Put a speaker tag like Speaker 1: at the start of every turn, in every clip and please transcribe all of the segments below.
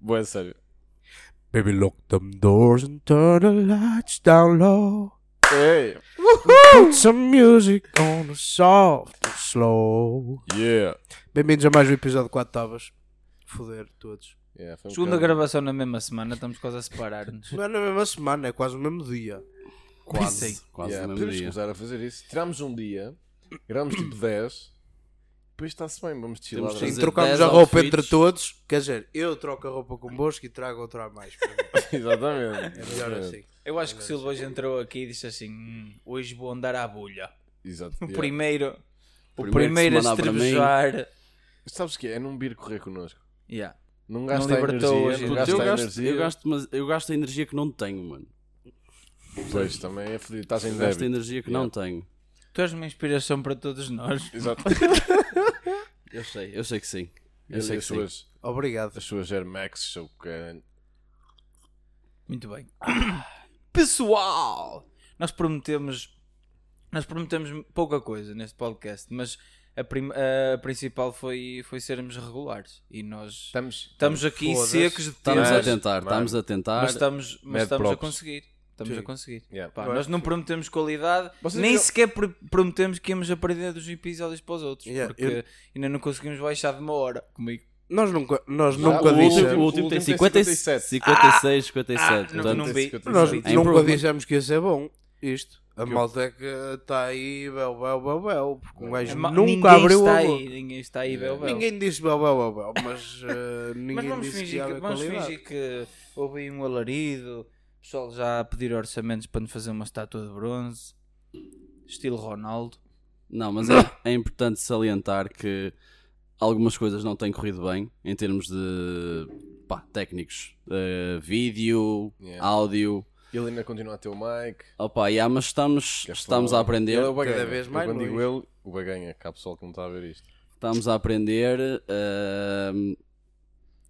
Speaker 1: Boa, sério.
Speaker 2: Baby, lock them doors and turn the lights down low.
Speaker 1: Ei,
Speaker 2: Put some music on the soft and slow.
Speaker 1: yeah.
Speaker 2: Bem-vindos a mais um episódio de 4 Tavas. Foder todos.
Speaker 1: Yeah, foi um
Speaker 3: Segunda
Speaker 1: bocado-
Speaker 3: gravação na mesma semana, estamos quase a separar-nos.
Speaker 2: Não é na mesma semana, é quase o mesmo dia.
Speaker 4: Quase,
Speaker 3: Sim.
Speaker 4: quase
Speaker 1: Yeah,
Speaker 4: no mesmo
Speaker 1: podemos
Speaker 4: dia.
Speaker 1: começar a fazer isso. Tirámos um dia, gravamos tipo 10, depois está-se bem, vamos
Speaker 4: Temos
Speaker 1: desfilar. assim.
Speaker 4: que
Speaker 2: Sim,
Speaker 4: fazer
Speaker 2: trocámos
Speaker 4: 10
Speaker 2: a roupa
Speaker 4: outfits.
Speaker 2: entre todos. Quer dizer, eu troco a roupa convosco e trago outra a mais.
Speaker 1: Exatamente.
Speaker 2: É melhor assim.
Speaker 3: Eu acho que o Silva hoje entrou aqui e disse assim: "Hum, hoje vou andar à bolha.
Speaker 1: Exato.
Speaker 3: O
Speaker 1: yeah.
Speaker 3: primeiro, o
Speaker 4: Primeiro de
Speaker 3: primeiro a
Speaker 4: semana para mim.
Speaker 3: estrebejar.
Speaker 1: Sabes o que é? É não vir correr connosco.
Speaker 3: Yeah.
Speaker 1: Não gasta
Speaker 3: Não
Speaker 1: a
Speaker 3: libertou
Speaker 1: energia.
Speaker 3: hoje.
Speaker 1: não
Speaker 3: Puto,
Speaker 1: gasta
Speaker 4: Eu
Speaker 1: a
Speaker 4: gasto,
Speaker 1: energia.
Speaker 4: eu, gasto, mas eu gasto a energia que não tenho, mano.
Speaker 1: Pois, também é fodido. Estás em
Speaker 4: Eu gasto a
Speaker 1: débito.
Speaker 4: energia que
Speaker 1: Yeah.
Speaker 4: não tenho.
Speaker 3: Tu és uma inspiração para todos nós.
Speaker 1: Exato.
Speaker 4: Eu sei, eu sei que sim. Eu,
Speaker 1: Eu
Speaker 4: sei
Speaker 1: sei
Speaker 4: que
Speaker 1: as
Speaker 4: sim.
Speaker 1: suas,
Speaker 2: Obrigado.
Speaker 1: as suas Air Max, ou o que é.
Speaker 3: Muito bem. Pessoal, nós prometemos nós prometemos pouca coisa neste podcast, mas a, prim- a principal foi, foi sermos regulares e nós
Speaker 1: Estamos.
Speaker 3: estamos aqui
Speaker 2: Foda-se.
Speaker 3: secos de
Speaker 4: Estamos a
Speaker 1: Mas- tá
Speaker 3: temas,
Speaker 4: tentar,
Speaker 1: mano,
Speaker 4: estamos a tentar.
Speaker 3: mas estamos, mas
Speaker 1: Mad
Speaker 3: estamos a
Speaker 1: props.
Speaker 3: conseguir. Estamos
Speaker 2: Sim.
Speaker 3: a conseguir.
Speaker 1: Yeah.
Speaker 3: Pá,
Speaker 2: Eu
Speaker 3: nós
Speaker 2: acho
Speaker 3: não prometemos qualidade,
Speaker 1: Vocês
Speaker 3: nem
Speaker 1: viram-
Speaker 3: sequer pr- prometemos que íamos aprender dos episódios para os outros,
Speaker 2: Yeah,
Speaker 3: porque
Speaker 2: eu-
Speaker 3: ainda não conseguimos baixar de uma hora Ah, comigo.
Speaker 2: Nós nunca, nós
Speaker 1: Já,
Speaker 2: nunca
Speaker 4: o,
Speaker 2: dissemos.
Speaker 4: último, o último tem 57. 56, 57.
Speaker 3: não- É
Speaker 4: portanto,
Speaker 3: não vi.
Speaker 2: Nós
Speaker 3: Em
Speaker 2: nunca
Speaker 3: programa.
Speaker 2: dissemos que ia ser bom. Isto. A malta é que está aí, bel, bel, bel, bel. Porque um gajo
Speaker 3: É ma- ninguém
Speaker 2: nunca abriu
Speaker 3: está
Speaker 2: a
Speaker 3: aí,
Speaker 2: boca.
Speaker 3: ninguém está aí,
Speaker 1: Yeah.
Speaker 3: bel, bel.
Speaker 2: Ninguém disse bel, bel, bel, bel. Mas eh,
Speaker 3: Mas
Speaker 2: ninguém
Speaker 3: vamos
Speaker 2: disse
Speaker 3: fingir,
Speaker 2: que,
Speaker 3: que,
Speaker 2: ia
Speaker 3: vamos
Speaker 2: qualidade.
Speaker 3: fingir que houve aí um alarido, o pessoal já a pedir orçamentos para nos fazer uma estátua de bronze, estilo Ronaldo.
Speaker 4: Não, mas é, é importante salientar que algumas coisas não têm corrido bem em termos de pá, técnicos. Eh, vídeo,
Speaker 1: Yeah.
Speaker 4: áudio.
Speaker 1: Ele ainda continua a ter o mic.
Speaker 4: Opa, yeah, mas estamos,
Speaker 1: que é
Speaker 4: estamos a
Speaker 1: foda.
Speaker 4: aprender.
Speaker 1: Ele é o baganha.
Speaker 2: Cada vez
Speaker 1: Eu
Speaker 2: mais
Speaker 1: Quando
Speaker 2: longe.
Speaker 1: digo ele, o baganha, que há pessoal que não está a ver isto.
Speaker 4: Estamos a aprender. ahm,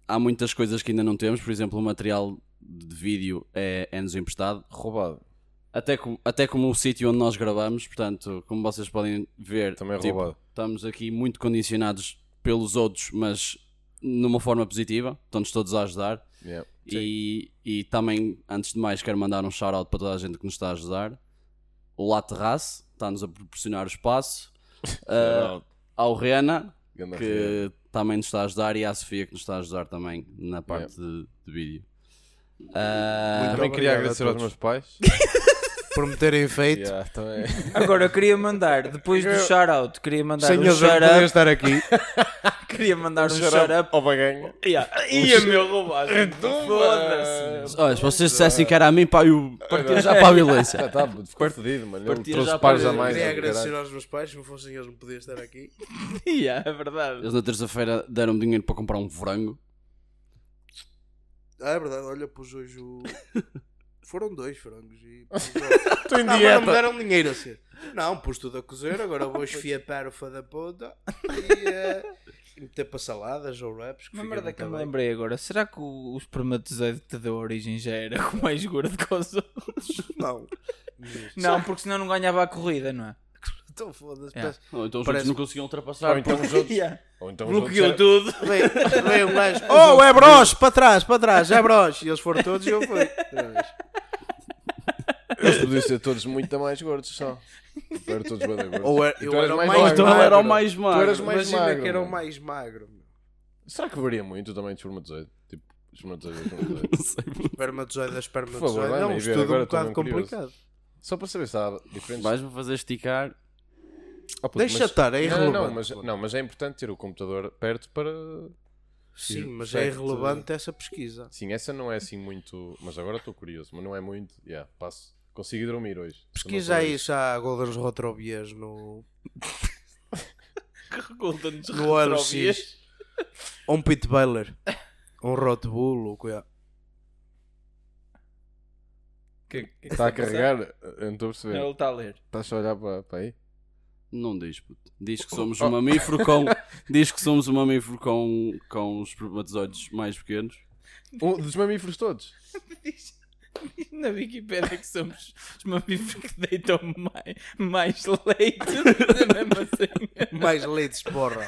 Speaker 4: há muitas coisas que ainda não temos. Por exemplo, o material de vídeo é, é-nos emprestado.
Speaker 1: Roubado.
Speaker 4: Até, com, até como o sítio onde nós gravamos. Portanto, como vocês podem ver,
Speaker 1: Também é
Speaker 4: tipo,
Speaker 1: roubado.
Speaker 4: estamos aqui muito condicionados pelos outros, mas numa forma positiva. Estão-nos todos a ajudar.
Speaker 1: Yeah.
Speaker 4: E, e também, antes de mais, quero mandar um shout-out para toda a gente que nos está a ajudar. O La Terrace está-nos a proporcionar o espaço. Ah, ao Rena,
Speaker 1: Ganda real.
Speaker 4: que também nos está a ajudar, e à Sofia, que nos está a ajudar também na parte de, de vídeo. Ah,
Speaker 2: Muito
Speaker 1: Também queria
Speaker 2: obrigado a
Speaker 1: agradecer aos
Speaker 2: todos.
Speaker 1: meus pais.
Speaker 2: Por me terem feito.
Speaker 1: Yeah, também.
Speaker 3: Agora eu queria mandar, depois do shout-out, queria mandar
Speaker 2: Sem
Speaker 3: um
Speaker 2: eles eu não
Speaker 3: shout
Speaker 2: podia
Speaker 3: up,
Speaker 2: estar aqui.
Speaker 3: queria mandar um
Speaker 1: Shut
Speaker 3: shout
Speaker 1: up
Speaker 3: up.
Speaker 1: ao baganha.
Speaker 3: Yeah. Ia meu roubado. Foda-se.
Speaker 4: Ah, olha, se vocês dissessem que era a mim, pá, eu partia já para a violência.
Speaker 1: Já está, ficou fodido, mano. Ele
Speaker 4: Partia
Speaker 1: trouxe
Speaker 4: já
Speaker 1: pares
Speaker 4: para-
Speaker 1: a mais.
Speaker 2: Queria
Speaker 1: ó, caralho.
Speaker 2: agradecer aos meus pais. Se não fossem eles, não podia estar aqui.
Speaker 3: Yeah, é verdade.
Speaker 4: Eles na terça-feira deram-me dinheiro para comprar um frango.
Speaker 2: Ah, é verdade. Olha, pus hoje o. Foram dois frangos. E...
Speaker 1: Estou em
Speaker 2: Não, mas não me
Speaker 1: dieta.
Speaker 2: deram dinheiro assim. Não, pus tudo a cozer, agora vou esfiapar o fada puta e, eh, e meter para saladas ou wraps. Que
Speaker 3: Uma
Speaker 2: fica
Speaker 3: merda
Speaker 2: muito
Speaker 3: que eu me
Speaker 2: bem.
Speaker 3: lembrei agora, será que o, o espermatozoide que te deu origem já era mais gordo que os outros?
Speaker 2: Não.
Speaker 3: Não, porque senão não ganhava a corrida, não é?
Speaker 2: Então foda-se.
Speaker 3: Yeah.
Speaker 2: parece-
Speaker 4: Não, então os
Speaker 2: Parece-
Speaker 4: outros não conseguiam
Speaker 1: Ou
Speaker 4: ultrapassar.
Speaker 1: então os outros.
Speaker 3: Yeah.
Speaker 1: Ou então os outros.
Speaker 3: Bloqueou
Speaker 1: eram-
Speaker 3: tudo.
Speaker 2: Veio, veio um gajo. Oh, é bros, para trás, para trás, é bros. E eles foram todos e eu fui.
Speaker 1: Eles podiam ser todos muito mais gordos só. Eu Era todos bem gordos.
Speaker 2: Ou é- era-
Speaker 1: E tu
Speaker 2: eu
Speaker 1: eras
Speaker 2: era o
Speaker 1: mais
Speaker 2: mais
Speaker 1: magro.
Speaker 2: gordo.
Speaker 4: Então era o mais magro.
Speaker 1: eras mais
Speaker 2: Imagina
Speaker 1: magro,
Speaker 2: que era o
Speaker 1: mano.
Speaker 2: mais magro. meu.
Speaker 1: Será que varia muito o tamanho de espermatozoide? Tipo, espermatozoide, espermatozoide.
Speaker 4: Não sei.
Speaker 2: Espermatozoide a
Speaker 1: Por favor,
Speaker 2: espermatozoide.
Speaker 1: vai-me
Speaker 2: É um
Speaker 1: ver,
Speaker 2: estudo
Speaker 1: agora
Speaker 2: um bocado
Speaker 1: estou mesmo curioso.
Speaker 2: complicado.
Speaker 1: Só para saber se há diferentes.
Speaker 4: Vais-me fazer esticar.
Speaker 1: Ah, puto,
Speaker 2: Deixa
Speaker 1: mas-
Speaker 2: estar,
Speaker 1: Não,
Speaker 2: é
Speaker 1: não,
Speaker 2: irrelevante.
Speaker 1: não, mas, não, mas é importante ter o computador perto para.
Speaker 2: Sim,
Speaker 1: Sim,
Speaker 2: mas é
Speaker 1: certo.
Speaker 2: irrelevante essa pesquisa.
Speaker 1: Sim, essa não é assim muito. Mas agora estou curioso, mas não é muito. Yeah, passo. Consegui dormir hoje.
Speaker 2: Pesquisa
Speaker 1: Se não for
Speaker 2: aí se há Golden Rotrovias no,
Speaker 3: Conta-nos
Speaker 2: no OLX. Ou um Pit Baylor. Ou um Rot Bull. Ou coisa.
Speaker 1: Está a carregar? Eu não estou a perceber.
Speaker 3: Ele está a ler.
Speaker 1: Estás a olhar para, para aí?
Speaker 4: Não diz, puto. Diz que somos um mamífero com. Diz que somos um mamífero com, com os espermatozoides mais pequenos.
Speaker 1: Um, dos mamíferos todos.
Speaker 3: Diz, diz na Wikipédia que somos os mamíferos que deitam mai- mais, leite. É mesmo assim.
Speaker 2: Mais leites, porra.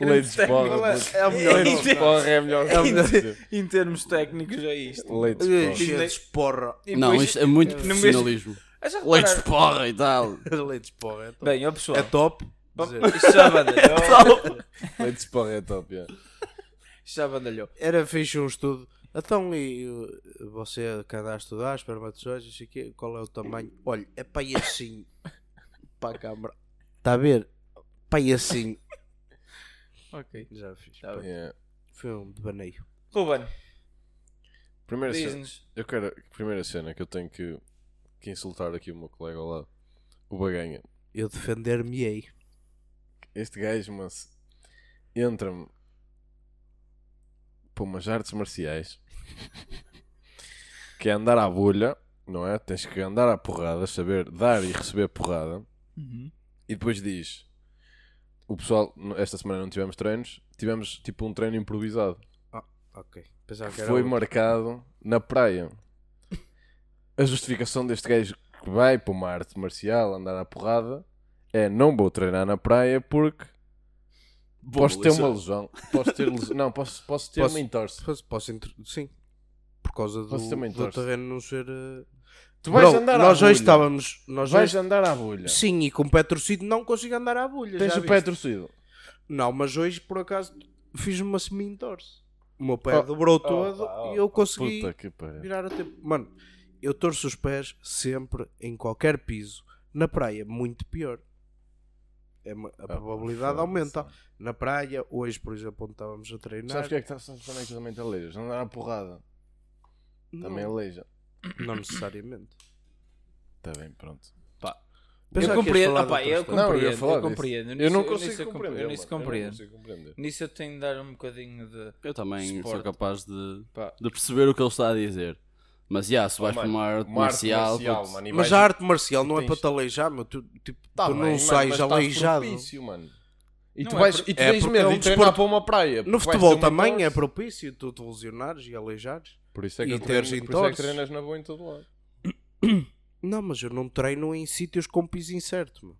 Speaker 1: Leite de
Speaker 2: Qual
Speaker 1: porra.
Speaker 2: é? É o melhor
Speaker 1: Leite
Speaker 2: nome,
Speaker 1: de porra é a melhor
Speaker 3: Em,
Speaker 1: coisa de
Speaker 3: te-
Speaker 1: sempre.
Speaker 3: em termos técnicos é isto.
Speaker 1: Leite de porra.
Speaker 2: Leites porra.
Speaker 3: E
Speaker 4: Não,
Speaker 3: depois-
Speaker 4: isto é muito
Speaker 3: no mesmo-
Speaker 4: profissionalismo.
Speaker 3: Ah, já repararam?
Speaker 4: Leites de porra e tal.
Speaker 2: Leites porra. é top.
Speaker 3: Bem, ó pessoal.
Speaker 2: É top. dizer.
Speaker 3: Isto já bandalhou.
Speaker 1: Leite de porra é top, yeah.
Speaker 3: Isto já bandalhou.
Speaker 2: Era fixe um estudo. Então, e uh, você que anda a estudar, espermatozoides, não sei o quê, qual é o tamanho? Olha, é para aí assim. para a câmara. Está a ver? Para aí assim.
Speaker 3: Ok.
Speaker 2: Já fiz.
Speaker 3: Tá bem.
Speaker 1: Yeah.
Speaker 2: Foi um devaneio.
Speaker 3: Ruben,
Speaker 1: Primeira cena,
Speaker 3: diz-nos.
Speaker 1: eu quero, primeira cena que eu tenho que, que insultar aqui o meu colega ao lado, o Baganha.
Speaker 2: Eu defender-me-ei.
Speaker 1: Este gajo, mas entra-me para umas artes marciais que é andar à bolha, não é? Tens que andar à porrada, saber dar e receber porrada. Uhum. E depois diz: O pessoal, esta semana não tivemos treinos, tivemos tipo um treino improvisado.
Speaker 2: Ok. Pensava que era um-
Speaker 1: foi
Speaker 2: outro.
Speaker 1: marcado na praia. A justificação deste gajo que vai para uma arte marcial andar à porrada é não vou treinar na praia porque posso ter uma lesão. Posso ter lesão. Não, posso, posso ter
Speaker 2: Posso-
Speaker 1: uma entorse.
Speaker 2: Posso, posso intro- Sim. Por causa do,
Speaker 1: Posso também
Speaker 2: do
Speaker 1: torce.
Speaker 2: terreno não ser. uh,
Speaker 1: Tu vais
Speaker 2: Bro,
Speaker 1: andar à
Speaker 2: nós
Speaker 1: bolha.
Speaker 2: hoje estávamos. Nós
Speaker 1: Vais
Speaker 2: hoje...
Speaker 1: andar à bolha.
Speaker 2: Sim, e com o pé torcido não consigo andar à bolha.
Speaker 1: Tens
Speaker 2: já
Speaker 1: o pé
Speaker 2: viste?
Speaker 1: torcido.
Speaker 2: Não, mas hoje por acaso fiz uma semi-endorse. O meu pé
Speaker 1: Oh,
Speaker 2: dobrou
Speaker 1: oh,
Speaker 2: todo
Speaker 1: pá,
Speaker 2: e eu
Speaker 1: oh,
Speaker 2: consegui
Speaker 1: Puta que pariu.
Speaker 2: virar a tempo. Mano, eu torço os pés sempre, em qualquer piso. Na praia, muito pior. É uma- a
Speaker 1: pá,
Speaker 2: probabilidade
Speaker 1: Ah, foda-se.
Speaker 2: aumenta. Na praia, hoje, por exemplo, onde estávamos a treinar.
Speaker 1: Sabes o que é que está sabes quando é que também te aleijas? Andar à porrada.
Speaker 2: não,
Speaker 1: Também é aleija.
Speaker 2: não necessariamente.
Speaker 1: Está Tá bem, pronto.
Speaker 2: Pensava
Speaker 3: Eu
Speaker 2: que ias
Speaker 3: compreendo,
Speaker 2: falar de
Speaker 3: opá,
Speaker 2: outras
Speaker 3: eu
Speaker 1: Não,
Speaker 2: coisas.
Speaker 1: Ah, eu
Speaker 3: compreendo,
Speaker 1: ia falar
Speaker 3: eu
Speaker 1: disso.
Speaker 3: compreendo.
Speaker 1: Eu,
Speaker 3: nisso-
Speaker 1: não
Speaker 3: nisso
Speaker 1: consigo
Speaker 3: compre-
Speaker 1: compreender.
Speaker 3: Eu nisso
Speaker 1: mano. Eu não
Speaker 3: compreendo.
Speaker 1: consigo compreender.
Speaker 3: Nisso eu tenho de dar um bocadinho de.
Speaker 4: Eu também
Speaker 3: Esporte.
Speaker 4: sou capaz de,
Speaker 3: Pá.
Speaker 4: de perceber o que ele está a dizer. Mas, já, se
Speaker 1: Oh,
Speaker 4: vais para
Speaker 1: mano,
Speaker 4: uma arte
Speaker 1: uma arte
Speaker 4: marcial...
Speaker 1: marcial,
Speaker 4: puto,
Speaker 1: mano, e
Speaker 2: Mas
Speaker 1: vais-
Speaker 2: a arte marcial não é
Speaker 1: tens-
Speaker 2: para te aleijar, meu. Tu, tipo,
Speaker 1: Tá
Speaker 2: tu
Speaker 1: bem,
Speaker 2: não
Speaker 1: mano, mas
Speaker 2: sais
Speaker 1: estás
Speaker 2: aleijado.
Speaker 1: propício, mano. E
Speaker 3: Não
Speaker 1: tu,
Speaker 3: é
Speaker 1: vais,
Speaker 3: pro-
Speaker 1: e tu
Speaker 2: é
Speaker 1: tens
Speaker 2: porque
Speaker 1: medo
Speaker 2: é um
Speaker 1: de treinar
Speaker 2: desporto-
Speaker 1: para uma praia.
Speaker 2: No
Speaker 1: porque vais
Speaker 2: futebol
Speaker 1: ter uma
Speaker 2: também é
Speaker 1: entorse.
Speaker 2: propício tu te lesionares e aleijares.
Speaker 1: Por isso é que,
Speaker 2: e
Speaker 1: eu
Speaker 2: teres
Speaker 1: treino, por isso é que
Speaker 2: entorses.
Speaker 1: treinas na boa em todo lado.
Speaker 2: Não, mas eu não treino em sítios com piso incerto, meu.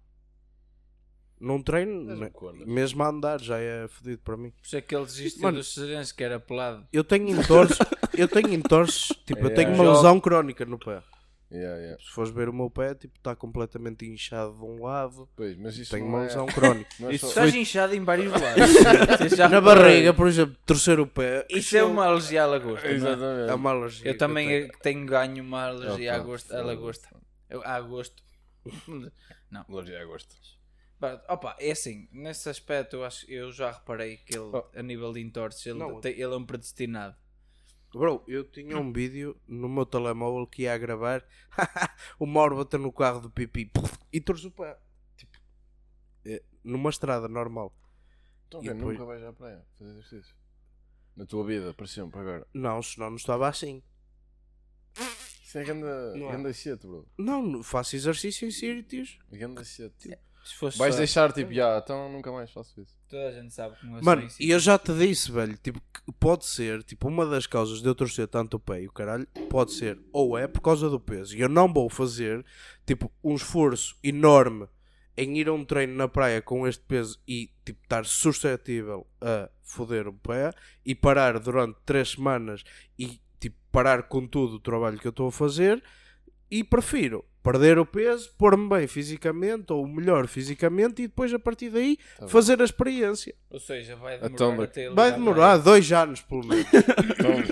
Speaker 2: Não treino,
Speaker 1: És um
Speaker 2: me-
Speaker 1: cona.
Speaker 2: mesmo a andar já é fodido para mim.
Speaker 3: Por isso é que ele desistiu
Speaker 2: Mano.
Speaker 3: dos serenos que era pelado.
Speaker 2: Eu tenho entorses, eu tenho entorses, tipo, eu
Speaker 1: É,
Speaker 2: tenho uma
Speaker 1: jogo.
Speaker 2: lesão crónica no pé.
Speaker 1: Yeah, yeah.
Speaker 2: Se fores ver o meu pé, tipo, está completamente inchado de um lado.
Speaker 1: Pois, mas isso
Speaker 2: Tenho
Speaker 1: não
Speaker 2: uma
Speaker 1: é...
Speaker 2: lesão crónica.
Speaker 1: não é
Speaker 3: Isso
Speaker 1: só-
Speaker 3: estás inchado em vários lados.
Speaker 2: Na barriga, por exemplo, torcer o pé.
Speaker 3: Isso é uma alergia à lagosta. não é?
Speaker 1: Exatamente.
Speaker 2: É uma alergia.
Speaker 3: Eu
Speaker 2: que
Speaker 3: também eh,
Speaker 2: tenho.
Speaker 3: tenho ganho uma alergia
Speaker 1: Opa,
Speaker 3: à gosto- à lagosta. Eu- A agosto.
Speaker 1: Alergia a gosto.
Speaker 3: Pá, Opa, é assim, nesse aspecto eu, acho, eu já reparei que ele,
Speaker 1: Oh.
Speaker 3: a nível de entorces, ele,
Speaker 2: Não.
Speaker 3: tem- ele é um predestinado.
Speaker 2: Bro, eu tinha um vídeo no meu telemóvel que ia a gravar. o Mauro bateu no carro do pipi puf, e torce o pé. Tipo, é, numa estrada normal.
Speaker 1: Então,
Speaker 2: E
Speaker 1: ok,
Speaker 2: depois-
Speaker 1: nunca vais à praia fazer exercício. Na tua vida, para sempre, agora.
Speaker 2: Não, senão não estava assim.
Speaker 1: Isso é ganda,
Speaker 2: Não é.
Speaker 1: ganda shit, bro.
Speaker 2: Não, não faço exercício em sítios.
Speaker 1: Ganda shit.
Speaker 3: Se fosse
Speaker 1: Vais
Speaker 3: só-
Speaker 1: deixar, tipo, já, então nunca mais faço isso.
Speaker 3: toda a gente sabe como eu
Speaker 2: Mano,
Speaker 3: sou em
Speaker 2: e eu já te disse, velho, tipo, que pode ser, tipo, uma das causas de eu torcer tanto o pé e o caralho, pode ser, ou é por causa do peso. E eu não vou fazer, tipo, um esforço enorme em ir a um treino na praia com este peso e, tipo, estar suscetível a foder o pé e parar durante três semanas e, tipo, parar com tudo o trabalho que eu estou a fazer e prefiro perder o peso, pôr-me bem fisicamente ou melhor fisicamente e depois a partir daí
Speaker 1: bem.
Speaker 2: fazer a experiência.
Speaker 3: Ou seja, vai
Speaker 1: Então,
Speaker 3: demorar
Speaker 1: vai-
Speaker 3: até ele
Speaker 2: Vai
Speaker 3: já
Speaker 2: demorar
Speaker 1: tá-
Speaker 2: dois anos, pelo menos.
Speaker 1: Então,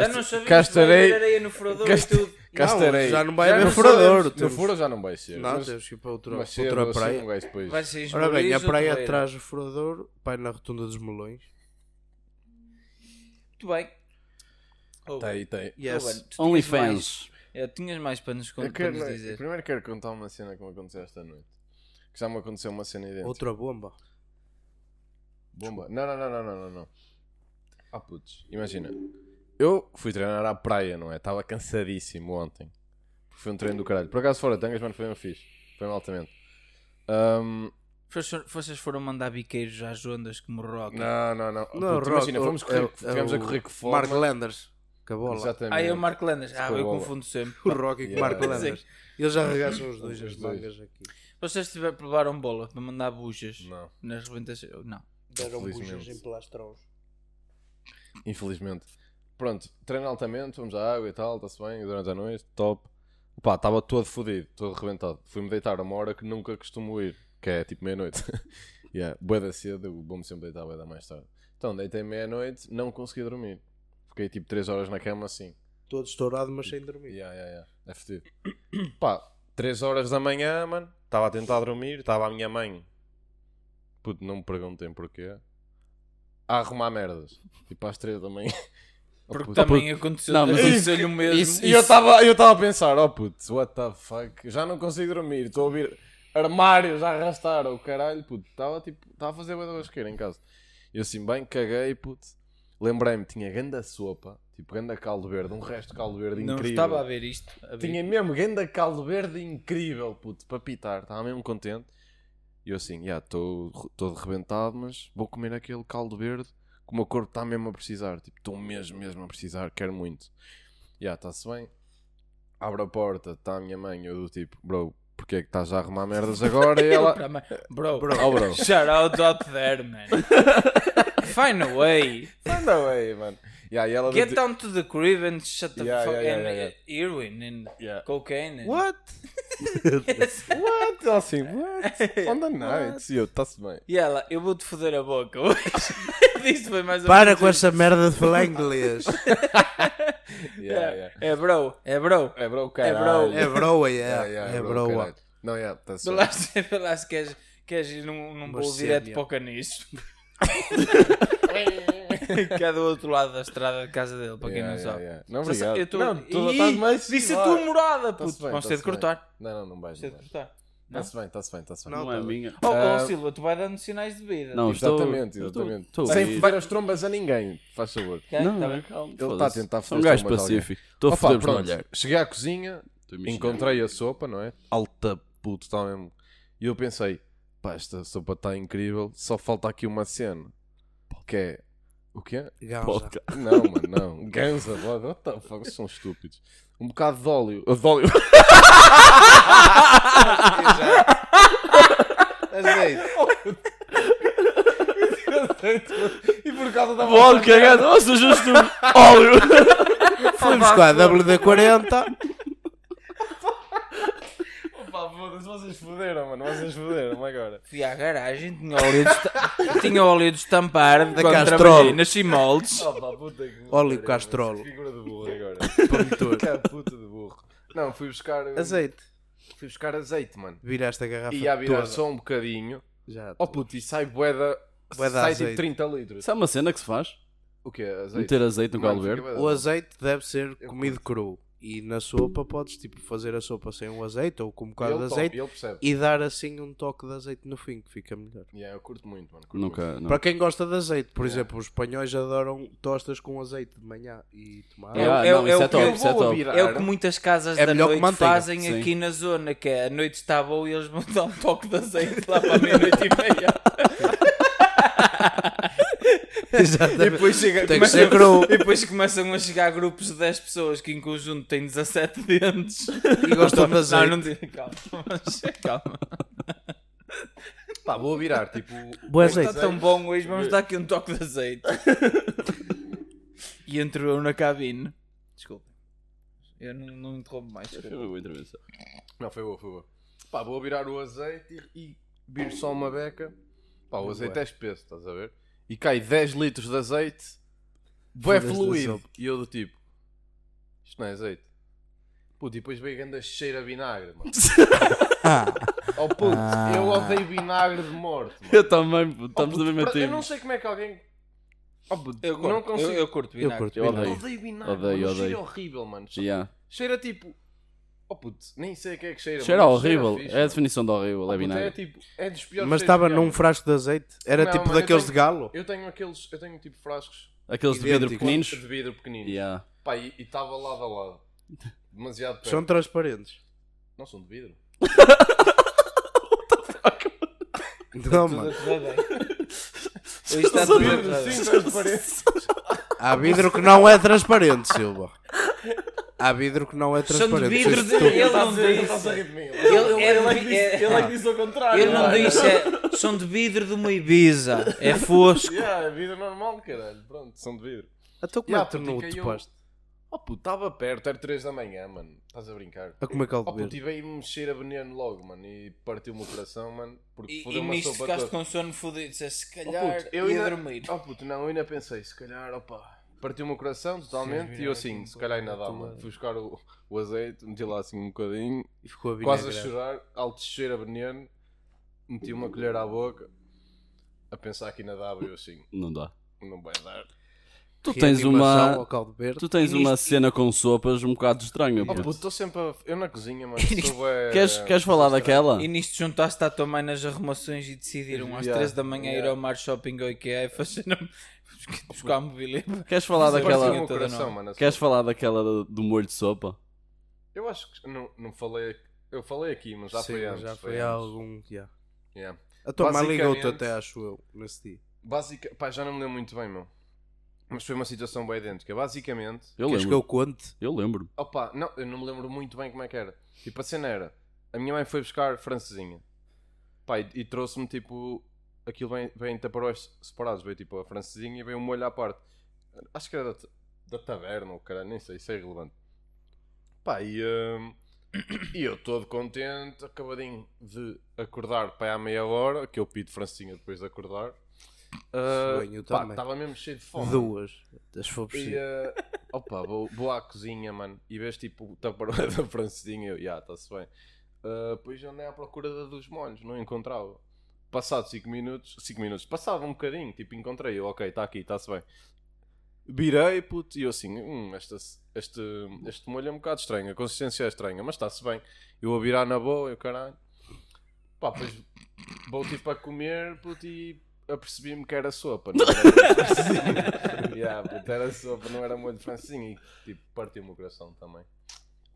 Speaker 3: Já não sabia
Speaker 1: cá
Speaker 3: que vai haver
Speaker 1: estarei.
Speaker 3: areia no furador
Speaker 1: cá
Speaker 3: e
Speaker 1: estarei-
Speaker 3: tudo.
Speaker 1: Cá estarei.
Speaker 2: Não, já não vai
Speaker 3: Já
Speaker 2: haver
Speaker 3: não
Speaker 2: furador.
Speaker 1: No
Speaker 2: Temos...
Speaker 1: furo já não vai ser.
Speaker 2: Não,
Speaker 1: mas-
Speaker 2: temos que ir para outra,
Speaker 1: mas
Speaker 2: para
Speaker 1: cedo,
Speaker 2: outra
Speaker 1: assim,
Speaker 2: praia.
Speaker 1: um gajo depois.
Speaker 3: Vai ser
Speaker 2: Ora bem, a
Speaker 3: esmorizo,
Speaker 2: praia
Speaker 3: torreira.
Speaker 2: atrás do furador, vai na rotunda dos melões.
Speaker 3: Muito bem. Oh,
Speaker 1: Tá aí, tá aí.
Speaker 2: Yes.
Speaker 3: Ruben, tu tinhas mais-
Speaker 4: OnlyFans.
Speaker 3: É, tinhas mais para nos, con-
Speaker 1: Eu
Speaker 3: para
Speaker 1: quero, é?
Speaker 3: nos dizer.
Speaker 1: primeiro quero contar uma cena que me aconteceu esta noite. Que já me aconteceu uma cena idêntica.
Speaker 2: Outra bomba.
Speaker 1: Bomba. Não, não, não, não, não, não, não. Ah, putz. Imagina. Eu fui treinar à praia, não é? Estava cansadíssimo ontem. Porque foi um treino do caralho. Por acaso fora tangas, mano, foi um fixe. Foi um altamente. Ahm,
Speaker 3: Vocês- Vocês foram mandar biqueiros às ondas que morrocam.
Speaker 1: não, não, não. Ah,
Speaker 2: Não,
Speaker 1: putz,
Speaker 2: Rock,
Speaker 1: imagina, fomos
Speaker 2: é-
Speaker 1: correr,
Speaker 2: é
Speaker 1: tivemos a
Speaker 2: o
Speaker 1: correr que
Speaker 2: Mark
Speaker 1: fora.
Speaker 2: Landers. Acabou lá.
Speaker 1: Exatamente.
Speaker 3: Ah, é o Marco Landas. Ah,
Speaker 1: Foi
Speaker 3: eu
Speaker 1: bola.
Speaker 3: confundo sempre.
Speaker 2: O Rocky com o
Speaker 1: Yeah.
Speaker 2: Mark Landers. Eles arregaçam os dois
Speaker 1: Os
Speaker 2: as
Speaker 1: dois.
Speaker 2: mangas aqui.
Speaker 3: Vocês tiver, provaram bola para mandar bujas
Speaker 1: Não.
Speaker 3: nas reventas? Eu- Não.
Speaker 2: Deram bujas
Speaker 1: Felizmente.
Speaker 2: em plastrões.
Speaker 1: Infelizmente. Pronto, treino altamente, vamos à água e tal, está-se bem, durante a noite, top. Pá, estava todo fodido, todo arrebentado. Fui-me deitar a uma hora que nunca costumo ir, que é tipo meia-noite. yeah, bué da cedo, eu vou-me sempre deitar bué da mais tarde. Então, deitei meia-noite, não consegui dormir. Fiquei tipo 3 horas na cama assim.
Speaker 2: Todo estourado, mas sem dormir.
Speaker 1: Yeah, yeah, yeah. É fedido. Pá, 3 horas da manhã, mano. Estava a tentar dormir. Estava a minha mãe. Puto, não me perguntem porquê. A arrumar merdas. Tipo às 3 da manhã. Oh,
Speaker 3: Porque
Speaker 1: puto.
Speaker 3: também aconteceu-
Speaker 4: Não, mas-
Speaker 3: aconteceu-lhe o mesmo.
Speaker 4: Isso-
Speaker 1: E eu estava eu tava a pensar, oh puto, what the fuck, já não consigo dormir, estou a ouvir armários a arrastar, o caralho, puto, estava tipo, estava a fazer bué da basqueira em casa. E eu assim, bem, caguei, puto, lembrei-me, tinha ganda sopa, tipo ganda caldo verde, um resto de caldo verde
Speaker 3: Não
Speaker 1: incrível.
Speaker 3: estava a ver isto. a ver.
Speaker 1: Tinha mesmo ganda caldo verde incrível, puto, para pitar. Estava mesmo contente. E eu assim, já, estou todo rebentado, mas vou comer aquele caldo verde que o meu corpo está mesmo a precisar. Tipo, estou mesmo, mesmo a precisar, quero muito. Já, está-se bem. Abro a porta, está a minha mãe, eu do tipo, bro, porque é que estás a arrumar merdas agora? E
Speaker 3: Eu
Speaker 1: ela,
Speaker 3: para a mãe, Bro,
Speaker 1: oh bro,
Speaker 3: shout out out there, man. Find a way.
Speaker 1: anda away, "Ah, mano. Yeah, e ela do
Speaker 3: Get
Speaker 1: ti-
Speaker 3: down to the crib and shut the
Speaker 1: Yeah,
Speaker 3: fuck
Speaker 1: yeah, yeah,
Speaker 3: and,
Speaker 1: yeah,
Speaker 3: uh, heroin and
Speaker 1: Yeah.
Speaker 3: cocaine. and-
Speaker 2: What?
Speaker 1: What? Ela assim, what? On the night. E eu, está-se bem.
Speaker 3: E ela, eu vou-te foder a boca hoje. Isto foi mais ou
Speaker 2: Para
Speaker 3: menos
Speaker 2: com
Speaker 3: isto.
Speaker 2: essa merda de falar inglês.
Speaker 1: Yeah, yeah.
Speaker 3: É bro, é bro.
Speaker 1: É bro,
Speaker 3: caralho.
Speaker 2: É broa, yeah.
Speaker 1: É, yeah,
Speaker 2: é
Speaker 1: bro,
Speaker 2: broa.
Speaker 1: caralho. Não, é, tá
Speaker 3: Tu
Speaker 1: certo.
Speaker 3: lá se tu lá se queres, queres ir num, num
Speaker 2: Uma
Speaker 3: bolo direto
Speaker 2: sénia.
Speaker 3: para o caniço. que é do outro lado da estrada de casa dele, para quem
Speaker 1: Yeah,
Speaker 3: não
Speaker 1: yeah,
Speaker 3: sabe.
Speaker 1: yeah. Não,
Speaker 3: Só sei-
Speaker 1: obrigado.
Speaker 3: eu tô-
Speaker 1: Não, tu
Speaker 3: Ih,
Speaker 1: estás mais
Speaker 3: Disse a
Speaker 1: suave.
Speaker 3: tua morada,
Speaker 1: Tá-se
Speaker 3: puto.
Speaker 1: bem,
Speaker 3: Vamos ter
Speaker 1: tá-se
Speaker 3: de cortar.
Speaker 1: Não, não, não vais.
Speaker 3: Vamos ter de
Speaker 1: Está-se
Speaker 3: cortar.
Speaker 1: bem, está-se bem, está-se bem.
Speaker 2: Não,
Speaker 4: Não é minha.
Speaker 3: Oh,
Speaker 1: Ah.
Speaker 3: oh, Silva, tu vai dando sinais de vida.
Speaker 4: Não, estou-
Speaker 1: Exatamente,
Speaker 4: eu estou-
Speaker 1: exatamente.
Speaker 4: estou a
Speaker 1: Sem
Speaker 4: ouvir.
Speaker 1: foder as trombas a ninguém, faz favor.
Speaker 3: Ok?
Speaker 4: Não,
Speaker 3: Tá
Speaker 4: é,
Speaker 3: bem.
Speaker 4: calma,
Speaker 1: Ele
Speaker 4: foda-se.
Speaker 1: tá a tentar
Speaker 4: Sou um
Speaker 1: foder
Speaker 4: gajo
Speaker 1: com mais alguém.
Speaker 4: pacífico. Estou a
Speaker 1: Opa,
Speaker 4: foder-vos no
Speaker 1: pronto.
Speaker 4: olhar.
Speaker 1: Cheguei à cozinha,
Speaker 4: Estou a me
Speaker 1: encontrei a sopa, não é? Alta puto, está mesmo. E eu pensei, pá, esta sopa está incrível, só falta aqui uma cena. Que é. O que é?
Speaker 4: xingar.
Speaker 2: Ganza.
Speaker 4: Podcast.
Speaker 1: Não, mano, não. Ganza, what what the fuck, são estúpidos. Um bocado de óleo. De óleo. e por causa da
Speaker 4: Bolo cagado, nossa, justo óleo.
Speaker 2: Fomos com a WD-40.
Speaker 1: Pá, foda-se, vocês foderam, mano. Vocês foderam agora.
Speaker 3: Fui à garagem, tinha óleo de, esta- tinha óleo de estampar de
Speaker 2: Da
Speaker 3: quando
Speaker 2: Castrol.
Speaker 3: trabalhei nas Chimoldes.
Speaker 1: Oh, pá, puta que me
Speaker 2: Óleo
Speaker 1: pariu,
Speaker 2: Castrolo.
Speaker 1: mano, essa Figura de burro agora.
Speaker 2: Produtor.
Speaker 1: Que puta de burro. Não, fui buscar.
Speaker 2: Azeite.
Speaker 1: Fui buscar azeite, mano.
Speaker 2: Viraste a garrafa
Speaker 1: E a virar
Speaker 2: toda.
Speaker 1: só um bocadinho.
Speaker 2: Já.
Speaker 1: Oh puto, e sai boeda.
Speaker 2: Bué de
Speaker 1: Sai tipo
Speaker 2: azeite.
Speaker 1: 30 litros.
Speaker 4: Isso é uma cena que se faz?
Speaker 1: O que Azeite? é
Speaker 4: Meter azeite no caldo verde?
Speaker 1: Ah,
Speaker 2: O azeite deve ser comido cru. E na sopa podes tipo fazer a sopa sem o azeite ou com um bocado de azeite
Speaker 1: Ele percebe.
Speaker 2: e dar assim um toque de azeite no fim que fica melhor.
Speaker 3: Ah.
Speaker 1: Yeah, eu curto muito, mano. curto muito.
Speaker 4: Nunca, não.
Speaker 2: Para quem gosta de azeite, por exemplo, os espanhóis adoram tostas com azeite de manhã e tomate.
Speaker 3: É,
Speaker 4: Ah,
Speaker 3: o- é, o-
Speaker 4: não,
Speaker 3: é
Speaker 4: isso
Speaker 3: o que
Speaker 4: é top,
Speaker 3: eu
Speaker 4: isso é
Speaker 3: vou
Speaker 4: top.
Speaker 3: virar. É o que muitas casas
Speaker 2: É
Speaker 3: da
Speaker 2: melhor que
Speaker 3: noite
Speaker 2: manteiga,
Speaker 3: fazem
Speaker 4: sim.
Speaker 3: aqui na zona, que é a noite está boa e eles vão dar um toque de azeite lá para a meia-noite e meia.
Speaker 2: Exatamente.
Speaker 3: depois chega,
Speaker 2: Tem que ser cru.
Speaker 3: e depois começam a chegar grupos de 10 pessoas que em conjunto têm 17 dentes.
Speaker 2: E gostam de azeite.
Speaker 3: Não, não digo, calma, mas calma.
Speaker 1: Pá, vou virar, tipo.
Speaker 2: Boa
Speaker 3: Está
Speaker 2: azeite.
Speaker 3: Tá tão bom hoje, vamos dar aqui um toque de azeite. e entrou eu na cabine. Desculpa. Eu não, não interrompo mais.
Speaker 4: Foi uma boa intervenção.
Speaker 1: Não, foi boa, foi boa. Pá, vou virar o azeite e, e viro só uma beca. Pá, o azeite é espesso, estás a ver? E cai 10 litros de azeite. Bué
Speaker 2: Foda-se da
Speaker 1: fluido.
Speaker 2: sopa.
Speaker 1: E eu do tipo. Isto não é azeite. Puto, e depois veio grande cheiro a vinagre, mano.
Speaker 4: Ah.
Speaker 1: oh puto, eu odeio vinagre de morte, mano.
Speaker 4: Eu também, puto,
Speaker 1: Oh,
Speaker 4: Ah. estamos
Speaker 1: puto,
Speaker 4: na mesma
Speaker 1: pra- Eu não
Speaker 4: time.
Speaker 1: sei como é que alguém. Oh, puto,
Speaker 3: Eu
Speaker 1: não
Speaker 3: curto, eu,
Speaker 1: consigo.
Speaker 3: eu curto
Speaker 2: Eu
Speaker 3: vinagre.
Speaker 2: curto
Speaker 4: Eu
Speaker 1: Eu
Speaker 4: odeio.
Speaker 1: odeio vinagre.
Speaker 4: Odeio,
Speaker 1: mano. O cheiro
Speaker 4: odeio.
Speaker 1: é horrível, mano.
Speaker 4: Yeah.
Speaker 1: Cheira tipo. Oh puto, nem sei o que é que cheira.
Speaker 4: Cheira
Speaker 1: mano.
Speaker 4: horrível.
Speaker 1: fixe,
Speaker 4: É a
Speaker 1: mano.
Speaker 4: definição de horrível,
Speaker 1: Oh,
Speaker 4: é
Speaker 1: puto, é
Speaker 4: vinagre.
Speaker 1: tipo. É dos piores
Speaker 2: Mas
Speaker 1: cheiros
Speaker 2: estava
Speaker 1: que há,
Speaker 2: num
Speaker 1: mano.
Speaker 2: frasco de azeite? Era
Speaker 1: Não,
Speaker 2: tipo
Speaker 1: mano, eu
Speaker 2: daqueles
Speaker 1: tenho-
Speaker 2: de galo?
Speaker 1: Eu tenho aqueles. Eu tenho tipo frascos.
Speaker 4: Aqueles de vidro
Speaker 2: idênticos.
Speaker 4: pequeninos.
Speaker 1: De vidro pequeninos.
Speaker 4: Yeah.
Speaker 1: Pá, e e estava lado a lado. Demasiado perto.
Speaker 2: São transparentes.
Speaker 1: Não são de vidro.
Speaker 2: Não,
Speaker 3: Tudo a
Speaker 2: mano.
Speaker 3: correr bem.
Speaker 2: é.
Speaker 3: Hoje está tudo a
Speaker 1: assim,
Speaker 3: correr bem.
Speaker 1: transparente.
Speaker 2: Há vidro que não é transparente, Silva. Há vidro que não é
Speaker 3: Chão de
Speaker 2: transparente.
Speaker 3: vidro
Speaker 2: Vocês
Speaker 3: de-
Speaker 2: estão-
Speaker 3: Ele não
Speaker 1: Estás tá a
Speaker 3: disse.
Speaker 1: rir de mim.
Speaker 3: Ele, é
Speaker 5: Ele é
Speaker 3: de
Speaker 5: que
Speaker 3: vi-
Speaker 5: disse-
Speaker 3: é-
Speaker 5: ele é que disse ao contrário.
Speaker 3: ele não disse. É, são de vidro de uma Ibiza. É fosco.
Speaker 1: Yeah, é vidro normal, caralho. Pronto, são de vidro.
Speaker 2: Então como é que tu não o topaste?
Speaker 1: Oh puto, estava perto, era 3 da manhã, mano. Estás a brincar.
Speaker 2: A comer caldo
Speaker 1: Oh puto,
Speaker 2: verde.
Speaker 1: tive aí mexer a veneno logo, mano. E partiu-me o coração, mano. Porque
Speaker 3: E,
Speaker 1: fodeu
Speaker 3: e
Speaker 1: uma
Speaker 3: nisto
Speaker 1: sopa
Speaker 3: ficaste
Speaker 1: toda.
Speaker 3: com sono fodido. Disseste, se
Speaker 1: Oh,
Speaker 3: calhar
Speaker 1: puto, eu
Speaker 3: ia
Speaker 1: ainda...
Speaker 3: dormir.
Speaker 1: Oh puto, não, eu ainda pensei, se calhar, opa. Partiu-me o coração totalmente e eu assim, se calhar ainda dá, mano. Fui buscar o, o azeite, meti lá assim um bocadinho,
Speaker 2: E ficou a
Speaker 1: quase a
Speaker 2: vinagre.
Speaker 1: chorar, alto cheiro a veneno, meti uma colher à boca, a pensar que ainda dava e eu assim,
Speaker 4: Não dá.
Speaker 1: não vai dar.
Speaker 4: Tu tens
Speaker 2: Reanimação
Speaker 4: uma.
Speaker 2: ao caldo verde.
Speaker 4: Tu tens uma cena com sopas um bocado estranha,
Speaker 1: Oh puto,
Speaker 4: puto.
Speaker 1: estou sempre a... Eu na cozinha, mano, sou bué-
Speaker 4: Queres, queres falar
Speaker 1: é
Speaker 4: daquela?
Speaker 3: E nisto juntaste à tua mãe nas arrumações e decidiram às
Speaker 1: Yeah,
Speaker 3: 3 da manhã
Speaker 1: yeah.
Speaker 3: ir ao Mar Shopping ou IKEA e fazer-me buscar um mobília.
Speaker 4: Queres falar
Speaker 3: Mas
Speaker 1: Partiu-me
Speaker 4: daquela.
Speaker 1: assim o coração, mano. a
Speaker 4: Queres
Speaker 1: sopa.
Speaker 4: falar daquela do- do molho de sopa?
Speaker 1: Eu acho que não, não falei... Eu falei aqui, mas já
Speaker 2: Sim,
Speaker 1: foi
Speaker 2: mas
Speaker 1: antes.
Speaker 2: Já foi
Speaker 1: antes.
Speaker 2: há algum. já.
Speaker 1: Yeah.
Speaker 2: A tua mãe
Speaker 1: Basicamente-
Speaker 2: ligou-te até, acho eu, nesse dia.
Speaker 1: Basica... Pá, já não me lembro muito bem, meu. Mas foi uma situação bem idêntica. Basicamente...
Speaker 4: Eu
Speaker 2: Queres que eu
Speaker 4: lembro.
Speaker 2: conte?
Speaker 4: Eu lembro.
Speaker 1: Opa, não, eu não me lembro muito bem como é que era. Tipo, a cena era... A minha mãe foi buscar francesinha. Pá, e, e trouxe-me, tipo... Aquilo vem, vem em taparóis separados. Veio, tipo, a francesinha e veio um molho à parte. Acho que era da, ta- da taverna ou caralho. Nem sei, isso é irrelevante. Pá, e... hum, E eu todo contente, acabadinho de acordar para aí à meia hora, que eu pido francesinha depois de acordar. Ah,
Speaker 2: Bem, eu
Speaker 1: pá,
Speaker 2: também.
Speaker 1: estava mesmo cheio de fome.
Speaker 2: Duas. As foi
Speaker 1: E,
Speaker 2: preciso.
Speaker 1: eh, opa, vou, vou à cozinha, mano, e vês tipo o taparoeiro da francesinha, eu, já, está-se bem. Ah, Depois andei à procura da dos molhos, não encontrava. Passado 5 minutos, 5 minutos, passava um bocadinho, tipo, encontrei, eu, ok, está aqui, está-se bem. Virei, puto, e eu assim, hum, esta, este, este molho é um bocado estranho, a consistência é estranha, mas está-se bem. Eu a virar na boa, eu caralho. Pá, pois vou tipo a comer, puto, e apercebi-me que era sopa, não era molho de francesinha. yeah, puto, era sopa, não era molho de francesinha, e tipo, partiu-me o coração também.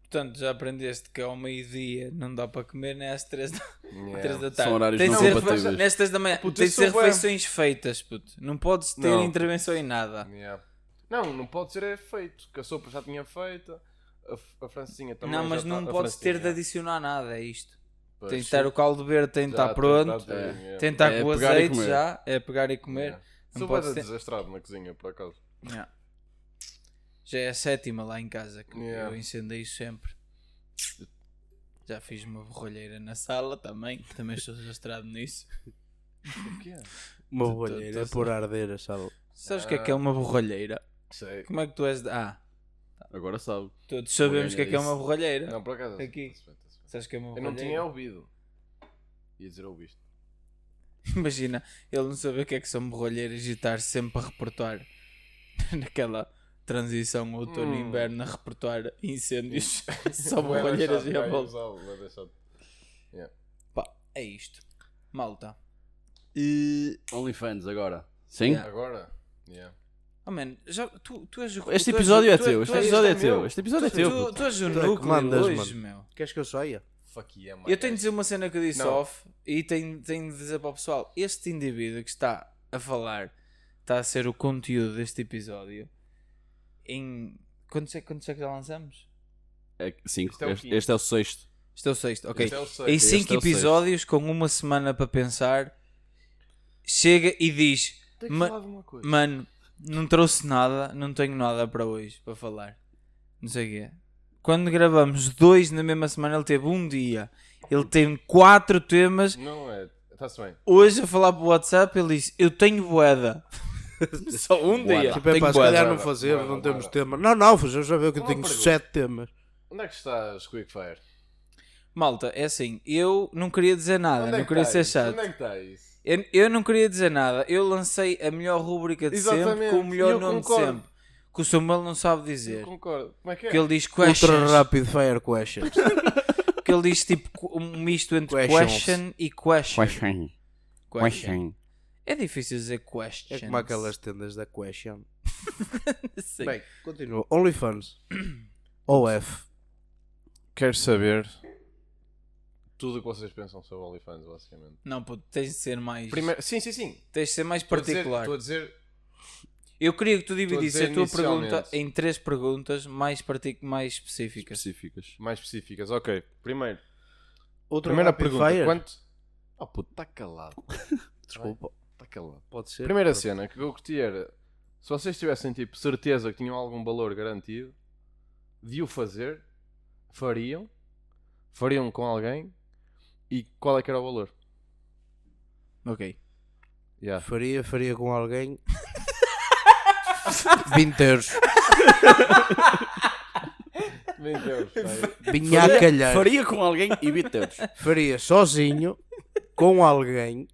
Speaker 3: Portanto, já aprendeste que ao meio-dia não dá para comer, nem às 3 da,
Speaker 1: Yeah.
Speaker 3: três da tarde.
Speaker 4: horários
Speaker 3: Tem de
Speaker 4: não
Speaker 3: ser-
Speaker 4: compatíveis.
Speaker 3: Nas 3 da manhã,
Speaker 1: Puto,
Speaker 3: tem
Speaker 1: eu
Speaker 3: de ser
Speaker 1: sou bué.
Speaker 3: refeições feitas, puto. Não podes ter
Speaker 1: Não.
Speaker 3: intervenção em nada.
Speaker 1: Yeah. Não, não pode ser é feito, que a sopa já tinha feita, a, a francesinha também
Speaker 3: não, mas
Speaker 1: já
Speaker 3: não
Speaker 1: tá, a
Speaker 3: podes ter de
Speaker 1: francesinha,
Speaker 3: adicionar nada, é isto.
Speaker 1: pois,
Speaker 3: Tem de estar o caldo verde, tem de
Speaker 1: já
Speaker 3: estar
Speaker 1: tá
Speaker 3: pronto,
Speaker 1: pronto,
Speaker 4: É.
Speaker 1: yeah.
Speaker 3: tem de estar
Speaker 4: É
Speaker 3: com o
Speaker 4: pegar e
Speaker 3: azeite
Speaker 4: comer.
Speaker 3: já, é pegar e comer.
Speaker 1: Yeah.
Speaker 3: Não
Speaker 1: Sou
Speaker 3: podes
Speaker 1: bué de
Speaker 3: ter-
Speaker 1: desastrado na cozinha, por acaso.
Speaker 3: Yeah. Já é a sétima lá em casa que
Speaker 1: Yeah.
Speaker 3: eu incendei sempre. Já fiz uma borralheira na sala também, também estou desastrado nisso.
Speaker 1: O que é?
Speaker 2: Uma
Speaker 3: tu-
Speaker 2: bolheira
Speaker 3: tu-
Speaker 2: é por arder a sala.
Speaker 3: Sabes o que é que
Speaker 1: Ah.
Speaker 3: é uma borralheira?
Speaker 1: Sei.
Speaker 3: Como é que tu és de. Ah,
Speaker 4: Agora sabe.
Speaker 3: todos sabemos o que é que é uma
Speaker 4: Borralheira,
Speaker 3: borralheira.
Speaker 1: Não, por acaso.
Speaker 3: Aqui.
Speaker 1: tá-se bem, tá-se bem.
Speaker 3: Sabes o que é uma
Speaker 1: Eu
Speaker 3: borralheira?
Speaker 1: não tinha ouvido. Ia dizer ouviste.
Speaker 3: Imagina, ele não saber o que é que são borralheiras e estar sempre a repertório naquela transição
Speaker 1: Hum.
Speaker 3: outono-inverno a repertório incêndios. Só borralheiras e a volta. Pá, é isto. Malta.
Speaker 4: OnlyFans agora. Sim?
Speaker 3: Yeah.
Speaker 1: Agora? Yeah.
Speaker 3: Oh man, já, tu, tu és o-
Speaker 4: Este
Speaker 3: tu és
Speaker 4: episódio
Speaker 3: o-
Speaker 4: é
Speaker 3: tu
Speaker 4: teu. Este
Speaker 3: tu és-
Speaker 4: episódio é
Speaker 1: este é
Speaker 4: teu.
Speaker 1: meu.
Speaker 4: Este episódio é
Speaker 3: tu-
Speaker 4: teu.
Speaker 3: tu-
Speaker 4: puto.
Speaker 3: tu és o
Speaker 2: Tu é que
Speaker 3: núcleo
Speaker 2: mandas,
Speaker 3: hoje, meu.
Speaker 2: Queres que eu saia?
Speaker 4: Ah,
Speaker 1: Fuck yeah, man.
Speaker 3: Eu tenho de dizer uma cena que eu disse
Speaker 1: é Não.
Speaker 3: off e tenho, tenho de dizer para o pessoal: este indivíduo que está a falar está a ser o conteúdo deste episódio. Em. Quantos é, quantos é que já lançamos?
Speaker 4: É que- cinco.
Speaker 1: Este é o
Speaker 4: Este
Speaker 1: quinto.
Speaker 4: este é o sexto.
Speaker 3: Este é o sexto, ok.
Speaker 1: Este é o sexto.
Speaker 3: Em
Speaker 1: Este
Speaker 3: cinco
Speaker 4: é o sexto.
Speaker 3: episódios, com uma semana para pensar, chega e diz:
Speaker 1: Tenho que
Speaker 3: "Ma-
Speaker 1: falar de uma coisa.
Speaker 3: Mano, não trouxe nada, não tenho nada para hoje para falar. Não sei o quê. Quando gravamos dois na mesma semana, ele teve um dia. Ele tem quatro temas.
Speaker 1: Não é. Está-se bem.
Speaker 3: Hoje a falar para o WhatsApp, ele disse: Eu tenho boeda. Só um dia.
Speaker 2: Tipo, é
Speaker 3: Tenho
Speaker 2: pá, se
Speaker 3: boeda.
Speaker 2: calhar
Speaker 1: bora,
Speaker 2: não fazer,
Speaker 1: bora,
Speaker 2: não temos
Speaker 1: bora.
Speaker 2: tema. Não, não, já já viu que eu
Speaker 1: Uma
Speaker 2: tenho
Speaker 1: pergunta.
Speaker 2: sete temas.
Speaker 1: Onde é que estás, Quickfire?
Speaker 3: Malta, é assim. Eu não queria dizer nada,
Speaker 1: Onde é
Speaker 3: Ah, não
Speaker 1: que
Speaker 3: queria
Speaker 1: está
Speaker 3: ser
Speaker 1: isso?
Speaker 3: chato.
Speaker 1: Onde é que está isso?
Speaker 3: Eu, eu não queria dizer nada. Eu lancei a melhor rúbrica de sempre,
Speaker 1: Exatamente,
Speaker 3: com o melhor
Speaker 1: eu
Speaker 3: nome
Speaker 1: concordo.
Speaker 3: de sempre. Que o Samuel não sabe
Speaker 1: Eu
Speaker 3: dizer.
Speaker 1: concordo. Como é que é?
Speaker 3: Que ele diz
Speaker 2: Ultra
Speaker 3: questions.
Speaker 2: Rapid Fire Questions.
Speaker 3: Que ele diz tipo qu- um misto entre
Speaker 2: Questions.
Speaker 3: question e question.
Speaker 4: Question.
Speaker 3: Question. É difícil dizer question.
Speaker 2: É como aquelas tendas da Question.
Speaker 3: Sim.
Speaker 2: Bem, continua. OnlyFans. OF.
Speaker 1: Quero saber tudo o que vocês pensam sobre OnlyFans, basicamente.
Speaker 3: Não, puto, tens de ser mais.
Speaker 1: Primeiro... Sim, sim, sim.
Speaker 3: Tens de ser mais
Speaker 1: Estou a dizer-
Speaker 3: particular.
Speaker 1: Estou a dizer.
Speaker 3: Eu queria que tu
Speaker 1: dizer
Speaker 3: dividisse a tua pergunta
Speaker 1: inicialmente.
Speaker 3: em três perguntas mais, partic... mais específicas.
Speaker 4: específicas.
Speaker 1: Mais específicas, ok. Primeiro,
Speaker 2: Outra
Speaker 1: primeira
Speaker 2: rapid
Speaker 1: pergunta.
Speaker 2: fire?
Speaker 1: Quanto. Oh puto, está calado.
Speaker 2: Desculpa,
Speaker 1: Está calado.
Speaker 2: pode ser.
Speaker 1: Primeira
Speaker 2: Pode-
Speaker 1: cena que eu curti era. Se vocês tivessem tipo certeza que tinham algum valor garantido de o fazer, fariam? Fariam com alguém? E qual é que era o valor?
Speaker 3: Ok.
Speaker 1: Yeah.
Speaker 2: Faria, faria com alguém. 20 euros.
Speaker 1: Meu Deus, pai.
Speaker 2: Vinha a calhar. Faria.
Speaker 4: Faria com alguém e 20 euros.
Speaker 2: sozinho, com alguém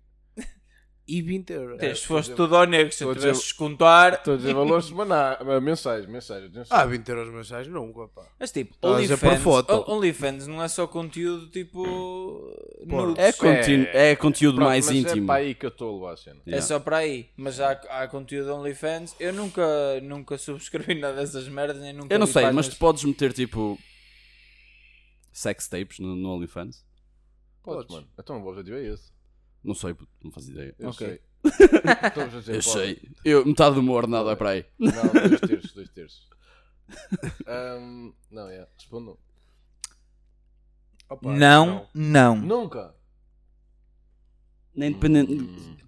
Speaker 2: e 20 euros.
Speaker 3: Se fosse tudo honesto, se
Speaker 1: vou dizer-
Speaker 3: tivesses descontar.
Speaker 1: Estou a dizer valores semanais. Mensagem, mensagem.
Speaker 2: Ah, 20 euros mensais nunca, pá.
Speaker 3: Mas tipo,
Speaker 2: Estás a dizer por
Speaker 3: OnlyFans
Speaker 2: foto.
Speaker 3: O- OnlyFans não é só conteúdo tipo.
Speaker 2: Porno.
Speaker 3: nudes.
Speaker 4: É, conteúdo- é conteúdo
Speaker 1: Pronto,
Speaker 4: mais
Speaker 1: mas É
Speaker 4: íntimo.
Speaker 1: para aí que eu estou a levar a cena.
Speaker 3: É só para aí, mas há, há conteúdo OnlyFans. Eu nunca, nunca subscrevi nada dessas merdas, nem nunca
Speaker 4: Eu não
Speaker 3: vi
Speaker 4: sei, mas
Speaker 3: páginas.
Speaker 4: tu podes meter tipo. sex tapes no, no OnlyFans?
Speaker 1: Podes,
Speaker 2: Podes.
Speaker 1: mano. Então o objetivo é esse.
Speaker 4: Não sei, puto, não faço ideia.
Speaker 1: Eu
Speaker 3: Ok.
Speaker 1: sei. Estou-vos a dizer,
Speaker 4: Eu
Speaker 1: pode.
Speaker 4: sei. Eu, metade do meu ordenado é para aí.
Speaker 1: Não, dois terços, dois terços. Ahm, não, é. Respondam.
Speaker 2: Opa,
Speaker 3: Não, não.
Speaker 1: Nunca.
Speaker 2: Hum.
Speaker 4: Nem dependendo.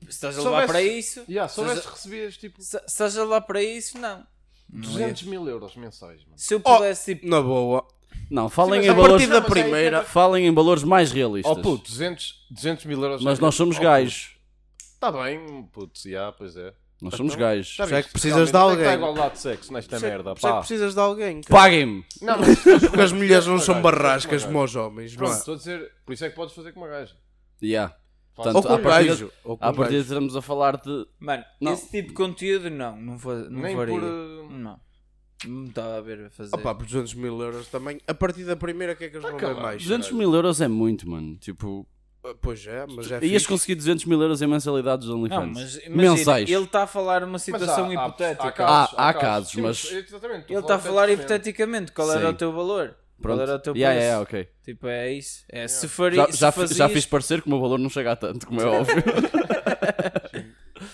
Speaker 3: Se estás a levar
Speaker 1: Soubesse-
Speaker 3: para isso,
Speaker 1: Yeah, se soubesse
Speaker 3: Se-
Speaker 1: que recebias tipo
Speaker 3: se se estás a levar para isso, não.
Speaker 2: é
Speaker 3: Não ia.
Speaker 1: 200 mil euros mensais, mano.
Speaker 3: Se eu pudesse, tipo,
Speaker 2: Na boa.
Speaker 4: Não, falem
Speaker 1: Sim,
Speaker 4: em
Speaker 1: mas a
Speaker 4: valores.
Speaker 1: partir da primeira-
Speaker 4: Falem em valores mais realistas.
Speaker 2: é
Speaker 1: Oh puto, 200, 200 mil euros. é oh,
Speaker 4: Mas nós
Speaker 2: oh,
Speaker 4: somos gajos.
Speaker 1: Está Tá bem, puto, yeah, pois é.
Speaker 4: Nós somos gajos.
Speaker 1: Já
Speaker 2: Já
Speaker 1: viste
Speaker 2: que precisas de
Speaker 1: realmente, onde é que Está
Speaker 2: alguém.
Speaker 1: a igualdade de sexo nesta
Speaker 2: Sei-
Speaker 1: merda,
Speaker 2: sei é- que
Speaker 1: pá.
Speaker 2: precisas de alguém, cara.
Speaker 4: Paguem-me!
Speaker 1: Não, mas isto é
Speaker 2: Porque as mulheres não
Speaker 1: uma
Speaker 2: são
Speaker 1: gaja,
Speaker 2: barrascas
Speaker 1: é
Speaker 2: como
Speaker 1: uma gaja.
Speaker 2: os homens, não
Speaker 1: Pronto,
Speaker 2: é?
Speaker 1: estou a dizer, por isso é que podes fazer com uma gaja.
Speaker 4: Yeah.
Speaker 1: Faz-
Speaker 4: Portanto,
Speaker 2: Ou com
Speaker 4: à
Speaker 2: um
Speaker 4: partida-
Speaker 2: gajo. Ou com
Speaker 4: À
Speaker 2: um gajo. um
Speaker 4: partida estamos a falar de.
Speaker 3: mano,
Speaker 4: Não.
Speaker 3: esse tipo de conteúdo, não. Não, fa- não
Speaker 1: Nem
Speaker 3: faria.
Speaker 1: por. uh,
Speaker 2: hum,
Speaker 3: Não. Não me estava a ver a fazer.
Speaker 2: Ah pá, por 200 mil euros também. A partir da primeira, o que é que eles vão ver
Speaker 1: calado.
Speaker 2: mais?
Speaker 4: 200 mil euros é muito, mano. Tipo,
Speaker 2: Ah, Pois é, mas é
Speaker 4: ias
Speaker 2: fixe.
Speaker 4: conseguir 200 mil euros em mensalidades de
Speaker 3: não,
Speaker 4: OnlyFans.
Speaker 3: mas imagina,
Speaker 4: Mensais.
Speaker 3: ele está a falar uma
Speaker 1: mas há-
Speaker 3: situação
Speaker 1: há-
Speaker 3: hipotética.
Speaker 4: Há- há casos,
Speaker 1: Sim,
Speaker 4: mas-
Speaker 1: exatamente, estou
Speaker 2: tá
Speaker 3: ele está a falar
Speaker 1: 10%.
Speaker 3: hipoteticamente. Qual era
Speaker 4: Sim.
Speaker 3: o teu valor? Qual
Speaker 4: Pronto.
Speaker 3: era o teu
Speaker 4: yeah,
Speaker 3: preço?
Speaker 4: yeah, ok.
Speaker 3: Tipo, é isso. É, se
Speaker 4: Já,
Speaker 3: faria. se
Speaker 4: já, fi-
Speaker 3: fazias...
Speaker 4: já fiz parecer que o meu valor não chega a tanto, como é óbvio.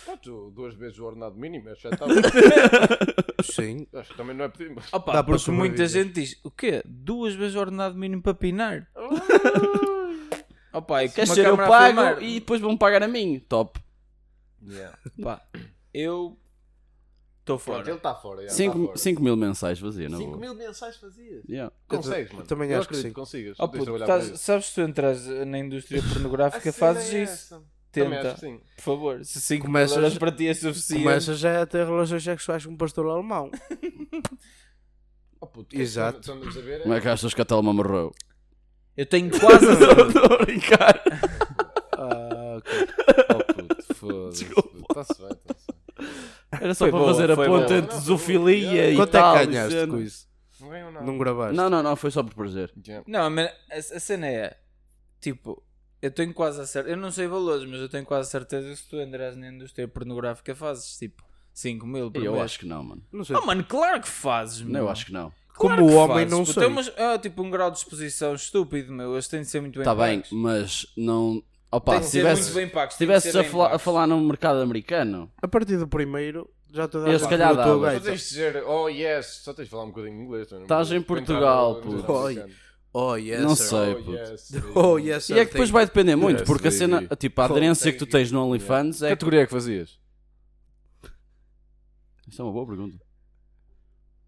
Speaker 1: Pá, tu, duas vezes o ordenado mínimo, é acho que já está.
Speaker 2: Sim.
Speaker 1: acho que também não é pedir, mas.
Speaker 3: Opa,
Speaker 2: Dá para
Speaker 3: porque muita
Speaker 2: sobreviver.
Speaker 3: gente diz: o quê? Duas vezes o ordenado mínimo para pinar? Opa, e com
Speaker 4: Queres
Speaker 3: uma
Speaker 4: ser eu
Speaker 3: câmara a
Speaker 4: pago
Speaker 3: filmar?
Speaker 4: e depois vão pagar a mim. Top.
Speaker 1: Yeah.
Speaker 3: Pá, eu. Estou
Speaker 1: Pronto, ele
Speaker 3: fora.
Speaker 1: está fora.
Speaker 2: É,
Speaker 1: já, tá
Speaker 4: 5,
Speaker 1: fora.
Speaker 4: mil mensais vazia, na
Speaker 1: 5
Speaker 4: boa.
Speaker 1: mil mensais fazias.
Speaker 4: Yeah.
Speaker 1: Consegues,
Speaker 2: ta-
Speaker 1: mano.
Speaker 2: também
Speaker 1: Eu
Speaker 2: acho que
Speaker 1: acredito
Speaker 2: sim.
Speaker 1: consigas.
Speaker 3: Oh,
Speaker 1: Tens de
Speaker 3: puto,
Speaker 1: olhar
Speaker 3: estás-
Speaker 1: para isso.
Speaker 3: sabes se tu entras na indústria pornográfica,
Speaker 1: A
Speaker 3: fazes
Speaker 1: cena é
Speaker 3: isso.
Speaker 1: essa. Também acho
Speaker 3: Tenta,
Speaker 1: que sim.
Speaker 3: por favor. Se 5
Speaker 2: Começas-
Speaker 3: euros para ti é suficiente.
Speaker 2: Começas já a ter relações sexuais com um pastor alemão.
Speaker 1: Oh, puto, o que é que
Speaker 2: Exato.
Speaker 1: estamos- estamos a ver é-
Speaker 4: Como é que achas que a Telma morreu?
Speaker 3: Eu tenho quase a certeza.
Speaker 4: Estou a brincar.
Speaker 2: Ah, ok.
Speaker 1: Oh, puto, foda-se. Está-se bem, está-se bem.
Speaker 4: Era só
Speaker 3: Foi
Speaker 4: para
Speaker 3: boa,
Speaker 4: fazer a
Speaker 3: foi
Speaker 4: ponta
Speaker 1: boa.
Speaker 4: entre zoofilia e
Speaker 2: Quanto é
Speaker 4: tal.
Speaker 2: que ganhaste
Speaker 4: cena.
Speaker 2: com isso?
Speaker 1: Não ganham nada.
Speaker 2: Não gravaste?
Speaker 4: Não, não, não, foi só por prazer.
Speaker 1: Já.
Speaker 3: Não, mas a, a cena é tipo, eu tenho quase a certeza, eu não sei valores, mas eu tenho quase a certeza que se tu entras na indústria pornográfica fazes tipo 5 mil por
Speaker 4: Eu
Speaker 3: mês.
Speaker 4: acho que não, mano.
Speaker 2: Não sei.
Speaker 3: Oh mano, claro que fazes,
Speaker 4: Não,
Speaker 3: meu.
Speaker 4: Eu acho que não.
Speaker 3: Claro
Speaker 2: Como
Speaker 3: que
Speaker 2: homem,
Speaker 3: fazes,
Speaker 2: não
Speaker 3: puto.
Speaker 2: sei.
Speaker 3: É uma- é tipo um grau de exposição estúpido, meu. Eles têm de ser muito bem
Speaker 4: Está Tá bem,
Speaker 3: pagos.
Speaker 4: mas não.
Speaker 3: Têm
Speaker 4: Opa,
Speaker 3: de
Speaker 4: se
Speaker 3: ser
Speaker 4: tivesse,
Speaker 3: muito bem pagos.
Speaker 4: se
Speaker 3: têm de
Speaker 4: tivesse
Speaker 3: ser
Speaker 4: a,
Speaker 3: bem
Speaker 4: fala- a
Speaker 3: pagos.
Speaker 4: falar no mercado americano,
Speaker 2: A partir do primeiro, já toda a
Speaker 4: Eu se calhar
Speaker 2: eu tô
Speaker 4: dava.
Speaker 1: Só
Speaker 2: gaita.
Speaker 1: tens de dizer, oh yes, só tens de falar um bocadinho de inglês. também, não
Speaker 4: Estás em
Speaker 1: podes- para
Speaker 4: Portugal,
Speaker 1: entrar no- no
Speaker 4: puto.
Speaker 1: americano.
Speaker 2: Oh, yes,
Speaker 4: Não
Speaker 2: sir.
Speaker 4: sei.
Speaker 1: Oh,
Speaker 4: puto.
Speaker 1: yes,
Speaker 2: Oh,
Speaker 1: baby.
Speaker 2: yes,
Speaker 4: E
Speaker 2: sir.
Speaker 4: é que depois vai depender muito,
Speaker 1: Yes,
Speaker 4: porque a cena,
Speaker 1: baby.
Speaker 4: tipo, a
Speaker 2: Full
Speaker 4: aderência que tu
Speaker 2: baby.
Speaker 4: tens no OnlyFans
Speaker 1: Que
Speaker 4: é.
Speaker 1: categoria é que fazias?
Speaker 4: Isso é uma boa pergunta.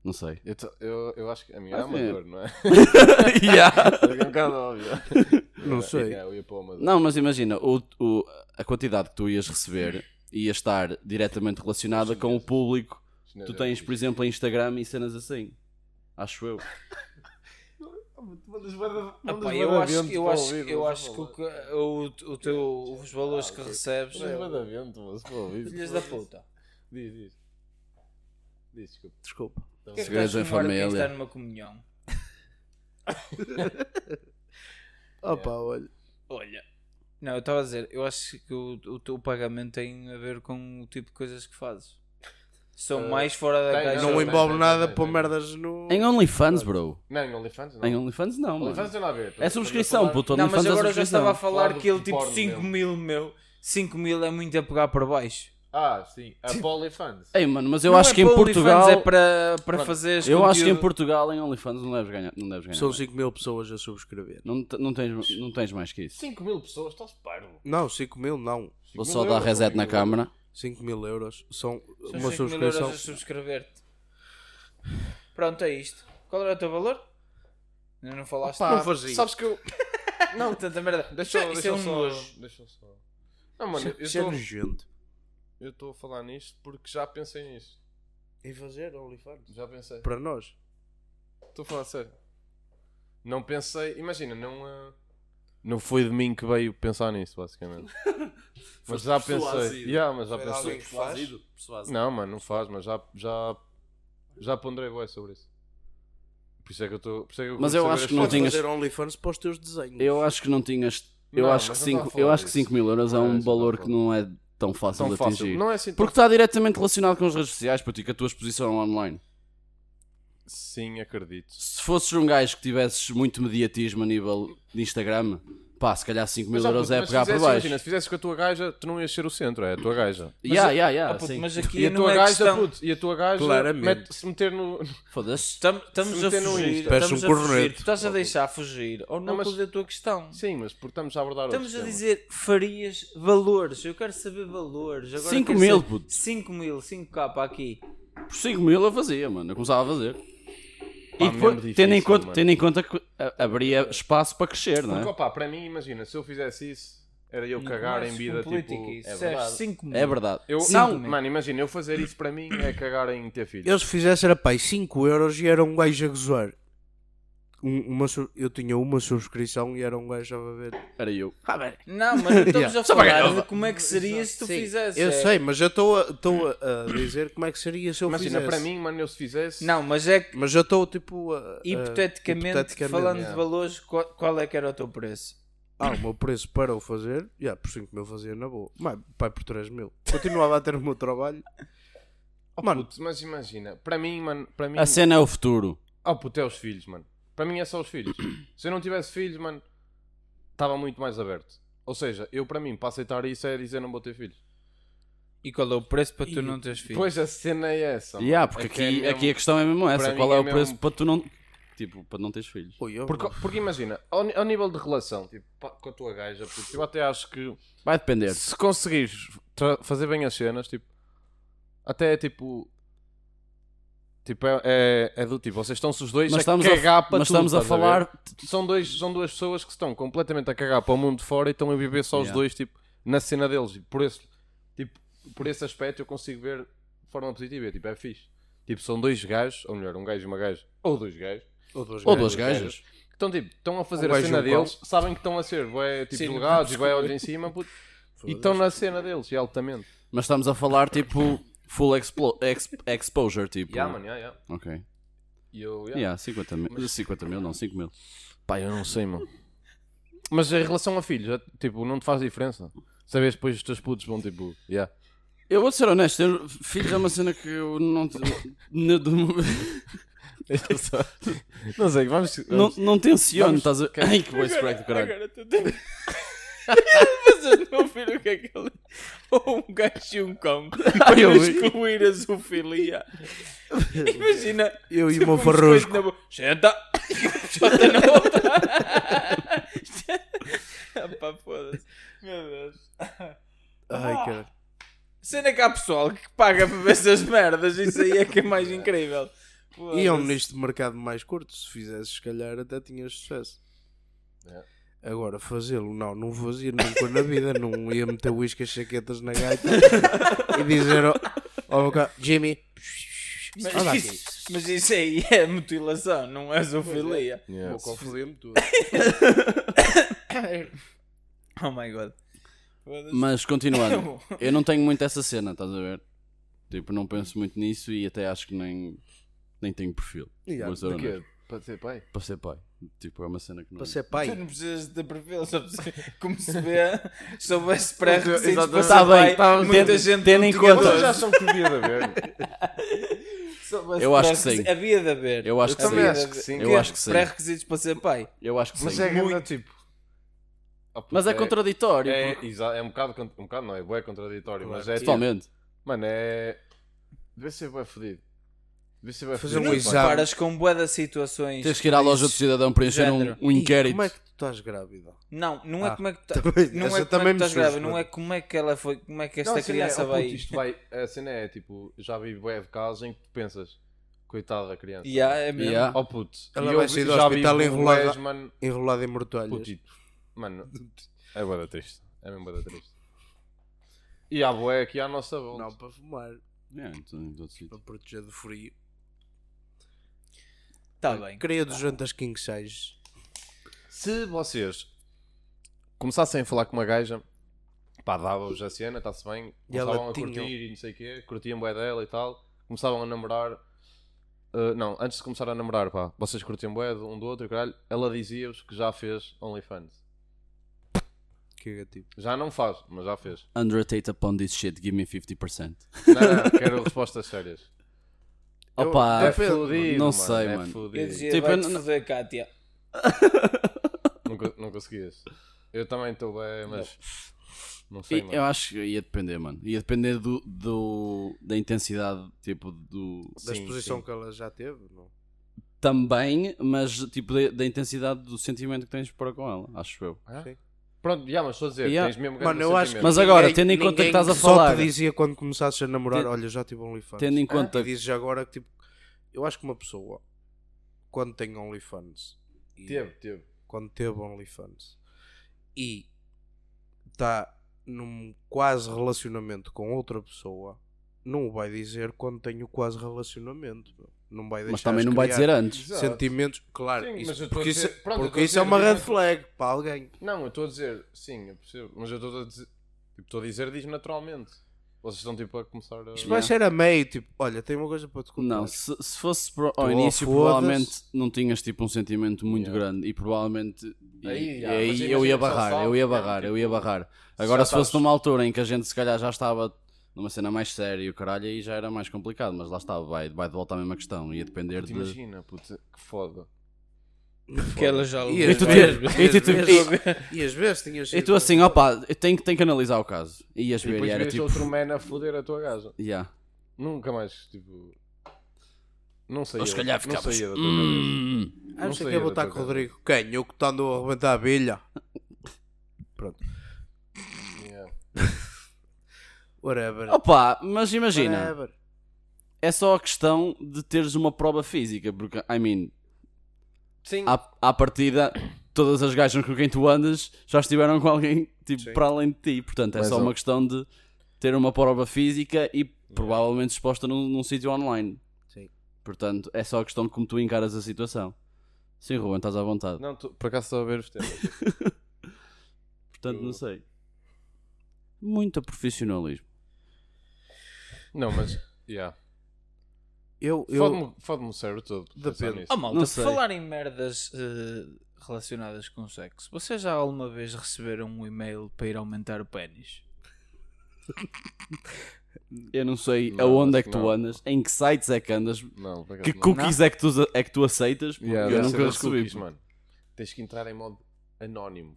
Speaker 4: Não sei.
Speaker 1: Eu, to- eu, eu acho que a minha é
Speaker 4: Ah, sim.
Speaker 1: amador, não é?
Speaker 4: Yeah.
Speaker 1: É um bocado óbvio.
Speaker 2: Não sei.
Speaker 1: É, eu ia para o amador.
Speaker 4: Não, mas imagina, o- o- a quantidade que tu ias receber ia estar diretamente relacionada com o público.
Speaker 1: Isto não é
Speaker 4: Tu
Speaker 1: ver-
Speaker 4: tens, por exemplo, em Instagram e cenas assim. Acho eu.
Speaker 1: Mandas bué de-
Speaker 3: Ah,
Speaker 1: mandas bué
Speaker 3: pá,
Speaker 1: de
Speaker 3: eu acho,
Speaker 1: vento
Speaker 3: eu
Speaker 1: para
Speaker 3: acho,
Speaker 1: ouvir,
Speaker 3: eu
Speaker 1: mas
Speaker 3: acho que
Speaker 1: não
Speaker 3: o, que- o, o teu, os valores que recebes,
Speaker 1: fala. Mandas é bué de vento, mas para ouvir.
Speaker 3: filhas da puta.
Speaker 1: Diz, diz. Diz, desculpa.
Speaker 2: Desculpa.
Speaker 3: O que é que
Speaker 4: Segredos
Speaker 3: estás
Speaker 4: em
Speaker 3: com memória de quem
Speaker 4: família.
Speaker 3: está numa comunhão?
Speaker 2: Opa, olha.
Speaker 3: Olha. Não, eu estava a dizer, eu acho que o, o teu pagamento tem a ver com o tipo de coisas que fazes. São
Speaker 1: Eh,
Speaker 3: mais fora da
Speaker 1: tem,
Speaker 3: caixa.
Speaker 1: Não,
Speaker 2: Não
Speaker 1: não,
Speaker 2: envolve
Speaker 1: não,
Speaker 2: nada
Speaker 1: não,
Speaker 2: para
Speaker 1: não.
Speaker 2: merdas no.
Speaker 4: Em OnlyFans, bro.
Speaker 1: Não, em OnlyFans não.
Speaker 4: Em OnlyFans não, mano.
Speaker 1: OnlyFans tem nada a ver.
Speaker 4: É subscrição, puto.
Speaker 3: Não, mas
Speaker 4: OnlyFans é
Speaker 3: agora eu já
Speaker 4: subscrição.
Speaker 3: estava a falar
Speaker 1: Fora do
Speaker 3: que ele tipo
Speaker 1: porno
Speaker 3: 5
Speaker 1: mesmo.
Speaker 3: mil, meu. 5 mil é muito a pegar para baixo.
Speaker 1: Ah, sim. A Polyfans.
Speaker 4: Ei, mano, mas eu
Speaker 3: Não
Speaker 4: acho
Speaker 3: é
Speaker 4: que em
Speaker 3: para
Speaker 4: Portugal.
Speaker 3: OnlyFans, É para, para fazer
Speaker 4: Eu acho que em Portugal, em OnlyFans, não deves ganhar. Não, deves ganhar
Speaker 2: São
Speaker 4: mais.
Speaker 2: 5 mil pessoas a subscrever.
Speaker 4: não, te- não, tens, não tens mais que isso.
Speaker 1: 5 mil pessoas, estás parvo.
Speaker 2: Não, 5 mil não.
Speaker 4: Vou só dar reset na câmara.
Speaker 2: 5 mil euros são uma
Speaker 3: uma
Speaker 2: subscrição.
Speaker 3: subscrição. subscrever-te. Pronto, é isto. Qual era o teu valor? Ainda não falaste?
Speaker 1: Pá,
Speaker 2: Não fazia.
Speaker 1: Ah, Sabes que eu.
Speaker 3: não, tanta merda.
Speaker 1: Deixa,
Speaker 3: Isto
Speaker 1: deixa
Speaker 3: é
Speaker 1: eu
Speaker 3: um nojo.
Speaker 1: só. Deixa eu só. Não, mano, eu
Speaker 2: Isso é
Speaker 1: estou-
Speaker 2: nojento.
Speaker 1: eu estou a falar nisto porque já pensei nisto.
Speaker 2: Em fazer OnlyFans?
Speaker 1: Já pensei.
Speaker 2: Para nós.
Speaker 1: Estou a falar sério. Não pensei. Imagina, não. ah, Não foi de mim que veio pensar nisso, basicamente. mas já pensei.
Speaker 4: persuasivo.
Speaker 1: Yeah, mas já
Speaker 2: Foi de
Speaker 1: pensei.
Speaker 2: alguém. Persuasivo,
Speaker 3: assim.
Speaker 1: Não, mano, não faz, mas já. Já, já ponderei bem sobre isso. Por isso é que eu estou. por isso é que
Speaker 4: Mas eu
Speaker 1: quero
Speaker 4: acho
Speaker 1: saber
Speaker 4: que não
Speaker 1: as
Speaker 2: Podes
Speaker 1: coisas.
Speaker 4: tinhas-
Speaker 2: fazer OnlyFans para os teus desenhos.
Speaker 4: Eu acho que não tinhas. Eu
Speaker 1: Não,
Speaker 4: acho
Speaker 1: mas
Speaker 4: que
Speaker 1: não estou a
Speaker 4: 5
Speaker 1: falar
Speaker 4: eu acho que
Speaker 1: disso.
Speaker 4: 5 mil euros é
Speaker 1: Não é
Speaker 4: um
Speaker 1: isso que eu
Speaker 4: valor
Speaker 1: estou a
Speaker 4: que não é tão fácil
Speaker 1: Tão
Speaker 4: de
Speaker 1: fácil.
Speaker 4: atingir.
Speaker 1: Não é assim tão
Speaker 4: Porque está diretamente relacionado com as redes sociais, para ti, com a tua exposição online.
Speaker 1: Sim, acredito.
Speaker 4: Se fosses um gajo que tivesses muito mediatismo a nível de Instagram, pá, se calhar 5 mil
Speaker 1: Mas, ó,
Speaker 4: euros
Speaker 1: puto,
Speaker 4: é
Speaker 1: mas se
Speaker 4: pegar por
Speaker 1: fizesse-
Speaker 4: baixo.
Speaker 1: Imagina, se fizesse com a tua gaja, tu não ias ser o centro, é a tua gaja.
Speaker 4: Ya,
Speaker 3: Mas-
Speaker 4: ya, ya,
Speaker 3: Ah, puto,
Speaker 4: sim.
Speaker 3: Mas
Speaker 1: E,
Speaker 3: aqui
Speaker 1: a
Speaker 3: não
Speaker 1: tua
Speaker 3: é
Speaker 1: gaja,
Speaker 3: questão.
Speaker 1: puto, e a tua gaja,
Speaker 2: Claramente.
Speaker 1: mete- se meter no.
Speaker 4: Foda-se.
Speaker 3: Tam- Estamos
Speaker 1: Se
Speaker 3: a
Speaker 1: meter no
Speaker 3: fugir.
Speaker 1: Insta.
Speaker 2: Parece
Speaker 3: Estamos
Speaker 2: um
Speaker 3: a fugir.
Speaker 2: corneto.
Speaker 3: Tu estás a deixar fugir ou não
Speaker 1: Não, mas-
Speaker 3: mas... a tua questão.
Speaker 1: Sim, mas porque estamos a abordar outro
Speaker 3: Estamos a
Speaker 1: tema.
Speaker 3: dizer farias valores. Eu quero saber valores. Agora
Speaker 4: 5
Speaker 3: quero
Speaker 4: mil,
Speaker 3: saber-
Speaker 4: puto.
Speaker 3: 5 mil, 5k aqui.
Speaker 4: Por 5 mil eu fazia, mano. Eu começava a fazer. e
Speaker 1: mesmo
Speaker 4: depois,
Speaker 1: é difícil,
Speaker 4: tendo, em conta,
Speaker 1: mano.
Speaker 4: tendo em conta que a- abria espaço para crescer, não
Speaker 1: Porque,
Speaker 4: é?
Speaker 1: opá, para mim, imagina, se eu fizesse isso, era eu cagar em vida, tipo... É verdade.
Speaker 3: 5 mil.
Speaker 4: É verdade.
Speaker 1: Eu,
Speaker 3: Sim,
Speaker 1: não,
Speaker 3: também.
Speaker 1: mano, imagina, eu fazer isso para mim é cagar em ter filhos.
Speaker 2: Eles fizessem, era pai, 5 euros e era um gajo a gozar. Um- uma, su- eu tinha uma subscrição e era um gajo a beber.
Speaker 4: Era eu.
Speaker 1: Ah,
Speaker 3: Não, mas não estamos a falar
Speaker 4: ganhar.
Speaker 3: de como é que seria se tu fizesse.
Speaker 2: Eu
Speaker 3: é.
Speaker 2: sei, mas eu estou a, estou a- a dizer como é que seria se eu
Speaker 1: Imagina,
Speaker 2: fizesse.
Speaker 1: para mim, mano, eu se fizesse...
Speaker 3: Não, mas é que
Speaker 2: Mas eu estou tipo a, a-
Speaker 3: hipoteticamente,
Speaker 2: hipoteticamente,
Speaker 3: falando
Speaker 1: Eh, yeah.
Speaker 3: de valores, qual, qual é que era o teu preço?
Speaker 2: Ah, o meu preço para o fazer, já por 5 mil fazia na boa. Mas, pai, por 3 mil. Continuava a ter o meu trabalho.
Speaker 1: Oh,
Speaker 2: Mano.
Speaker 1: puto, mas imagina, para mim, mano, para mim...
Speaker 4: A cena é o futuro.
Speaker 1: Oh, puto, é os filhos, mano. Para mim é só os filhos. Se eu não tivesse filhos, mano, estava muito mais aberto. Ou seja, eu para mim, para aceitar isso, é dizer não vou ter filhos.
Speaker 3: E qual é o preço para tu não teres filhos?
Speaker 1: Pois a cena é essa. mano.
Speaker 4: Ya, porque
Speaker 1: É que é
Speaker 4: aqui,
Speaker 1: mesmo-
Speaker 4: aqui a questão é mesmo essa.
Speaker 1: para
Speaker 4: Qual
Speaker 1: mim
Speaker 4: é
Speaker 1: é
Speaker 4: o preço
Speaker 1: mesmo-
Speaker 4: para tu não. Tipo, para não teres filhos.
Speaker 2: Ui, eu-
Speaker 1: Porque, porque imagina, ao, ni- ao nível de relação, tipo, pá, com a tua gaja, puto, eu até acho que
Speaker 4: Vai depender.
Speaker 1: se conseguires tra- fazer bem as cenas, tipo, até é tipo. Tipo, é, é, é do tipo, vocês estão-se os dois
Speaker 4: Mas
Speaker 1: a
Speaker 4: estamos a,
Speaker 1: cagar para
Speaker 4: mas
Speaker 1: é tudo,
Speaker 4: estamos a
Speaker 1: estás
Speaker 4: falar.
Speaker 1: ver? Tipo, São, dois, são duas pessoas que estão completamente a cagar para o mundo de fora e estão a viver só os
Speaker 4: Yeah.
Speaker 1: dois, tipo, na cena deles. E por esse, tipo, por esse aspecto eu consigo ver de forma positiva, é, tipo, é fixe. Tipo, são dois gajos, ou melhor, um gajo e uma gaja, ou dois gajos,
Speaker 2: Ou duas
Speaker 1: É,
Speaker 4: Ou
Speaker 2: gajas.
Speaker 4: duas gajas.
Speaker 1: Estão tipo, estão a fazer a
Speaker 2: Um gajo
Speaker 1: cena
Speaker 2: e um pau.
Speaker 1: deles, sabem que estão a ser bué, tipo,
Speaker 3: Sim, não
Speaker 1: julgados e vai olhos em cima puto, e estão na cena deles, e altamente.
Speaker 4: Mas estamos a falar tipo full explo- ex- exposure, tipo.
Speaker 1: Yeah, mano, yeah, yeah.
Speaker 4: Ok.
Speaker 1: E eu, yeah.
Speaker 4: Yeah, 50 mil. 50 mil, não, 5 mil.
Speaker 1: Pá, eu não sei, mano. Mas em relação a filhos, é, tipo, não te faz diferença. Sabes depois os teus putos vão tipo, yeah.
Speaker 4: Eu vou ser honesto, ter filhos é uma cena que eu não. não,
Speaker 1: não sei, vamos.
Speaker 4: não,
Speaker 1: vamos-
Speaker 4: não tenciono,
Speaker 1: Vamos-
Speaker 4: estás a. Ai, que voice crack do caralho.
Speaker 3: Agora tu tens- Vocês não ouviram o que é que ele. Ou um gajo e um cão para
Speaker 4: eu vi.
Speaker 3: excluir a zoofilia. Imagina.
Speaker 2: Eu e o
Speaker 3: tipo,
Speaker 2: meu
Speaker 3: um
Speaker 2: farrusco.
Speaker 3: biscoito na boca. Senta! Senta na outra. Ah, pá, foda-se. Meu Deus.
Speaker 2: Ai, cara.
Speaker 3: Cena que há pessoal que paga para ver essas merdas. Isso aí é que é mais incrível.
Speaker 2: E é um
Speaker 3: Foda-se.
Speaker 2: nicho de mercado mais curto. Se fizesse, se calhar, até tinhas sucesso.
Speaker 1: É.
Speaker 2: Agora, fazê-lo, não, não fazia nunca na vida. Não ia meter uíscas, chaquetas na gaita e dizer ao, ao meu cara, Jimmy,
Speaker 3: Mas,
Speaker 2: olha aqui.
Speaker 3: isso, mas isso aí é mutilação, não é zoofilia.
Speaker 1: Yeah.
Speaker 2: Vou confundir-me tudo.
Speaker 3: Oh my god.
Speaker 4: Mas continuando, eu não tenho muito essa cena, estás a ver? Tipo, não penso muito nisso e até acho que nem. Nem tenho perfil.
Speaker 2: Yeah,
Speaker 4: Vou ser
Speaker 1: De
Speaker 4: honesto.
Speaker 1: quê? Para ser pai?
Speaker 4: Para ser pai. Tipo, é uma cena que não.
Speaker 2: Para ser
Speaker 3: Tu
Speaker 2: pai.
Speaker 3: não precisas de ter perfil, só precisas, como se vê, se houvesse pré-requisitos
Speaker 1: Exatamente.
Speaker 3: para
Speaker 4: Tá
Speaker 3: ser pai,
Speaker 4: bem, tá bem.
Speaker 3: muita
Speaker 4: Tendo-
Speaker 3: gente
Speaker 4: tendo
Speaker 3: não
Speaker 4: em
Speaker 3: tinha
Speaker 4: conta-
Speaker 1: Vocês
Speaker 3: hoje.
Speaker 1: já são que devia de haver.
Speaker 3: Se houvesse
Speaker 4: Eu acho que
Speaker 3: pré-requisi-
Speaker 4: sim.
Speaker 3: Havia de haver.
Speaker 4: Eu acho que
Speaker 3: também
Speaker 1: sim.
Speaker 3: acho
Speaker 1: Eu
Speaker 3: sim.
Speaker 1: acho
Speaker 3: Havia
Speaker 4: que sim.
Speaker 3: Pré-requisitos para ser pai.
Speaker 4: Eu acho que
Speaker 1: Mas
Speaker 4: sim.
Speaker 1: é grande, tipo. Ah, puto,
Speaker 4: Mas é contraditório.
Speaker 1: É,
Speaker 4: porque-
Speaker 1: exa- é um, bocado, cont- um bocado, não é? bué contraditório, mas é tipo,
Speaker 4: Totalmente.
Speaker 1: Mano, é. Deve ser bem fodido. Deve ser bem
Speaker 2: Fazer
Speaker 1: fodido.
Speaker 2: um
Speaker 1: Mas, pá,
Speaker 2: exame.
Speaker 3: Paras com bué de situações.
Speaker 4: é Tens que ir à loja do cidadão preencher um,
Speaker 3: Género.
Speaker 4: um inquérito.
Speaker 2: Como é que tu estás grávida?
Speaker 3: Não, não é
Speaker 2: Ah,
Speaker 3: como é que tá-
Speaker 2: também-
Speaker 3: não
Speaker 2: essa
Speaker 3: é como
Speaker 2: também
Speaker 3: é que
Speaker 2: me
Speaker 3: estás
Speaker 2: susta.
Speaker 3: grávida, não é como é que ela foi, como é que
Speaker 1: Não,
Speaker 3: esta
Speaker 1: a cena é,
Speaker 3: criança
Speaker 1: oh, puto,
Speaker 3: vai.
Speaker 1: isto vai. A cena é tipo, já vi web casos em que tu pensas, coitada da criança.
Speaker 3: Yeah, é mesmo.
Speaker 4: Yeah.
Speaker 1: Oh puto,
Speaker 2: Ela
Speaker 1: e eu
Speaker 2: vai sair do
Speaker 1: já vi
Speaker 2: hospital
Speaker 1: bué,
Speaker 2: enrolada.
Speaker 1: mano,
Speaker 2: Enrolada em mortalhas.
Speaker 1: Putito. Mano, é boa triste. É mesmo boa triste. E há boé aqui à nossa volta.
Speaker 2: Não, para fumar.
Speaker 4: É, então, em todo sítio.
Speaker 2: Para proteger do frio.
Speaker 3: Tá bem.
Speaker 2: Queria dos jantas king size.
Speaker 1: Se vocês começassem a falar com uma gaja, pá, dava-vos a cena, está-se bem,
Speaker 2: E ela
Speaker 1: começavam a
Speaker 2: tinha-
Speaker 1: curtir e não sei o quê, curtiam bué dela e tal, começavam a namorar. Uh, não, antes de começar a namorar, pá, vocês curtiam bué de um do outro, e caralho, ela dizia-vos que já fez OnlyFans.
Speaker 2: Que é, tipo, negativo.
Speaker 1: Já não faz, mas já fez.
Speaker 4: Undertate upon this shit, give me 50%.
Speaker 1: Não, não, quero respostas sérias.
Speaker 4: Opa,
Speaker 1: é fudido,
Speaker 4: não
Speaker 1: mano,
Speaker 4: sei,
Speaker 1: é
Speaker 4: mano.
Speaker 1: fudido.
Speaker 3: Eu dizia,
Speaker 4: Tipo,
Speaker 3: vai
Speaker 4: eu não-
Speaker 3: foder, Kátia.
Speaker 1: Nunca, não conseguias. Eu também estou bem, mas. Não sei,
Speaker 4: E-
Speaker 1: mano.
Speaker 4: eu acho que ia depender, mano. Ia depender do, do- da intensidade, tipo, do.
Speaker 2: Da
Speaker 1: Sim,
Speaker 2: exposição
Speaker 1: sim.
Speaker 2: que ela já teve, não?
Speaker 4: Também, mas tipo, da, da intensidade do sentimento que tens para com ela, acho eu.
Speaker 1: Hã?
Speaker 2: Sim.
Speaker 1: Pronto, já, mas estou a dizer,
Speaker 4: Yeah.
Speaker 1: tens mesmo
Speaker 2: Mano,
Speaker 1: grande
Speaker 2: eu acho que.
Speaker 1: sentimento.
Speaker 4: Mas agora,
Speaker 2: ninguém-
Speaker 4: tendo em conta que
Speaker 2: ninguém
Speaker 4: estás a
Speaker 2: Só
Speaker 4: falar-
Speaker 2: te dizia quando começasses a namorar:
Speaker 4: Ten-
Speaker 2: olha, já tive OnlyFans. Ah,
Speaker 4: Tendo em conta
Speaker 2: E dizes agora que, tipo, eu acho que uma pessoa, quando tem OnlyFans, e
Speaker 1: Teve, teve.
Speaker 2: quando teve OnlyFans, e está num quase relacionamento com outra pessoa, não o vai dizer quando tem o quase relacionamento. meu. Não vai deixar
Speaker 4: Mas também não vai dizer antes.
Speaker 1: Exato.
Speaker 2: Sentimentos, claro,
Speaker 1: Sim,
Speaker 2: isso-
Speaker 1: mas eu estou a
Speaker 2: porque isso,
Speaker 1: dizer- pronto, eu estou
Speaker 2: porque
Speaker 1: a
Speaker 2: isso é
Speaker 1: dizer
Speaker 2: uma
Speaker 1: mesmo-
Speaker 2: red flag para alguém.
Speaker 1: Não, eu estou a dizer, sim, eu percebo. Mas eu estou a dizer, tipo, estou a dizer, diz naturalmente. Vocês estão tipo a começar a.
Speaker 2: Isto vai ser a meio, tipo, olha, tem uma coisa para te contar.
Speaker 4: Não, se, se fosse pro-
Speaker 2: ou
Speaker 4: ao início,
Speaker 2: fodas.
Speaker 4: provavelmente não tinhas tipo um sentimento muito
Speaker 1: Yeah.
Speaker 4: grande e provavelmente. e-
Speaker 1: Aí,
Speaker 4: e
Speaker 1: já, mas
Speaker 4: aí
Speaker 1: imagina,
Speaker 4: eu ia
Speaker 1: só
Speaker 4: barrar,
Speaker 1: sabe,
Speaker 4: eu ia
Speaker 1: mesmo,
Speaker 4: barrar, eu ia
Speaker 1: tipo,
Speaker 4: barrar.
Speaker 1: se
Speaker 4: Agora,
Speaker 1: já
Speaker 4: se fosse
Speaker 1: estás-
Speaker 4: numa altura em que a gente se calhar já estava numa cena mais séria e o caralho, aí já era mais complicado, mas lá estava, vai, vai de volta à mesma questão, ia depender
Speaker 1: Puta,
Speaker 4: de.
Speaker 1: Imagina, puta, que foda.
Speaker 3: Que ela já
Speaker 2: E as
Speaker 4: tu
Speaker 2: vezes-
Speaker 4: ter-
Speaker 2: e as
Speaker 4: e tu ter-
Speaker 2: vezes- E às vezes tinhas
Speaker 4: E tu assim, opa, eu tenho, que- tenho que analisar o caso. E ias
Speaker 1: E
Speaker 4: ver, e
Speaker 1: depois
Speaker 4: era
Speaker 1: vês
Speaker 4: tipo.
Speaker 1: outro man a foder a tua gaja.
Speaker 4: Yeah.
Speaker 1: Nunca mais, tipo. Não sei.
Speaker 4: Ou se calhar
Speaker 1: Não
Speaker 4: ficavas.
Speaker 1: saía da tua cabeça.
Speaker 4: "Hum,
Speaker 1: não
Speaker 2: Acho que
Speaker 1: saía
Speaker 2: eu vou
Speaker 1: da
Speaker 2: estar
Speaker 1: tua
Speaker 2: com
Speaker 1: cabeça.
Speaker 2: o Rodrigo. Quem? Eu que está andou a arrebentar a bilha. Pronto.
Speaker 1: Yeah.
Speaker 2: Whatever.
Speaker 4: Opa, mas imagina,
Speaker 2: Whatever.
Speaker 4: é só a questão de teres uma prova física, porque, I mean,
Speaker 1: Sim,
Speaker 4: à, à partida, todas as gajas com quem tu andas já estiveram com alguém tipo,
Speaker 2: Sim.
Speaker 4: para além de ti. Portanto, é
Speaker 1: Mas,
Speaker 4: só
Speaker 1: ó.
Speaker 4: uma questão de ter uma prova física e provavelmente exposta num, num sítio online.
Speaker 2: Sim.
Speaker 4: Portanto, é só a questão de como tu encaras a situação. Sim, Ruben, estás à vontade.
Speaker 1: não, tu- por acaso estou a ver os temas.
Speaker 4: Portanto, não
Speaker 1: eu-
Speaker 4: sei. Muito profissionalismo.
Speaker 1: Não, mas. Yeah.
Speaker 2: Eu, eu,
Speaker 1: Fode-me fode-me o cérebro todo.
Speaker 2: Depende.
Speaker 1: pensar nisso.
Speaker 3: Oh, malta,
Speaker 4: Não
Speaker 3: por
Speaker 4: sei.
Speaker 3: falar em merdas eh, relacionadas com sexo, vocês já alguma vez receberam um e-mail para ir aumentar o pênis?
Speaker 4: Eu não sei
Speaker 1: Não,
Speaker 4: aonde é
Speaker 1: acho
Speaker 4: que
Speaker 1: que
Speaker 4: tu
Speaker 1: não.
Speaker 4: andas, em que sites é que andas,
Speaker 1: Não, por acaso
Speaker 4: que
Speaker 1: não.
Speaker 4: cookies é que, tu, é que tu aceitas, porque
Speaker 1: Yeah,
Speaker 4: eu
Speaker 1: deve ser
Speaker 4: nunca
Speaker 1: das
Speaker 4: recebi.
Speaker 1: cookies, mano. Tens que entrar em modo anónimo.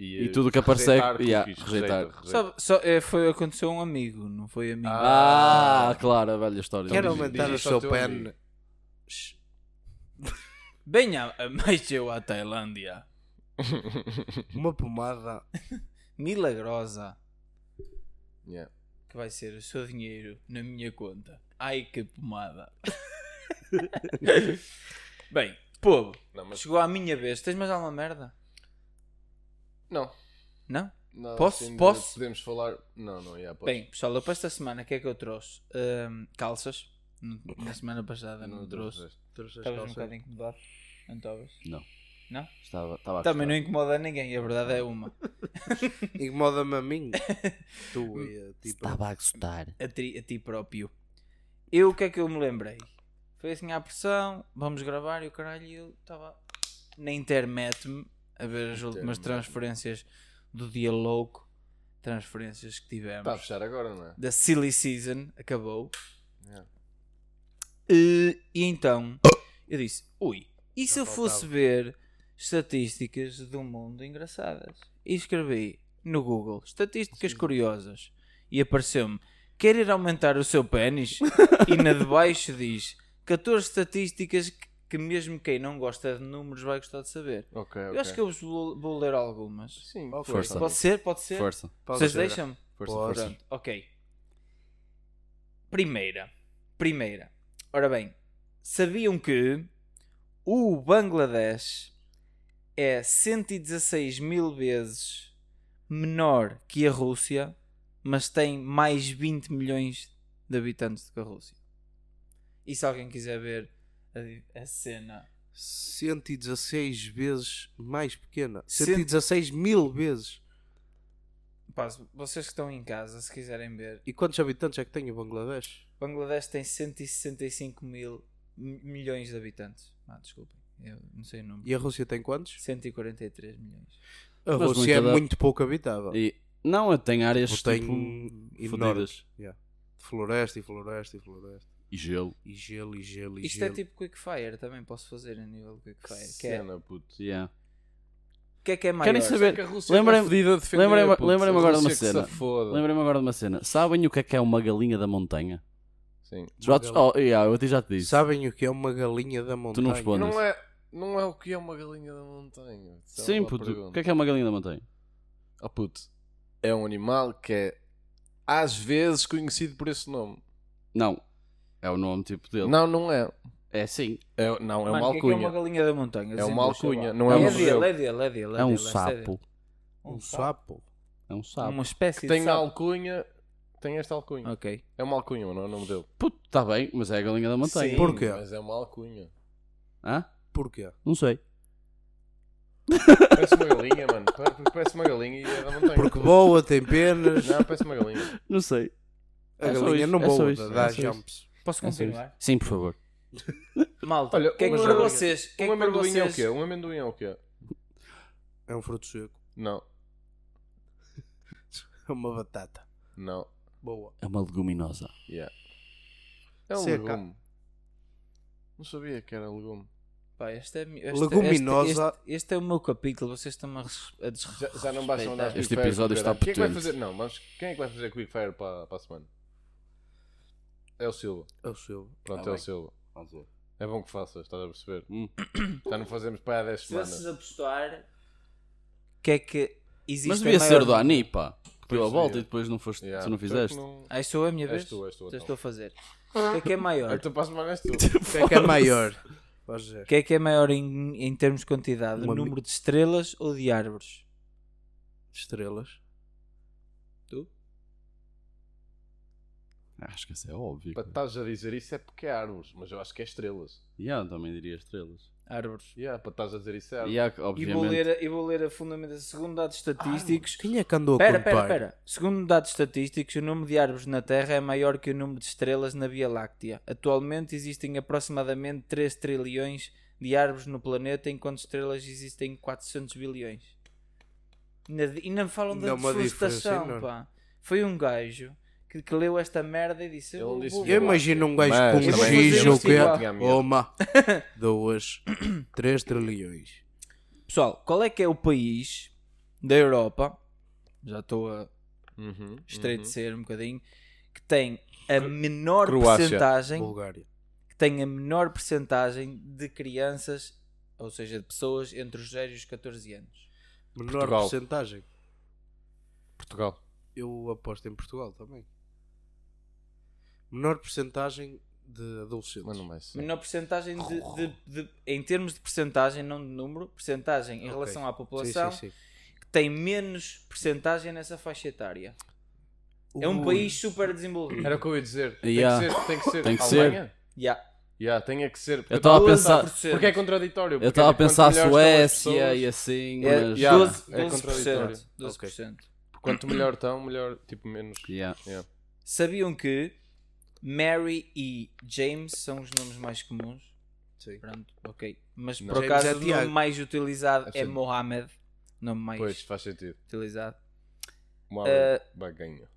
Speaker 4: E
Speaker 1: eh,
Speaker 4: tudo o que aparece é-
Speaker 1: rejeitar
Speaker 4: yeah,
Speaker 1: cookies,
Speaker 4: rejeitar.
Speaker 1: rejeita, rejeita.
Speaker 3: Sabe, só, eh, foi, aconteceu a um amigo, não foi a mim.
Speaker 4: Ah, claro, a velha história.
Speaker 2: quero
Speaker 1: diz-
Speaker 2: aumentar
Speaker 1: diz
Speaker 2: o
Speaker 1: isto
Speaker 2: seu
Speaker 1: ao teu
Speaker 2: pen.
Speaker 1: amigo.
Speaker 3: Venha a mais eu à Tailândia.
Speaker 2: Uma pomada.
Speaker 3: Milagrosa.
Speaker 1: Yeah.
Speaker 3: Que vai ser o seu dinheiro na minha conta. Ai que pomada. Bem, povo,
Speaker 1: Não, mas...
Speaker 3: chegou à minha vez. Tens mais alguma merda?
Speaker 1: Não.
Speaker 3: Não?
Speaker 1: Não,
Speaker 3: Posso?
Speaker 1: assim,
Speaker 3: Posso?
Speaker 1: Podemos falar... Não, não, yeah, posso.
Speaker 3: Bem, pessoal, eu para esta semana, o que é que eu trouxe? Ahm, calças. N- Na semana passada não, trouxe. Estavas um bocado incomodado? Não estavas?
Speaker 4: Não.
Speaker 3: Não?
Speaker 4: Estava, estava a
Speaker 3: Também não
Speaker 4: gostar.
Speaker 3: incomoda ninguém, a verdade é uma.
Speaker 2: Incomoda-me a mim. tu e a tipo.
Speaker 4: Estava a gostar.
Speaker 3: a, tri- a ti próprio. Eu o que é que eu me lembrei? Foi assim à pressão, vamos gravar e o caralho, e eu estava na internet-me a ver as últimas transferências do dia louco, transferências que tivemos.
Speaker 1: Está a fechar agora, não é?
Speaker 3: Da Silly Season, acabou.
Speaker 1: Yeah.
Speaker 3: E, e então eu disse: ui, e se eu fosse ver estatísticas do mundo engraçadas? E escrevi no Google estatísticas curiosas e apareceu-me quer ir aumentar o seu pênis e na de baixo diz 14 estatísticas que, que mesmo quem não gosta de números vai gostar de saber.
Speaker 1: Ok, ok.
Speaker 3: Eu acho que eu vos vou, vou ler algumas.
Speaker 1: Sim,
Speaker 2: Ok.
Speaker 1: força.
Speaker 3: Pode ser, pode ser.
Speaker 4: Força.
Speaker 2: Pode
Speaker 3: Vocês
Speaker 2: ser.
Speaker 3: deixam-me?
Speaker 1: Força,
Speaker 2: Pode.
Speaker 1: força.
Speaker 3: Pronto, ok. Primeira. Primeira. Ora bem, sabiam que o Bangladesh é 116 mil vezes menor que a Rússia, mas tem mais 20 milhões de habitantes do que a Rússia. E se alguém quiser ver a, a cena.
Speaker 2: 116 vezes mais pequena.
Speaker 3: Cento-
Speaker 2: 116 mil vezes.
Speaker 3: Pá, vocês que estão em casa, se quiserem ver,
Speaker 2: E quantos habitantes é que tem o Bangladesh?
Speaker 3: Bangladesh tem 165 mil mi- milhões de habitantes. Ah, desculpem, eu não sei o número.
Speaker 2: E a Rússia tem quantos?
Speaker 3: 143 milhões.
Speaker 2: A
Speaker 4: Mas
Speaker 2: Rússia é
Speaker 4: muita da-
Speaker 2: muito pouco habitável.
Speaker 4: E, não, eu tenho áreas
Speaker 2: Tipo,
Speaker 4: tipo,
Speaker 2: tem enorme.
Speaker 4: fodidas.
Speaker 2: Yeah. Floresta e floresta e floresta.
Speaker 4: E gelo.
Speaker 2: E gelo e gelo e
Speaker 3: Isto é
Speaker 2: gelo.
Speaker 3: tipo Quickfire, também posso fazer a nível de Quickfire. Que é,
Speaker 1: Cena, puto.
Speaker 4: Yeah.
Speaker 3: o que é que é maior?
Speaker 4: Querem saber?
Speaker 1: Que a Rússia
Speaker 4: Lembrem-
Speaker 1: está fedida a defender,
Speaker 4: lembrem-me-
Speaker 1: puto.
Speaker 4: lembrem-me
Speaker 1: A
Speaker 4: agora de uma
Speaker 1: Rússia que
Speaker 4: cena.
Speaker 1: se foda.
Speaker 4: Lembrei-me agora de uma cena. Sabem o que é que é uma galinha da montanha?
Speaker 1: Sim.
Speaker 4: Já te-
Speaker 2: galinha.
Speaker 4: oh, yeah, eu até já te disse.
Speaker 2: Sabem o que é uma galinha da montanha?
Speaker 4: não respondes.
Speaker 1: Não é, não é o que é uma galinha da montanha. Isso é
Speaker 4: Sim,
Speaker 1: uma
Speaker 4: puto.
Speaker 1: pergunta.
Speaker 4: O que é que é uma galinha da montanha?
Speaker 1: Oh, puto. É um animal que é às vezes conhecido por esse nome.
Speaker 4: Não. É o nome tipo dele.
Speaker 1: Não, não é.
Speaker 4: É sim.
Speaker 1: É- não, é
Speaker 3: Mano,
Speaker 1: uma
Speaker 3: o que é que é
Speaker 1: alcunha.
Speaker 3: uma galinha da montanha?
Speaker 1: É uma
Speaker 3: Desembucha lá.
Speaker 1: alcunha, não é
Speaker 3: é
Speaker 1: uma
Speaker 3: dele,
Speaker 1: real.
Speaker 3: é dele, é dele.
Speaker 4: É um
Speaker 3: dele, essa é
Speaker 4: sapo.
Speaker 3: dele.
Speaker 2: Um sapo.
Speaker 4: É um sapo.
Speaker 3: Uma espécie de
Speaker 1: Tem
Speaker 3: sapo.
Speaker 1: alcunha. Tem esta
Speaker 4: Ah.
Speaker 1: alcunha.
Speaker 3: Ok.
Speaker 1: É uma alcunha, mas não é o nome dele.
Speaker 4: Puto, está bem, mas é a galinha da montanha.
Speaker 1: Sim,
Speaker 2: Porquê?
Speaker 1: Mas é uma alcunha.
Speaker 4: Hã?
Speaker 2: Porquê?
Speaker 4: Não sei.
Speaker 1: Parece uma galinha, mano. Pa- Parece uma galinha e é da montanha.
Speaker 2: Porque boa, tem penas.
Speaker 1: Não, parece uma galinha.
Speaker 4: Não sei.
Speaker 2: A
Speaker 4: É só
Speaker 2: galinha
Speaker 4: isto,
Speaker 2: não
Speaker 4: é só
Speaker 2: boa,
Speaker 4: isto,
Speaker 2: dá
Speaker 4: é só
Speaker 2: jumps.
Speaker 3: Posso
Speaker 4: É só isto.
Speaker 3: continuar?
Speaker 4: Sim, por favor.
Speaker 3: Malta,
Speaker 1: Olha,
Speaker 3: o que é que
Speaker 1: uma
Speaker 3: para
Speaker 1: galinha.
Speaker 3: vocês... o que é
Speaker 1: Um
Speaker 3: que para
Speaker 1: amendoim é o
Speaker 3: vocês...
Speaker 1: quê? Um amendoim é o quê?
Speaker 2: É um fruto seco.
Speaker 1: Não,
Speaker 2: É uma batata.
Speaker 1: não.
Speaker 2: Boa.
Speaker 4: É uma leguminosa.
Speaker 1: Yeah. É um
Speaker 2: Seca.
Speaker 1: legume. Não sabia que era legume.
Speaker 3: Pá, este é... mi- este-
Speaker 2: Leguminosa.
Speaker 3: Este, este- este é o meu capítulo, vocês estão-me a, res- a
Speaker 1: Já, já não basta mandar
Speaker 4: Este
Speaker 1: quickfires,
Speaker 4: episódio está
Speaker 1: caralho. Quem é que vai
Speaker 4: potente.
Speaker 1: fazer? Não, mas quem é que vai fazer quickfire para, para a semana? É o Silva.
Speaker 2: É o seu.
Speaker 1: Pronto,
Speaker 4: Tá
Speaker 1: é o
Speaker 4: bem.
Speaker 1: Silva. É bom que faças, estás a perceber?
Speaker 4: Hum.
Speaker 1: Já não fazemos para há 10
Speaker 3: Se vocês
Speaker 1: semanas.
Speaker 3: apostar, o que é que existe?
Speaker 4: Mas devia
Speaker 3: a
Speaker 4: ser
Speaker 3: maior-
Speaker 4: do Ani, pá. Que deu a
Speaker 1: Pois
Speaker 4: volta
Speaker 1: é.
Speaker 4: e depois não foste,
Speaker 1: Yeah.
Speaker 4: tu não
Speaker 1: Então
Speaker 4: fizeste.
Speaker 1: Não...
Speaker 3: Ah, sou eu a minha
Speaker 1: És
Speaker 3: vez?
Speaker 1: tu, és tu,
Speaker 3: Então
Speaker 1: então.
Speaker 3: estou a fazer. O que é que é maior?
Speaker 1: Então para a semana és tu.
Speaker 4: Tipo,
Speaker 2: O que é que é maior? Podes dizer.
Speaker 3: O que é que é maior em, em termos de quantidade?
Speaker 2: Uma
Speaker 3: o
Speaker 2: mi-
Speaker 3: número de estrelas ou de árvores?
Speaker 2: Estrelas.
Speaker 4: Acho que isso é óbvio.
Speaker 1: para estás a dizer isso é porque é árvores, mas eu acho que é estrelas.
Speaker 4: Yeah, eu também diria estrelas.
Speaker 3: Árvores.
Speaker 1: Yeah, para estás a dizer isso é árvores.
Speaker 4: Yeah,
Speaker 3: E vou,
Speaker 4: obviamente.
Speaker 3: ler, a- e vou ler a fundamentação. Segundo dados estatísticos.
Speaker 2: Quem é que andou a
Speaker 3: Espera,
Speaker 2: contar?
Speaker 3: espera, espera. Segundo dados estatísticos, o número de árvores na Terra é maior que o número de estrelas na Via Láctea. Atualmente existem aproximadamente 3 trilhões de árvores no planeta, enquanto estrelas existem 400 bilhões. Na- E não falam
Speaker 2: Dá
Speaker 3: da
Speaker 2: uma diferença
Speaker 3: desflorestação,
Speaker 2: enorme.
Speaker 3: pá. Foi um gajo que, que leu esta merda e disse...
Speaker 1: Ele
Speaker 3: "Eu
Speaker 1: não disse é
Speaker 3: vou-
Speaker 2: Eu imagino um gajo
Speaker 1: Mas
Speaker 2: com um
Speaker 1: também
Speaker 2: giz
Speaker 1: eu
Speaker 2: ou o quê?
Speaker 1: não tinha medo.
Speaker 2: Uma, duas, três trilhões.
Speaker 3: Pessoal, qual é que é o país da Europa... Já estou a
Speaker 1: Uhum, uhum.
Speaker 3: estreitecer um bocadinho... Que tem a menor
Speaker 1: Croácia.
Speaker 3: percentagem...
Speaker 2: Bulgária.
Speaker 3: que tem a menor percentagem de crianças, ou seja, de pessoas entre os 0 e os 14 anos.
Speaker 2: Menor
Speaker 1: Portugal.
Speaker 2: porcentagem.
Speaker 1: Portugal.
Speaker 2: Eu aposto em Portugal também. Menor porcentagem de adolescentes.
Speaker 1: Mas não vai ser.
Speaker 3: Menor percentagem de, de- de- em termos de percentagem, não de número, percentagem em
Speaker 2: Ok.
Speaker 3: relação à
Speaker 2: Sim,
Speaker 3: população
Speaker 2: sim, sim.
Speaker 3: que tem menos percentagem nessa faixa etária. É um
Speaker 4: Uh.
Speaker 2: Ui.
Speaker 3: país super desenvolvido.
Speaker 1: Era o que eu ia dizer.
Speaker 4: Yeah.
Speaker 1: Tem que ser. Tem
Speaker 4: Tem
Speaker 1: que
Speaker 4: que
Speaker 1: ser. Alemanha?
Speaker 3: Yeah.
Speaker 1: Yeah, tem é que ser. Porque
Speaker 4: Eu estava a pensar,
Speaker 3: 12%.
Speaker 1: Porque é contraditório.
Speaker 4: eu
Speaker 1: porque
Speaker 4: estava a
Speaker 1: quanto
Speaker 4: pensar
Speaker 1: melhor estão as
Speaker 4: Suécia
Speaker 1: pessoas-
Speaker 4: e assim,
Speaker 3: É
Speaker 4: mas.
Speaker 1: Yeah.
Speaker 3: 12%.
Speaker 1: é contraditório.
Speaker 3: 12%. 12%.
Speaker 1: Quanto melhor estão, melhor, tipo, menos.
Speaker 4: Yeah.
Speaker 1: Yeah.
Speaker 3: Sabiam que Mary e James são os nomes mais comuns?
Speaker 2: Sim.
Speaker 3: Pronto, ok. Mas
Speaker 1: Não.
Speaker 3: por
Speaker 2: James
Speaker 3: acaso
Speaker 2: é
Speaker 3: o nome
Speaker 2: Tiago.
Speaker 3: mais utilizado é
Speaker 1: Absolutamente.
Speaker 3: Mohamed. o Nome mais
Speaker 1: Pois, faz sentido.
Speaker 3: utilizado.
Speaker 4: Eh,
Speaker 1: Mohamed Baganha.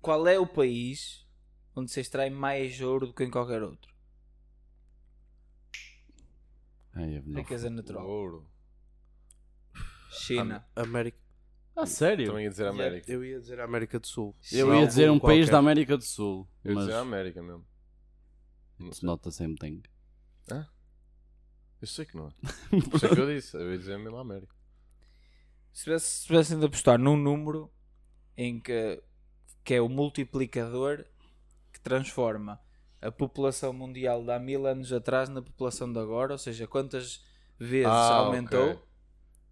Speaker 3: Qual é o país onde se extrai mais ouro do que em qualquer outro?
Speaker 4: Ai, eu não-
Speaker 3: É Riqueza natural.
Speaker 1: Ouro.
Speaker 3: China.
Speaker 2: Hum. América.
Speaker 4: Ah, sério?
Speaker 3: Então,
Speaker 1: Também ia dizer América.
Speaker 2: Eu ia dizer América do Sul.
Speaker 4: Eu
Speaker 2: Não,
Speaker 4: ia dizer um país
Speaker 2: qualquer.
Speaker 4: da América do Sul,
Speaker 1: Eu ia
Speaker 4: mas
Speaker 1: dizer América mesmo.
Speaker 4: se nota sempre tem.
Speaker 1: Eu sei que não é. Por isso é que eu disse. Eu ia dizer mesmo América.
Speaker 3: Se tivesse- se tivessem de apostar num número em que, que é o multiplicador que transforma a população mundial de há mil anos atrás na população de agora, ou seja, quantas vezes
Speaker 1: Ah,
Speaker 3: aumentou
Speaker 1: ok.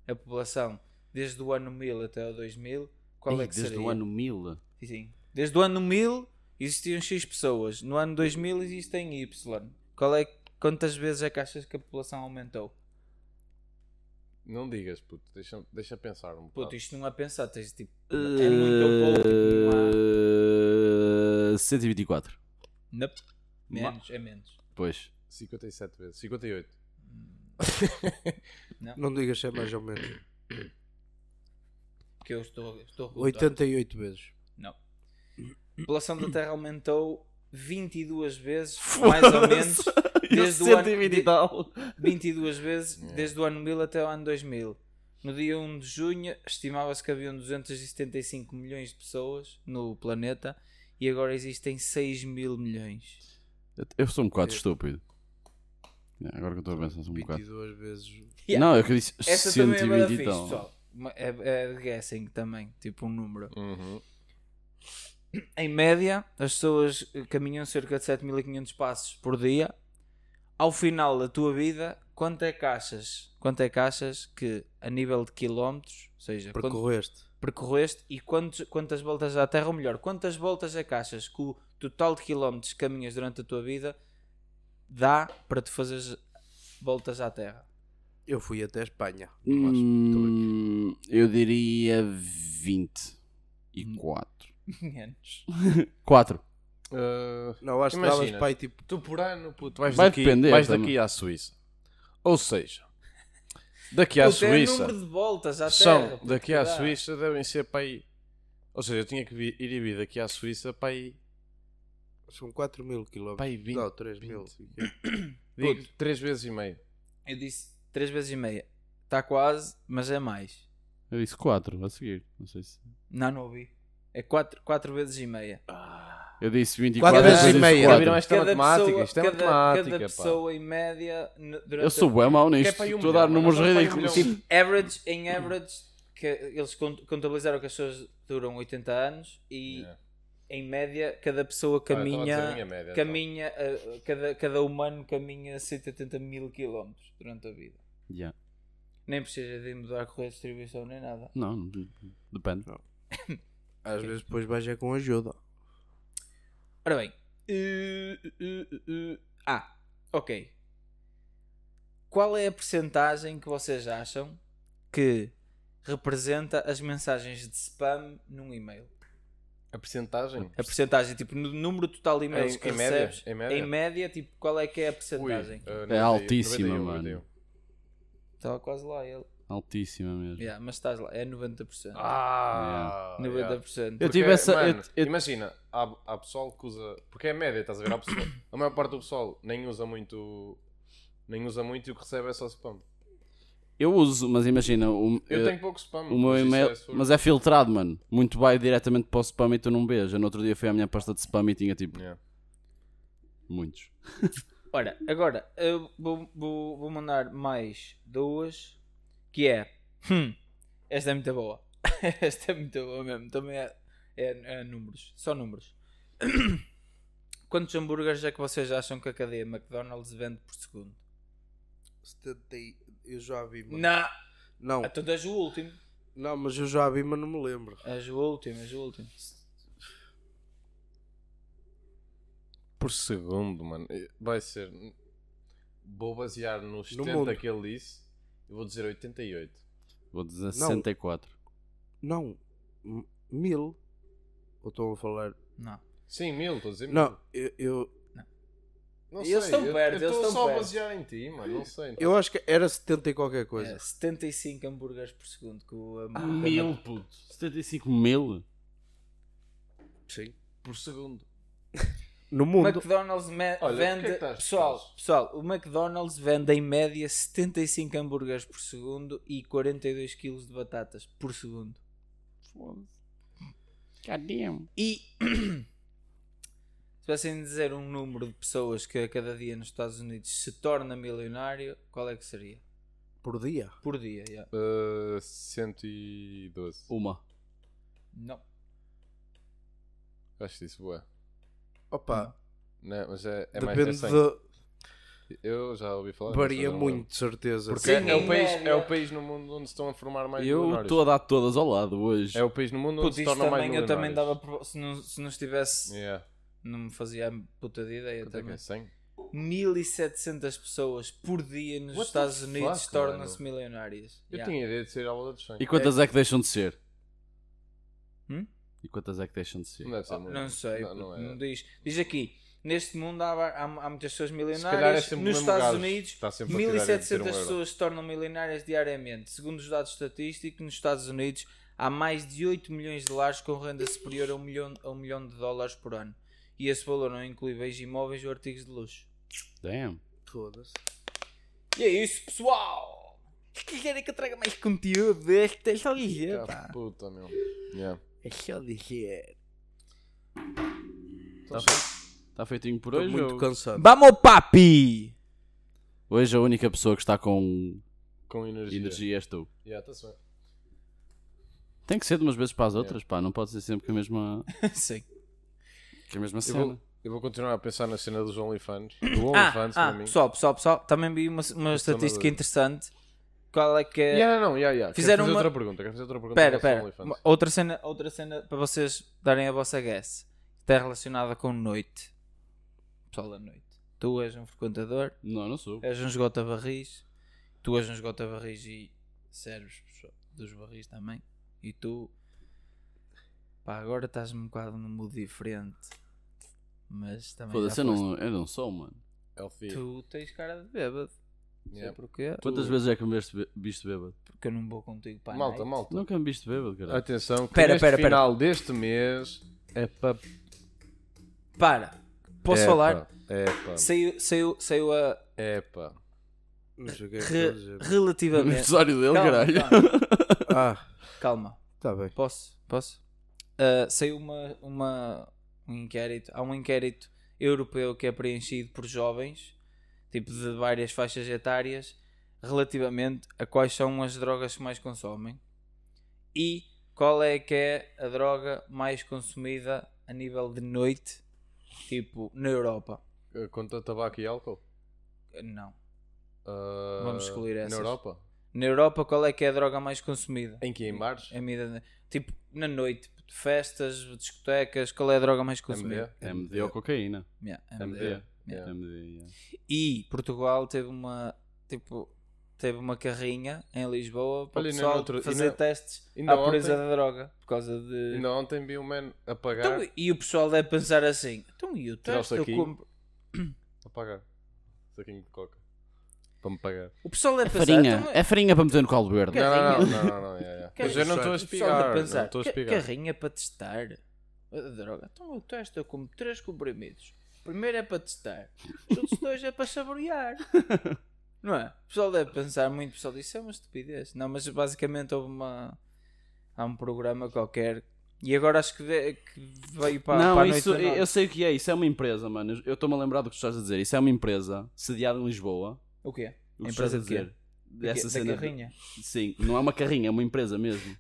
Speaker 3: a população desde o ano 1000 até o 2000, qual
Speaker 4: Ei,
Speaker 3: é que
Speaker 4: desde
Speaker 3: seria?
Speaker 4: o ano 1000.
Speaker 3: Sim. Desde o ano 1000 existiam X pessoas, no ano 2000 existem Y. Qual é, quantas vezes é que achas que a população aumentou?
Speaker 1: Não digas, puto. Deixa, deixa pensar um bocado.
Speaker 3: Puto, isto não é pensar, tens tipo. É muito ou pouco. não há-
Speaker 4: Eh, 124.
Speaker 3: Nope. Menos, é menos.
Speaker 4: Pois.
Speaker 1: 57 vezes. 58.
Speaker 2: Não digas se é mais ou menos.
Speaker 3: Que eu estou. estou a contar.
Speaker 2: 88 vezes.
Speaker 3: Não. A população da Terra aumentou 22 vezes, mais ou menos, desde o ano.
Speaker 4: 120 e tal.
Speaker 3: 22 vezes desde o ano 1000 até o ano 2000. No dia 1 de junho, estimava-se que haviam 275 milhões de pessoas no planeta e agora existem 6 mil milhões.
Speaker 4: Eu- Eu sou um bocado estúpido. É, Agora que eu estou a pensar, sou um bocado.
Speaker 2: 22 vezes.
Speaker 3: Yeah.
Speaker 4: Não, é que eu disse
Speaker 3: Essa também é
Speaker 4: 120
Speaker 3: bada
Speaker 4: e
Speaker 3: fixe,
Speaker 4: tal.
Speaker 3: pessoal. Uma- É, é de guessing também, tipo um número.
Speaker 1: Uhum.
Speaker 3: Em média, as pessoas eh, caminham cerca de 7500 passos por dia. Ao final da tua vida, quanto é que achas? Quanto é que achas que a nível de quilómetros, ou
Speaker 1: É
Speaker 3: seja, quanto-
Speaker 2: Percorreste.
Speaker 3: percorreste e quantos- quantas voltas à Terra, ou melhor, quantas voltas é que achas que o total de quilómetros que caminhas durante a tua vida dá para tu fazeres voltas à Terra?
Speaker 2: Eu fui até Espanha.
Speaker 4: Hum, eu diria
Speaker 1: Hum.
Speaker 4: 24.
Speaker 3: Menos.
Speaker 4: 4.
Speaker 1: Ah,
Speaker 2: Não, acho que
Speaker 1: Imagina.
Speaker 2: davas pai tipo.
Speaker 1: tu por ano, puto, vais,
Speaker 4: Vai
Speaker 1: daqui,
Speaker 4: depender
Speaker 1: vais
Speaker 4: também.
Speaker 1: daqui à Suíça. Ou seja, daqui à
Speaker 3: Puto, é o
Speaker 1: Suíça.
Speaker 3: número de voltas à
Speaker 1: São,
Speaker 3: Terra. puto,
Speaker 1: daqui
Speaker 3: que
Speaker 1: à
Speaker 3: dá.
Speaker 1: Suíça devem ser para aí. Ou seja, eu tinha que vi- ir e vir daqui à Suíça para aí,
Speaker 2: São 4 mil quilómetros.
Speaker 1: para aí 20.
Speaker 2: Não, 3 mil.
Speaker 1: 20. Digo, 3 vezes e meio.
Speaker 3: Eu disse 3 vezes e meia. Está quase, mas é mais.
Speaker 4: Eu disse 4, a seguir. Não sei se.
Speaker 3: Não, não ouvi. É 4 quatro, vezes e meia.
Speaker 4: Eu disse 24
Speaker 2: Quatro vezes
Speaker 4: eu disse
Speaker 2: e meia.
Speaker 1: Já
Speaker 4: quatro.
Speaker 1: viram esta matemática? Isto é
Speaker 3: cada,
Speaker 1: matemática,
Speaker 3: cada
Speaker 1: pá.
Speaker 3: pessoa em média n- durante
Speaker 4: Eu sou
Speaker 3: a
Speaker 4: bem mau
Speaker 1: Que é
Speaker 4: nisto.
Speaker 1: para aí um
Speaker 4: Estou a dar
Speaker 1: milhão,
Speaker 4: números
Speaker 1: mas não é para aí um
Speaker 4: ridículos.
Speaker 1: milhão.
Speaker 4: Tipo,
Speaker 3: average, em average, que eles cont- contabilizaram que as pessoas duram 80 anos e
Speaker 1: Yeah.
Speaker 3: em média cada
Speaker 1: É. Ah,
Speaker 3: pessoa
Speaker 1: eu estava a dizer a
Speaker 3: caminha,
Speaker 1: minha média, então.
Speaker 3: caminha ah, ah, cada, cada humano caminha 180 mil quilómetros durante a vida.
Speaker 4: yeah.
Speaker 3: Nem precisa de mudar a correia de distribuição nem nada.
Speaker 4: Não, não- depende.
Speaker 2: Às vezes depois vais é com ajuda.
Speaker 3: Ora bem. eh, eh, eh, eh, Ah, ok. Qual é a percentagem que vocês acham que representa as mensagens de spam num e-mail?
Speaker 1: A percentagem?
Speaker 3: A percentagem, tipo, no número total de e-mails
Speaker 1: Em-
Speaker 3: que
Speaker 1: em média?
Speaker 3: recebes,
Speaker 1: Em média?
Speaker 3: tipo, qual é que é a
Speaker 1: Ui,
Speaker 3: percentagem?
Speaker 1: ah, 91,
Speaker 4: É altíssima,
Speaker 1: 91,
Speaker 4: mano.
Speaker 1: 91.
Speaker 3: Estava quase lá ele.
Speaker 4: Altíssima mesmo.
Speaker 3: Yeah, mas estás lá, é 90%.
Speaker 1: Ah!
Speaker 3: 90%.
Speaker 1: yeah.
Speaker 4: Eu
Speaker 1: Porque,
Speaker 4: tive essa-
Speaker 1: mano,
Speaker 4: eu- eu-
Speaker 1: Imagina, há, há pessoal que usa. Porque é média, estás a ver? Há pessoal- a maior parte do pessoal nem usa muito. Nem usa muito e o que recebe é só spam.
Speaker 4: Eu uso, mas imagina. O,
Speaker 1: Eu
Speaker 4: eh,
Speaker 1: tenho pouco spam.
Speaker 4: o meu
Speaker 1: mas isso
Speaker 4: e-mail.
Speaker 1: é sur-
Speaker 4: Mas é filtrado, mano. Muito vai diretamente para o spam e tu não vês. Eu no outro dia fui à minha pasta de spam e tinha tipo
Speaker 1: Yeah.
Speaker 4: muitos.
Speaker 3: Ora, agora eu vou, vou- vou mandar mais duas. Que é. Hum, esta é muito boa. esta é muito boa mesmo. Também é, é- é números. Só números. Quantos hambúrgueres é que vocês acham que a cadeia McDonald's vende por segundo?
Speaker 2: 70 e- Eu já vi, mas...
Speaker 3: Não!
Speaker 2: Não,
Speaker 3: Ah, tu és o último.
Speaker 2: não, mas eu já vi, mas não me lembro.
Speaker 3: És o último, és o último.
Speaker 1: Por segundo, mano. Vai ser. Vou basear nos
Speaker 2: No
Speaker 1: 70
Speaker 2: mundo.
Speaker 1: que ele disse. Eu vou dizer 88.
Speaker 4: Vou dizer
Speaker 2: Não.
Speaker 4: 64.
Speaker 2: Não, M- mil. Ou estou a falar...
Speaker 3: Não.
Speaker 1: Sim, mil, estou a dizer mil.
Speaker 2: Não, eu, eu,
Speaker 1: Não
Speaker 3: Eles
Speaker 1: sei.
Speaker 3: estão
Speaker 1: eu-
Speaker 3: perto,
Speaker 1: Eu
Speaker 3: eles
Speaker 1: estou
Speaker 3: estão
Speaker 1: só a
Speaker 3: perto.
Speaker 1: basear em ti, mano. Não sei.
Speaker 2: eu acho que era 70 e qualquer
Speaker 3: É, Ah,
Speaker 2: coisa.
Speaker 3: 75 hambúrgueres por segundo. Que o hambúrguer
Speaker 4: Mil, puto. 75 mil?
Speaker 2: Sim.
Speaker 1: Por segundo.
Speaker 2: No
Speaker 3: O
Speaker 2: mundo...
Speaker 3: McDonald's me-
Speaker 1: Olha,
Speaker 3: vende.
Speaker 1: porque é que estás
Speaker 3: pessoal,
Speaker 1: preso?
Speaker 3: pessoal, o McDonald's vende em média 75 hambúrgueres por segundo e 42 kg de batatas por segundo.
Speaker 4: Foda-se. God damn.
Speaker 3: E se tivessem de dizer um número de pessoas que a cada dia nos Estados Unidos se torna milionário, qual é que seria?
Speaker 2: Por dia.
Speaker 3: Por dia, yeah.
Speaker 1: Uh, 112.
Speaker 4: Uma.
Speaker 3: Não.
Speaker 1: Acho que disse boa.
Speaker 2: Opa,
Speaker 1: Não, mas é, é mais é
Speaker 2: depende
Speaker 1: 100.
Speaker 2: de.
Speaker 1: Eu já ouvi falar. mas eu
Speaker 2: Varia
Speaker 1: não lembro.
Speaker 2: muito, de certeza.
Speaker 1: um Porque
Speaker 3: Sim,
Speaker 1: é,
Speaker 2: um-
Speaker 3: em
Speaker 1: o país,
Speaker 3: média.
Speaker 1: é o país no mundo onde se estão a formar mais
Speaker 4: Eu
Speaker 1: milionários.
Speaker 4: estou a dar todas ao lado hoje.
Speaker 1: É o país no mundo onde
Speaker 3: Puto,
Speaker 1: se
Speaker 3: isto
Speaker 1: torna mais
Speaker 3: também, eu
Speaker 1: milionários.
Speaker 3: também dava. por- Se não, se não estivesse.
Speaker 1: Yeah.
Speaker 3: Não me fazia a puta de ideia
Speaker 1: Quanto é que
Speaker 3: também.
Speaker 1: é? 100?
Speaker 3: 1700 pessoas por dia nos
Speaker 1: What the
Speaker 3: Estados
Speaker 1: fuck,
Speaker 3: Unidos
Speaker 1: mano?
Speaker 3: tornam-se milionárias.
Speaker 1: Eu
Speaker 3: Yeah.
Speaker 1: tinha a ideia de ser ao lado dos 100.
Speaker 4: E quantas é que deixam de ser?
Speaker 3: Hum?
Speaker 4: E quantas é que deixam de ser?
Speaker 1: Não deve ser muito.
Speaker 3: Ah, Oh, Não sei,
Speaker 1: Não,
Speaker 3: puto,
Speaker 1: não
Speaker 3: não,
Speaker 1: é.
Speaker 3: diz. Diz aqui, neste mundo há, há, há muitas pessoas
Speaker 1: calhar é
Speaker 3: milionárias.
Speaker 1: sempre o
Speaker 3: Nos
Speaker 1: mesmo
Speaker 3: Estados
Speaker 1: gajo.
Speaker 3: Unidos,
Speaker 1: Está sempre a tirar e a meter
Speaker 3: 1700
Speaker 1: um euro.
Speaker 3: pessoas se tornam milionárias diariamente. Segundo os dados estatísticos, nos Estados Unidos há mais de 8 milhões de lares com renda superior a 1 milhão, a um milhão de dólares por ano. E esse valor não inclui bens imóveis ou artigos de luxo.
Speaker 4: Damn.
Speaker 2: Foda-se.
Speaker 3: E é isso, pessoal! Que querem que eu traga mais conteúdo deste? É só dizer,
Speaker 1: Ah,
Speaker 3: pá.
Speaker 1: puta, meu. Tá Yeah.
Speaker 2: É só dizer.
Speaker 4: Está Tá feitinho por
Speaker 2: Estou
Speaker 4: hoje.
Speaker 2: muito
Speaker 4: ou-
Speaker 2: cansado.
Speaker 3: Vamos ao papi!
Speaker 4: Hoje a única pessoa que está com
Speaker 1: Com energia.
Speaker 4: energia és tu.
Speaker 1: Yeah, tá-se bem.
Speaker 4: Tem que ser de umas vezes para as outras, pá. Não pode ser sempre com a mesma,
Speaker 3: Sim.
Speaker 4: com a mesma
Speaker 1: Eu
Speaker 4: cena.
Speaker 1: vou, eu vou continuar a pensar na cena dos OnlyFans. Do
Speaker 3: Ah,
Speaker 1: OnlyFans
Speaker 3: ah,
Speaker 1: para mim.
Speaker 3: pessoal, pessoal, pessoal, também vi uma, uma estatística
Speaker 1: dúvida.
Speaker 3: interessante. Qual é que é.
Speaker 1: Yeah, não, não, yeah, yeah. Quero
Speaker 3: Fizeram
Speaker 1: fazer
Speaker 3: uma-
Speaker 1: outra pergunta. Quero fazer outra pergunta.
Speaker 3: Espera,
Speaker 1: em relação ao
Speaker 3: espera.
Speaker 1: OnlyFans.
Speaker 3: Outra cena, outra cena para vocês darem a vossa guess. Está relacionada com noite. Pessoal da noite. Tu és um frequentador,
Speaker 4: Não, não sou.
Speaker 3: és um esgota-barris. Tu és um esgota-barris e serves pessoal, dos barris também. E tu. Pá, agora estás-me um bocado num mood diferente. Mas também.
Speaker 4: Foda-se,
Speaker 3: já
Speaker 4: eu
Speaker 3: foste.
Speaker 4: não, eu não sou, mano.
Speaker 1: Healthy.
Speaker 3: Tu tens cara de bêbado. Não sei
Speaker 1: Yeah.
Speaker 3: porquê.
Speaker 4: Quantas vezes é que me veste bê- viste bêbado?
Speaker 3: Porque eu não vou contigo para a
Speaker 1: Malta,
Speaker 3: night.
Speaker 1: malta.
Speaker 4: Nunca me viste bêbado, cara.
Speaker 1: Atenção, que
Speaker 3: Pera,
Speaker 1: neste
Speaker 3: pera, pera.
Speaker 1: final deste mês é para.
Speaker 3: Para. Posso falar?
Speaker 1: É pá.
Speaker 3: Saiu, saiu, saiu a
Speaker 1: É pá.
Speaker 2: Não sei o que é que
Speaker 3: re-
Speaker 2: vou dizer.
Speaker 4: No
Speaker 3: relativamente.
Speaker 4: aniversário dele, caralho.
Speaker 3: Ah,
Speaker 2: Ah,
Speaker 3: calma, calma.
Speaker 2: tá bem.
Speaker 3: Posso? Posso? Ah, saiu uma, uma, um inquérito. Há um inquérito europeu que é preenchido por jovens, tipo de várias faixas etárias, relativamente a quais são as drogas que mais consomem e qual é que é a droga mais consumida a nível de noite, tipo na Europa.
Speaker 1: Conta Eh, tabaco e álcool?
Speaker 3: Não.
Speaker 1: Ah,
Speaker 3: Vamos excluir essas.
Speaker 1: Na Europa?
Speaker 3: Na Europa, qual é que é a droga mais consumida?
Speaker 1: Em que? Em bares?
Speaker 3: A medida- tipo, na noite, festas, discotecas, qual é a droga mais consumida?
Speaker 1: MD?
Speaker 4: MD ou É cocaína. É
Speaker 3: Yeah,
Speaker 1: MD.
Speaker 3: MD.
Speaker 1: Yeah.
Speaker 4: MD, yeah.
Speaker 3: E Portugal teve uma, tipo, teve uma carrinha em Lisboa para
Speaker 1: Olha,
Speaker 3: o
Speaker 1: ainda
Speaker 3: pessoal
Speaker 1: no outro-
Speaker 3: fazer
Speaker 1: ainda-
Speaker 3: testes
Speaker 1: ainda
Speaker 3: à pureza
Speaker 1: ontem-
Speaker 3: da droga por causa de.
Speaker 1: Ainda ontem vi um man a pagar.
Speaker 3: Então, e o pessoal deve pensar assim: então e o
Speaker 1: Tirar o
Speaker 3: teste? Eu
Speaker 1: saquinho.
Speaker 3: compro-
Speaker 1: A pagar. Saquinho de coca. Para me pagar.
Speaker 3: O pessoal deve pensar:
Speaker 4: Farinha.
Speaker 3: então, é
Speaker 4: É farinha para meter no colo verde.
Speaker 3: Não.
Speaker 1: Não, não, não, não, não, é, é.
Speaker 3: Quer
Speaker 1: Mas eu
Speaker 3: dizer,
Speaker 1: não estou a
Speaker 3: o pessoal deve
Speaker 1: espigar.
Speaker 3: pensar,
Speaker 1: Não estou a
Speaker 3: "Ca-
Speaker 1: espigar.
Speaker 3: Carrinha para testar a droga. Então eu testo, eu como três comprimidos. O primeiro é para testar, os outros dois é para saborear. Não é? O pessoal deve pensar muito, o pessoal diz, isso é uma estupidez. Não, mas basicamente houve uma. Há um programa qualquer. E agora acho que, ve- que veio para,
Speaker 4: não,
Speaker 3: para a noite
Speaker 4: isso,
Speaker 3: da
Speaker 4: eu,
Speaker 3: noite.
Speaker 4: eu sei o que é. Isso é uma empresa, mano. Eu estou-me a lembrar do que tu estás a dizer. Isso é uma empresa sediada em Lisboa.
Speaker 3: O quê?
Speaker 4: O que tu estás
Speaker 3: Empresa
Speaker 4: a
Speaker 3: de quê?
Speaker 4: dizer?
Speaker 3: Da-
Speaker 4: Dessa
Speaker 3: da
Speaker 4: cena. de-
Speaker 3: carrinha.
Speaker 4: Sim, não é uma carrinha, é uma empresa mesmo.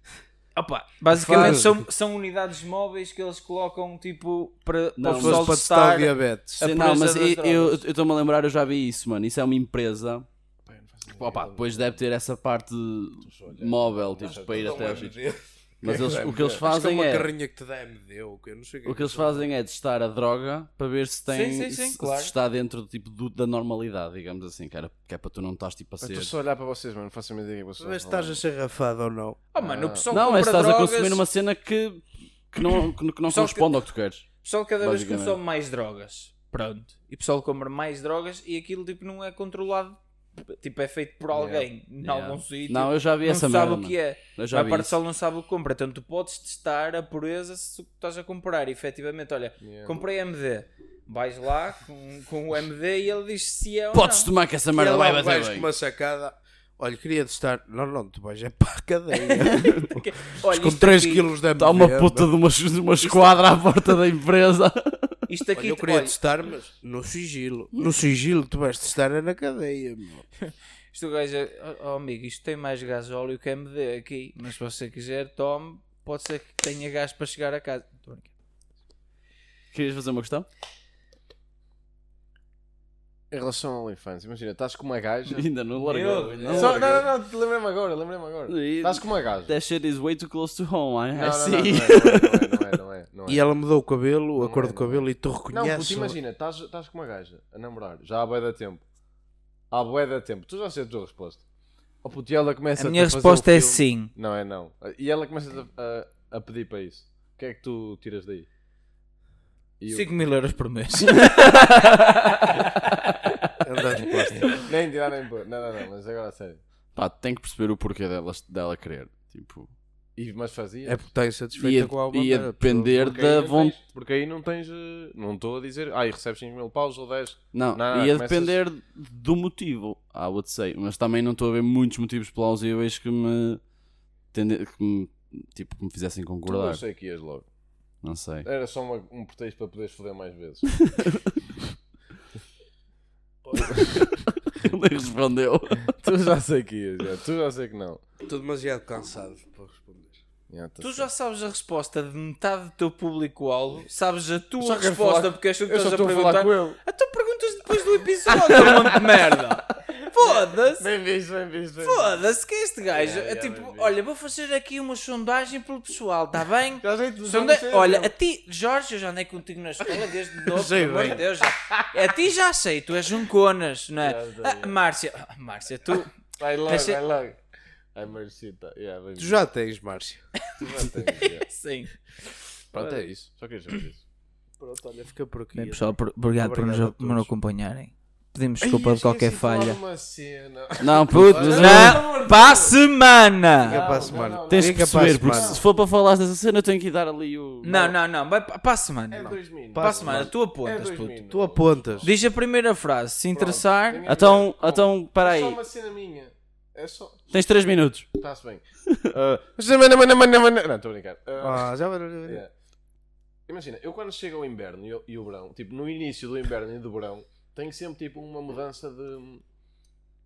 Speaker 3: Opa, basicamente
Speaker 2: Faz.
Speaker 3: são, são unidades móveis que eles colocam tipo para, para
Speaker 4: Não,
Speaker 3: o
Speaker 2: Se
Speaker 4: mas
Speaker 3: pessoal
Speaker 2: fosse para testar
Speaker 3: testar.
Speaker 2: o diabetes.
Speaker 3: A
Speaker 4: Sim, não, mas
Speaker 3: presa das
Speaker 4: eu- eu
Speaker 3: drogas.
Speaker 4: eu estou-me a lembrar, eu já vi isso, mano. Isso é uma empresa.
Speaker 1: Pai, não faço ideia.
Speaker 4: Opa, depois deve ter essa parte
Speaker 1: olhar.
Speaker 4: móvel, tipo, para ir até aos sítios. Mas eles- o que eles
Speaker 2: Acho que é
Speaker 4: fazem
Speaker 2: uma
Speaker 4: é.
Speaker 2: carrinha que te dá MD ou o que eu não sei
Speaker 4: O que eles fazem é testar a droga para ver se tem
Speaker 3: Sim, sim, sim,
Speaker 4: se,
Speaker 3: claro.
Speaker 4: se está dentro do tipo do- da normalidade, digamos assim, cara, que é para tu não estás tipo a
Speaker 1: Eu
Speaker 4: ser.
Speaker 1: Estou só a olhar para vocês, mano. Não faço a ideia que
Speaker 2: Vê
Speaker 1: vocês.
Speaker 2: se estás a ser rafado ou não.
Speaker 3: Oh, mano, o pessoal
Speaker 4: Não, é se
Speaker 3: compra
Speaker 4: estás a
Speaker 3: drogas,
Speaker 4: consumir uma cena que, que não, que, que não
Speaker 3: Só que-
Speaker 4: corresponde ao que tu queres.
Speaker 3: O pessoal cada vez
Speaker 4: Basicamente.
Speaker 3: consome mais drogas. Pronto. E o pessoal compra mais drogas e aquilo tipo não é controlado. Tipo, é feito por alguém em
Speaker 4: Yeah.
Speaker 3: algum sítio.
Speaker 4: Não, eu já vi
Speaker 3: Não
Speaker 4: essa
Speaker 3: se
Speaker 4: merda.
Speaker 3: sabe o
Speaker 4: mano.
Speaker 3: que é.
Speaker 4: Eu
Speaker 3: a
Speaker 4: já vi
Speaker 3: parte do
Speaker 4: isso.
Speaker 3: pessoal não sabe o que compra. Portanto, tu podes testar a pureza se tu estás a comprar. Efetivamente, olha,
Speaker 1: Yeah.
Speaker 3: comprei MD. Vais lá com, com o MD e ele diz se é ou
Speaker 4: Podes
Speaker 3: não.
Speaker 4: tomar que essa
Speaker 2: E é lá
Speaker 4: merda vai
Speaker 2: o gajo
Speaker 4: bater
Speaker 2: com
Speaker 4: bem.
Speaker 2: uma sacada. Olha, queria testar. Não, não, tu vais é para a cadeia.
Speaker 3: Olha,
Speaker 2: com
Speaker 3: isto
Speaker 2: 3
Speaker 3: aqui-
Speaker 2: quilos tá de
Speaker 4: Está uma
Speaker 2: MDMA.
Speaker 4: puta de uma, de uma esquadra à porta da empresa.
Speaker 3: Isto
Speaker 2: Olha,
Speaker 3: aqui,
Speaker 2: eu queria
Speaker 3: olha,
Speaker 2: testar, mas no sigilo. No sigilo, tu vais testar é na cadeia, meu.
Speaker 3: isto o gajo, é- oh, amigo, isto tem mais gás óleo que MD aqui, mas se você quiser, tome, pode ser que tenha gás para chegar a casa. Tô a brincar.
Speaker 4: Querias fazer uma questão?
Speaker 1: Em relação ao infância, imagina, estás com uma gaja.
Speaker 4: Ainda não
Speaker 3: Eu-
Speaker 4: largou. ainda não É,
Speaker 1: Só- não,
Speaker 4: largou.
Speaker 1: não, não, lembrei-me agora, lembrei-me agora.
Speaker 4: E-
Speaker 1: Estás com uma gaja.
Speaker 4: That shit is way too close to home. Assim. I,
Speaker 1: Não,
Speaker 4: I
Speaker 1: não, não,
Speaker 4: see.
Speaker 1: não é, não é, não é, não é, não é.
Speaker 2: E ela mudou o cabelo, a
Speaker 1: Não
Speaker 2: cor
Speaker 1: é,
Speaker 2: do
Speaker 1: não é.
Speaker 2: cabelo, e tu
Speaker 1: Não,
Speaker 2: reconheces.
Speaker 1: puto, imagina, estás, estás com uma gaja a namorar, já há bué da tempo. Há bué da tempo. Tu já sei a tua resposta. Oh, puto, e ela começa
Speaker 3: A minha
Speaker 1: te fazer
Speaker 3: resposta
Speaker 1: um
Speaker 3: é
Speaker 1: filme.
Speaker 3: sim.
Speaker 1: Não, é não. E ela começa a, a, a pedir para isso. O que é que tu tiras daí? E eu-
Speaker 3: 5 mil euros por mês.
Speaker 2: Andaste com esta.
Speaker 1: Nem tirar nem pôr. Não, não, não, mas agora a sério.
Speaker 4: Pá, tem que perceber o porquê dela, dela querer. Tipo,
Speaker 1: E, mas fazia.
Speaker 2: É porque está insatisfeita
Speaker 4: Ia-
Speaker 2: com a
Speaker 4: ia
Speaker 2: bandeira,
Speaker 4: depender-
Speaker 1: porque,
Speaker 4: da
Speaker 1: aí não tens,
Speaker 4: von-
Speaker 1: porque aí não tens. eh, Não estou a dizer. Ah, e recebes 5 mil paus ou 10.
Speaker 4: não,
Speaker 1: Não,
Speaker 4: ia
Speaker 1: começas-
Speaker 4: depender do motivo, I would say. Mas também não estou a ver muitos motivos plausíveis que me, tende- que me, tipo, que me fizessem
Speaker 1: Tu não
Speaker 4: concordar.
Speaker 1: sei que ias logo.
Speaker 4: Não sei.
Speaker 1: Era só uma- um pretexto para poderes foder mais vezes.
Speaker 4: Ele respondeu.
Speaker 1: tu já sei que ias, já. tu já sei que não.
Speaker 2: Estou demasiado cansado para responder.
Speaker 1: Já, tá
Speaker 3: Tu
Speaker 1: certo.
Speaker 3: já sabes a resposta de metade do teu público-alvo, sabes a
Speaker 1: Eu
Speaker 3: tua
Speaker 1: só quero
Speaker 3: resposta
Speaker 1: falar-
Speaker 3: porque és tu que
Speaker 1: eu só
Speaker 3: estás a
Speaker 1: estou a falar
Speaker 3: perguntar.
Speaker 1: com ele.
Speaker 3: Ah, tu perguntas depois do episódio, um monte de merda. Foda-se.
Speaker 1: Bem visto, bem visto. bem visto.
Speaker 3: Foda-se que este gajo
Speaker 1: Yeah, yeah,
Speaker 3: é tipo,
Speaker 1: bem visto.
Speaker 3: olha, vou fazer aqui uma sondagem pelo pessoal, está bem?
Speaker 1: Já sei que tu
Speaker 3: Sonda-
Speaker 1: sei,
Speaker 3: é-
Speaker 1: é
Speaker 3: Olha,
Speaker 1: meu.
Speaker 3: a ti, Jorge, eu já andei contigo na escola desde novo,
Speaker 2: Sei
Speaker 3: pelo amor
Speaker 2: bem.
Speaker 3: de Deus. A ti já sei, tu és um conas, não é?
Speaker 1: Já sei,
Speaker 3: Ah, Márcia, ah, Márcia, tu,
Speaker 1: vai É logo,
Speaker 3: Deixa-
Speaker 1: vai logo. Ai, Marcita. Yeah, bem
Speaker 2: Tu
Speaker 1: visto.
Speaker 2: já tens, Márcia.
Speaker 1: Tu já tens, yeah.
Speaker 3: sim.
Speaker 1: Pronto, é isso. Só queres dizer isso.
Speaker 2: Pronto, olha, fica por aqui.
Speaker 3: Bem, É, pessoal, por- obrigado, por nos,
Speaker 2: Obrigado a
Speaker 3: por nos
Speaker 2: todos.
Speaker 3: acompanharem. Pedimos desculpa de qualquer falha.
Speaker 4: Não, puto, mas eu não-
Speaker 3: Na, para a semana!
Speaker 2: Fica para a semana.
Speaker 4: tens que
Speaker 2: Fica para a
Speaker 4: perceber, porque
Speaker 2: semana.
Speaker 4: se for para falar dessa cena, eu tenho que dar ali o.
Speaker 3: Não, não, não, vai para para a semana.
Speaker 1: É
Speaker 3: não.
Speaker 1: dois minutos. É
Speaker 3: Para a semana, tu apontas,
Speaker 1: dois
Speaker 3: puto.
Speaker 1: minutos.
Speaker 2: Tu apontas.
Speaker 3: Diz a primeira frase, se interessar.
Speaker 1: Ninguém
Speaker 4: Então,
Speaker 1: vê.
Speaker 4: então, para
Speaker 1: É
Speaker 4: aí.
Speaker 1: só uma cena minha. É só.
Speaker 4: Tens 3 minutos.
Speaker 1: Está-se bem. Ah, mas mana, mana, mana, mana- Não, estou a brincar. Ah,
Speaker 2: Ah, já
Speaker 1: yeah. Imagina, eu quando chega o inverno e, o- e o verão, tipo, no início do inverno e do verão, tenho sempre tipo uma mudança de,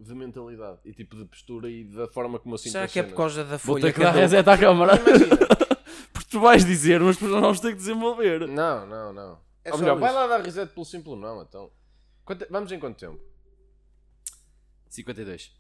Speaker 1: de mentalidade e tipo de postura e da forma como eu sinto
Speaker 3: Será
Speaker 1: as
Speaker 3: que é por
Speaker 1: cenas.
Speaker 3: causa da
Speaker 4: Vou
Speaker 3: folha
Speaker 4: ter que
Speaker 3: que
Speaker 4: dar
Speaker 3: andou-
Speaker 4: reset à câmara.
Speaker 1: Imagina.
Speaker 4: Porque tu vais dizer, mas depois nós vamos ter que desenvolver.
Speaker 1: Não, não, não.
Speaker 2: É
Speaker 1: Ou
Speaker 2: só
Speaker 1: melhor,
Speaker 2: isso.
Speaker 1: vai lá dar reset pelo simples não, então. Quanto- vamos em quanto tempo?
Speaker 4: 52.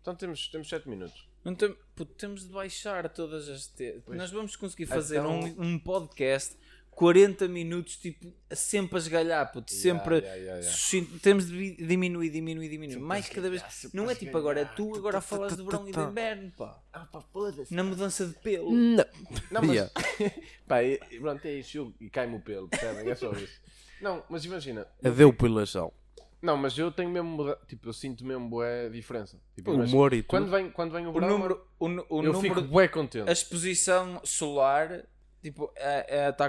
Speaker 1: Então temos, temos 7 minutos.
Speaker 3: Não tem- puto, temos de baixar todas as. Te... Nós vamos conseguir fazer
Speaker 1: Então-
Speaker 3: um, um podcast 40 minutos, tipo, sempre a esgalhar, puto, sempre.
Speaker 1: yeah, yeah, yeah.
Speaker 3: sucinto. Temos de vi- diminuir, diminuir, diminuir. Mais cada vez. Não é tipo agora, é tu agora a falas do verão e do inverno, pá.
Speaker 1: Ah, pá, foda-se.
Speaker 3: Na mudança de pelo.
Speaker 1: Não, mas.
Speaker 2: Yeah.
Speaker 1: Pá, e, e pronto, é isso. eu- E cai-me o pelo, percebem? É só isso. Não, mas imagina.
Speaker 2: Adeu pilação.
Speaker 1: Não, mas eu tenho mesmo. muda- Tipo, eu sinto mesmo bué diferença. Tipo,
Speaker 2: O
Speaker 1: imagina,
Speaker 2: humor e
Speaker 1: quando
Speaker 2: tudo.
Speaker 1: vem, quando vem o
Speaker 3: O
Speaker 1: verão,
Speaker 3: número. O, nu- o
Speaker 1: eu
Speaker 3: número
Speaker 1: fico bué contente.
Speaker 3: a exposição solar tipo, é, é, tá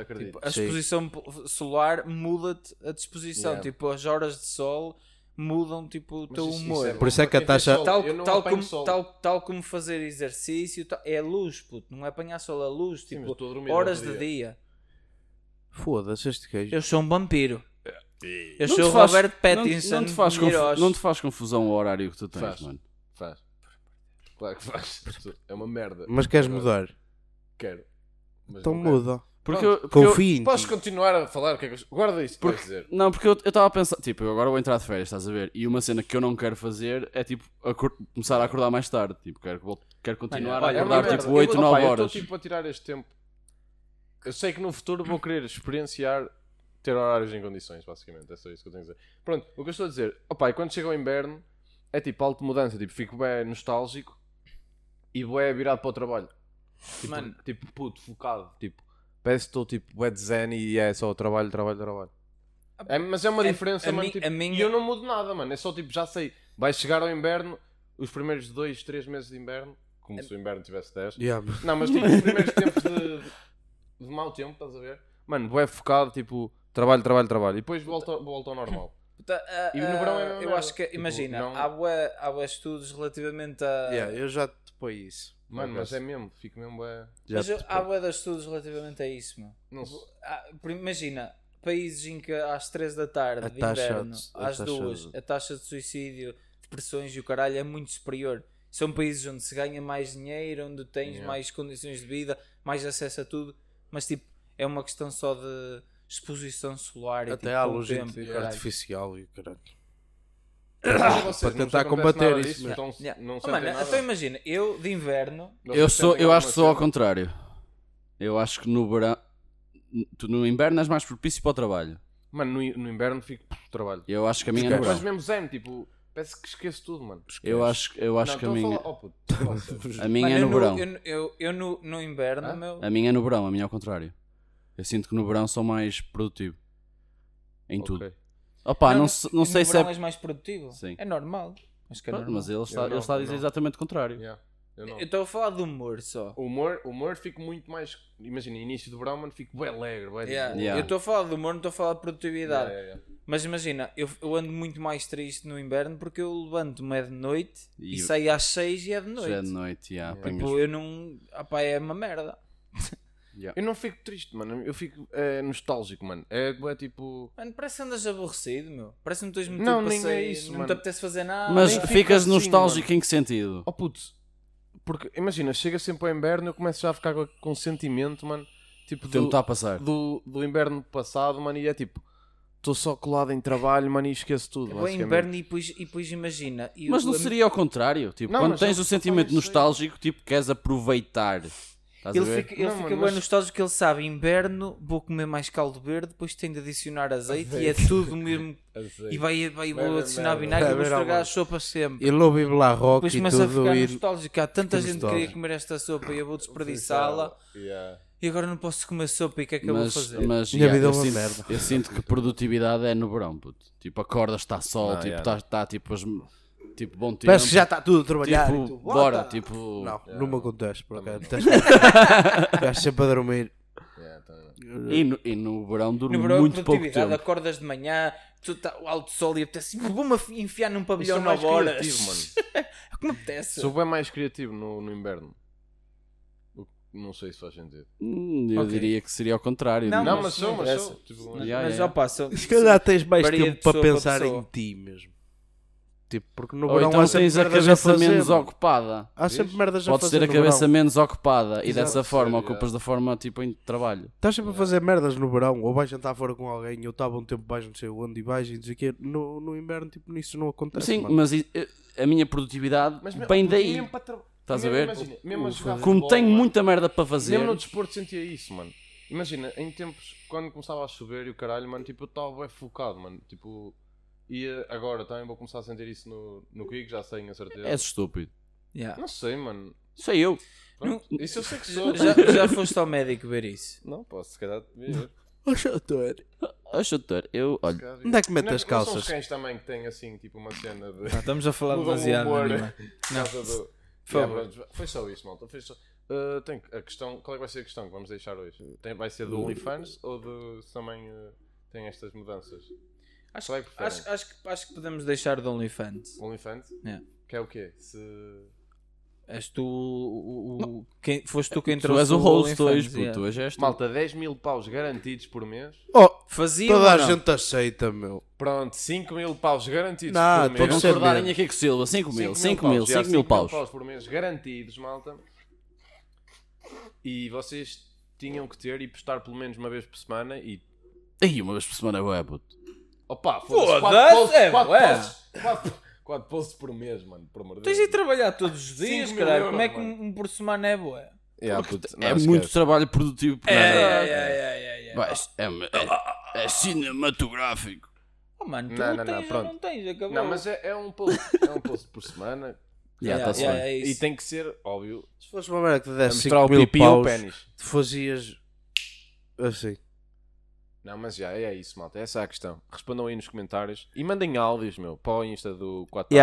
Speaker 1: Acredito, acredito.
Speaker 3: Tipo, a
Speaker 2: Sim.
Speaker 3: exposição po- solar muda-te a disposição.
Speaker 1: Yeah.
Speaker 3: Tipo, as horas de sol mudam tipo, o
Speaker 1: Mas
Speaker 3: teu
Speaker 1: isso- isso
Speaker 3: humor.
Speaker 1: bom.
Speaker 2: Por isso é que a
Speaker 1: Quem vê
Speaker 2: taxa-
Speaker 1: sol,
Speaker 3: tal,
Speaker 1: eu não
Speaker 3: tal,
Speaker 1: apanho
Speaker 3: como,
Speaker 1: sol.
Speaker 3: tal, tal como fazer exercício, tal- é luz, puto. Não é apanhar sol, é luz.
Speaker 1: Sim, mas
Speaker 3: tipo,
Speaker 1: estou a dormir no
Speaker 3: horas
Speaker 1: outro
Speaker 3: de
Speaker 1: dia.
Speaker 3: dia.
Speaker 2: Foda-se este queijo.
Speaker 3: Eu sou um vampiro. Eu
Speaker 4: Não
Speaker 3: sou o
Speaker 4: te faz-
Speaker 3: Robert
Speaker 4: não-
Speaker 3: Pattinson.
Speaker 4: Não, te faz
Speaker 3: de
Speaker 4: confu-
Speaker 3: Queiroz.
Speaker 4: não te faz confusão o horário que tu tens,
Speaker 1: Faz.
Speaker 4: mano.
Speaker 1: Faz. Claro que faz. É uma merda.
Speaker 2: Mas queres mudar?
Speaker 1: Quero. Mas
Speaker 2: Hum. Então
Speaker 1: não quero.
Speaker 2: muda.
Speaker 4: Porque
Speaker 1: Pronto.
Speaker 4: eu, porque eu-
Speaker 2: Confia em
Speaker 1: Podes
Speaker 2: ti.
Speaker 1: continuar a falar o que é que eu... Guarda isso, porque... dizer.
Speaker 4: não, porque eu eu estava a pensar, tipo, eu agora vou entrar de férias, estás a ver? E uma cena que eu não quero fazer é tipo acor- começar a acordar mais tarde. Tipo, quero, que vol- quero continuar
Speaker 3: olha,
Speaker 4: a
Speaker 3: é uma
Speaker 4: acordar
Speaker 3: merda.
Speaker 4: tipo 8, 9
Speaker 1: Eu
Speaker 4: horas.
Speaker 1: estou tipo a tirar este tempo. Eu sei que no futuro vou querer experienciar ter horários em condições, basicamente. É só isso que eu tenho a dizer. Pronto, o que eu estou a dizer, opa, e quando chega o inverno, é tipo alta mudança, tipo, fico bem nostálgico e bué virado para o trabalho. Tipo,
Speaker 3: Mano.
Speaker 1: tipo puto, focado, tipo, parece que estou tipo bué de zen e é só trabalho, trabalho, trabalho. É, mas é uma
Speaker 3: A-
Speaker 1: diferença,
Speaker 3: a
Speaker 1: mano.
Speaker 3: mim-
Speaker 1: tipo,
Speaker 3: a minha-
Speaker 1: E eu não mudo nada, mano. É só tipo, já sei, vai chegar ao inverno, os primeiros dois, três meses de inverno,
Speaker 3: É
Speaker 1: como se o inverno tivesse 10.
Speaker 2: Yeah.
Speaker 1: Não, mas tipo, os primeiros tempos de, de mau tempo, estás a ver? Mano, é focado, tipo, trabalho, trabalho, trabalho. E depois volta, volta ao normal.
Speaker 3: Puta, ah,
Speaker 1: E no
Speaker 3: ah,
Speaker 1: verão é a mesma
Speaker 3: Eu
Speaker 1: merda.
Speaker 3: acho que,
Speaker 1: Tipo,
Speaker 3: imagina,
Speaker 1: não-
Speaker 3: há, bué, há bué estudos relativamente a.
Speaker 2: Yeah, eu já te ponho isso.
Speaker 1: Mano, mas é mesmo, fico mesmo. bué-
Speaker 4: Já
Speaker 3: mas eu-
Speaker 4: te-
Speaker 3: há bué de estudos relativamente a isso, meu.
Speaker 1: Não sei.
Speaker 3: Ah, por- imagina, países em que às 3 da tarde,
Speaker 2: A
Speaker 3: de
Speaker 2: taxa
Speaker 3: inverno,
Speaker 2: de- a
Speaker 3: às
Speaker 2: taxa
Speaker 3: 2,
Speaker 2: de-
Speaker 3: a taxa de suicídio, depressões e o caralho é muito superior. São países onde se ganha mais dinheiro, onde tens
Speaker 1: Yeah.
Speaker 3: mais condições de vida, mais acesso a tudo, mas tipo, é uma questão só de exposição solar e
Speaker 2: Até
Speaker 3: tipo,
Speaker 2: há
Speaker 3: com o
Speaker 2: luz
Speaker 3: tempo e o caralho.
Speaker 2: artificial e o caralho.
Speaker 1: Mas vocês,
Speaker 2: Para
Speaker 1: não
Speaker 2: tentar
Speaker 1: se acontece
Speaker 2: combater
Speaker 1: nada
Speaker 2: isso,
Speaker 1: disso,
Speaker 2: mas-
Speaker 1: então se-
Speaker 3: Yeah.
Speaker 1: não
Speaker 3: Oh,
Speaker 1: sentem
Speaker 3: mano,
Speaker 1: nada.
Speaker 3: então imagina, eu de inverno,
Speaker 4: Eu,
Speaker 1: Vocês
Speaker 4: sou,
Speaker 1: sentem
Speaker 4: eu acho
Speaker 1: alguma
Speaker 4: que sou ao
Speaker 1: cena?
Speaker 4: contrário. Eu acho que no verão. Tu no inverno és mais propício para o trabalho.
Speaker 1: Mano, no, no inverno fico pff, trabalho.
Speaker 4: Eu acho que a minha é no
Speaker 1: Mas, mas
Speaker 4: verão.
Speaker 1: mesmo zen, tipo, parece que esqueço tudo, mano.
Speaker 4: Eu acho, eu acho
Speaker 1: não,
Speaker 4: que a
Speaker 1: estou
Speaker 4: minha,
Speaker 1: falar- oh, puto, estou a falar sério.
Speaker 4: a minha
Speaker 3: mano,
Speaker 4: é
Speaker 3: eu
Speaker 4: no verão.
Speaker 3: Eu, eu, eu no, no inverno,
Speaker 1: Ah?
Speaker 3: meu,
Speaker 4: A minha é no verão, a minha é ao contrário. Eu sinto que no verão sou mais produtivo. Em tudo.
Speaker 1: Ok.
Speaker 4: Opa, não,
Speaker 3: no-
Speaker 4: se- não
Speaker 3: no
Speaker 4: sei se é.
Speaker 3: verão és um mais produtivo.
Speaker 4: Sim.
Speaker 3: É normal. Acho que é
Speaker 4: Pronto,
Speaker 3: normal.
Speaker 4: mas ele está,
Speaker 1: Eu
Speaker 4: ele
Speaker 1: não,
Speaker 4: está a dizer
Speaker 1: não. É
Speaker 4: exatamente o contrário.
Speaker 1: Yeah, eu não.
Speaker 3: Eu estou a falar de humor só.
Speaker 1: O humor, o humor fico muito mais. Imagina, início do verão, mano, fico bem alegre, bem.
Speaker 3: Yeah.
Speaker 4: Yeah.
Speaker 3: Eu estou a falar de humor, não estou a falar de produtividade.
Speaker 1: Yeah, yeah, yeah.
Speaker 3: Mas imagina, eu, eu ando muito mais triste no inverno porque eu levanto-me é de noite e,
Speaker 4: E-
Speaker 3: saio às 6 e é de
Speaker 4: Já é de
Speaker 3: noite.
Speaker 4: noite, yeah,
Speaker 1: Yeah.
Speaker 4: apanhas-
Speaker 3: Tipo, eu não. Ah, pá, é uma merda.
Speaker 1: Eu não fico triste, mano. Eu fico eh, nostálgico, mano. É, é tipo.
Speaker 3: Mano, parece que andas aborrecido, meu. Parece que não tens muito
Speaker 1: Não,
Speaker 3: tempo
Speaker 1: nem
Speaker 3: a
Speaker 1: é
Speaker 3: sair,
Speaker 1: isso,
Speaker 3: não
Speaker 1: mano.
Speaker 3: te apetece fazer nada.
Speaker 4: Mas
Speaker 1: nem fica
Speaker 4: ficas
Speaker 1: assim,
Speaker 4: nostálgico em que sentido?
Speaker 1: Oh puto, porque imagina, chega sempre ao inverno, eu começo já a ficar com, com sentimento, mano. Tipo,
Speaker 4: O tempo
Speaker 1: do,
Speaker 4: está a passar.
Speaker 1: do, do inverno passado, mano, e é tipo. Estou só colado em trabalho, mano, e esqueço tudo.
Speaker 3: É bom
Speaker 1: basicamente.
Speaker 3: inverno e depois, e depois imagina. e
Speaker 4: Mas
Speaker 3: o-
Speaker 4: não
Speaker 3: a-
Speaker 4: seria ao contrário? Tipo,
Speaker 1: Não,
Speaker 4: quando
Speaker 1: mas eu
Speaker 4: tens o
Speaker 1: só falo
Speaker 4: sentimento
Speaker 1: isso aí.
Speaker 4: nostálgico, tipo, queres aproveitar. Estás a
Speaker 3: Ele
Speaker 4: ver?
Speaker 3: fica, ele
Speaker 1: Não,
Speaker 3: fica
Speaker 1: mano,
Speaker 3: bem
Speaker 1: mas-
Speaker 3: nostálgico que ele sabe, inverno, vou comer mais caldo verde, depois tenho de adicionar azeite e é tudo mesmo.
Speaker 1: é
Speaker 3: e vai,
Speaker 1: Vai
Speaker 3: vai, vou
Speaker 1: haver
Speaker 3: adicionar
Speaker 1: merda.
Speaker 3: vinagre
Speaker 2: Vai
Speaker 3: e vou
Speaker 2: haver
Speaker 3: estragar
Speaker 2: alguma-
Speaker 3: a sopa sempre.
Speaker 2: E lobo e rock
Speaker 3: Depois
Speaker 2: e
Speaker 3: começa a
Speaker 2: tudo.
Speaker 3: ficar
Speaker 2: E...
Speaker 3: nostálgico. Há tanta
Speaker 2: fica
Speaker 3: gente que queria
Speaker 2: nostálgico.
Speaker 3: comer esta sopa e eu vou desperdiçá-la
Speaker 1: Yeah.
Speaker 3: e agora não posso comer sopa e o que é que eu vou
Speaker 4: Mas,
Speaker 3: fazer?
Speaker 4: mas
Speaker 2: Minha
Speaker 4: yeah,
Speaker 2: vida é
Speaker 4: eu,
Speaker 2: uma
Speaker 4: sinto,
Speaker 2: merda.
Speaker 4: eu sinto que produtividade é no verão, puto. Tipo, acordas, está sol,
Speaker 1: Ah,
Speaker 4: tipo,
Speaker 1: yeah.
Speaker 4: está tipo, as- tipo, bom tempo.
Speaker 2: Parece que já está tudo a trabalhar.
Speaker 4: Tipo,
Speaker 2: e tu,
Speaker 4: bora,
Speaker 2: "Bota!"
Speaker 4: tipo.
Speaker 2: Não, não me acontece, por acaso. Estás sempre a dormir.
Speaker 1: Yeah, tá.
Speaker 4: E no, e no verão durmo
Speaker 3: No verão, é
Speaker 4: muito pouco
Speaker 3: produtividade,
Speaker 4: tempo.
Speaker 3: acordas de manhã, tu tá, o alto sol e apetece vou-me af- enfiar num
Speaker 1: Isso
Speaker 3: pavilhão
Speaker 1: é mais
Speaker 3: 9 horas.
Speaker 1: criativo, mano.
Speaker 3: É o que me apetece.
Speaker 1: Sou bem mais criativo no, no inverno. O- Não sei se faz sentido.
Speaker 4: Hum, eu
Speaker 3: Ok.
Speaker 4: diria que seria ao contrário.
Speaker 3: Não,
Speaker 1: Não,
Speaker 3: mas
Speaker 1: mas sou,
Speaker 3: não
Speaker 1: mas sou.
Speaker 3: interessa.
Speaker 1: Tipo,
Speaker 3: Mas,
Speaker 1: mas-
Speaker 4: Yeah,
Speaker 3: mas
Speaker 4: yeah.
Speaker 3: já passa.
Speaker 2: Se calhar tens mais
Speaker 3: Varia de
Speaker 2: tempo para
Speaker 3: pessoa para
Speaker 2: pensar em
Speaker 3: pessoa.
Speaker 2: ti mesmo. Tipo, porque no
Speaker 4: Ou
Speaker 2: verão
Speaker 4: então
Speaker 2: há sempre
Speaker 4: tens a
Speaker 2: merdas
Speaker 4: cabeça
Speaker 2: fazer,
Speaker 4: menos
Speaker 2: mano.
Speaker 4: ocupada.
Speaker 2: Há sempre merdas a
Speaker 4: Podes
Speaker 2: fazer
Speaker 4: ter a
Speaker 2: no
Speaker 4: cabeça
Speaker 2: verão.
Speaker 4: menos ocupada e
Speaker 1: Exato,
Speaker 4: dessa forma
Speaker 1: sério,
Speaker 4: ocupas da forma tipo em trabalho.
Speaker 2: Estás sempre a fazer merdas no verão, ou vais jantar fora com alguém, ou estava um tempo vais não sei onde e vais e não sei o quê. No, no inverno, tipo, nisso não acontece.
Speaker 4: Sim,
Speaker 2: mano.
Speaker 4: mas i- eh, a minha produtividade
Speaker 1: Mas me-
Speaker 4: vem daí.
Speaker 1: mesmo para tra-
Speaker 4: Estás a
Speaker 1: mesmo,
Speaker 4: ver?
Speaker 1: Imagina, mesmo a jogar
Speaker 4: Como
Speaker 1: futebol,
Speaker 4: tenho
Speaker 1: mano.
Speaker 4: muita merda para fazer.
Speaker 1: Mesmo no desporto sentia isso, mano. Imagina, em tempos, quando começava a chover e o caralho, mano, tipo, eu estava bem focado, mano. Tipo, e eh, agora também vou começar a sentir isso no, no Kiko, já sei, a certeza.
Speaker 2: É
Speaker 4: És é estúpido.
Speaker 3: Yeah.
Speaker 1: Não sei, mano.
Speaker 4: Sei eu.
Speaker 1: Pronto, Isso eu sei que sou.
Speaker 3: Já, já foste ao médico ver isso?
Speaker 1: Não, posso, se calhar devia ir.
Speaker 2: Ó, é. chator.
Speaker 4: Ó, chutor, eu
Speaker 1: Se
Speaker 4: olho.
Speaker 1: calhar devia.
Speaker 2: Onde é que metes
Speaker 1: Não-
Speaker 2: as
Speaker 1: não são
Speaker 2: calças?
Speaker 1: os cães também que têm, assim, tipo, uma cena de...
Speaker 3: Estamos a falar
Speaker 1: Mudam o
Speaker 3: demasiado.
Speaker 1: humor.
Speaker 3: Não. é? Não.
Speaker 1: Nada do-
Speaker 3: favor.
Speaker 1: Yeah, pronto, foi só isso, malta. Foi só... Eh, tem que- a questão, qual é que vai ser a questão que vamos deixar hoje? Tem- vai ser do OnlyFans ou do se também eh, tem estas mudanças?
Speaker 3: Acho,
Speaker 1: Qual é que preferem?
Speaker 3: acho- acho que, acho que podemos deixar de OnlyFans.
Speaker 1: OnlyFans?
Speaker 3: É.
Speaker 1: Que é o quê? Se...
Speaker 3: És tu o. o- o- quem, foste tu quem
Speaker 4: Tu
Speaker 3: trouxe
Speaker 4: és o host
Speaker 3: OnlyFans,
Speaker 4: hoje, puto.
Speaker 3: yeah.
Speaker 4: Hoje és tipo, tu.
Speaker 1: Malta, 10 mil paus garantidos por mês.
Speaker 2: Oh,
Speaker 3: Faziam
Speaker 2: toda a
Speaker 3: ou não?
Speaker 2: gente aceita, meu.
Speaker 1: Pronto, 5 mil paus garantidos
Speaker 2: Não,
Speaker 1: por
Speaker 2: tem
Speaker 1: mês.
Speaker 2: que
Speaker 4: Vamos
Speaker 2: ser
Speaker 4: acordar
Speaker 2: menos.
Speaker 4: em Kiko Silva. 5 mil, 5
Speaker 1: cinco
Speaker 4: mil,
Speaker 1: já,
Speaker 4: 5 mil
Speaker 1: cinco
Speaker 4: paus.
Speaker 1: por mês garantidos, malta. E vocês tinham que ter e postar pelo menos uma vez por semana e...
Speaker 4: Aí, uma vez por semana, ué, puto.
Speaker 1: Opa, foda-se,
Speaker 3: Foda-se,
Speaker 1: 4 posts,
Speaker 3: é
Speaker 1: quatro
Speaker 3: bué.
Speaker 1: posts, quatro- quatro posts por mês, mano, por amor de Deus.
Speaker 3: Tens de ir trabalhar todos os
Speaker 1: Cinco
Speaker 3: dias,
Speaker 1: mil
Speaker 3: caralho.
Speaker 1: euros,
Speaker 3: Como é que
Speaker 1: mano.
Speaker 3: um, um por semana é boa?
Speaker 4: É muito trabalho produtivo.
Speaker 1: É,
Speaker 4: por nada.
Speaker 3: é,
Speaker 4: Vai, isto é, é- é cinematográfico.
Speaker 3: Oh, mano, tu
Speaker 1: Não,
Speaker 3: não,
Speaker 1: não, não,
Speaker 3: tens, não,
Speaker 1: pronto.
Speaker 3: tens, acabou.
Speaker 1: Não, mas é, é um post, é um post por semana
Speaker 4: Já,
Speaker 3: Yeah,
Speaker 4: está-se
Speaker 3: yeah,
Speaker 4: bem.
Speaker 3: é
Speaker 1: e
Speaker 3: isso.
Speaker 1: tem que ser, óbvio,
Speaker 2: Se fosse uma merda que te
Speaker 1: a
Speaker 2: desse
Speaker 1: mostrar
Speaker 2: 5
Speaker 1: o
Speaker 2: É mil
Speaker 1: pipi ou o
Speaker 2: paus,
Speaker 1: pênis.
Speaker 2: tu fazias assim.
Speaker 1: Não, mas já é isso, malta. Essa é a questão. Respondam aí nos comentários e mandem áudios, meu, para o Insta do 4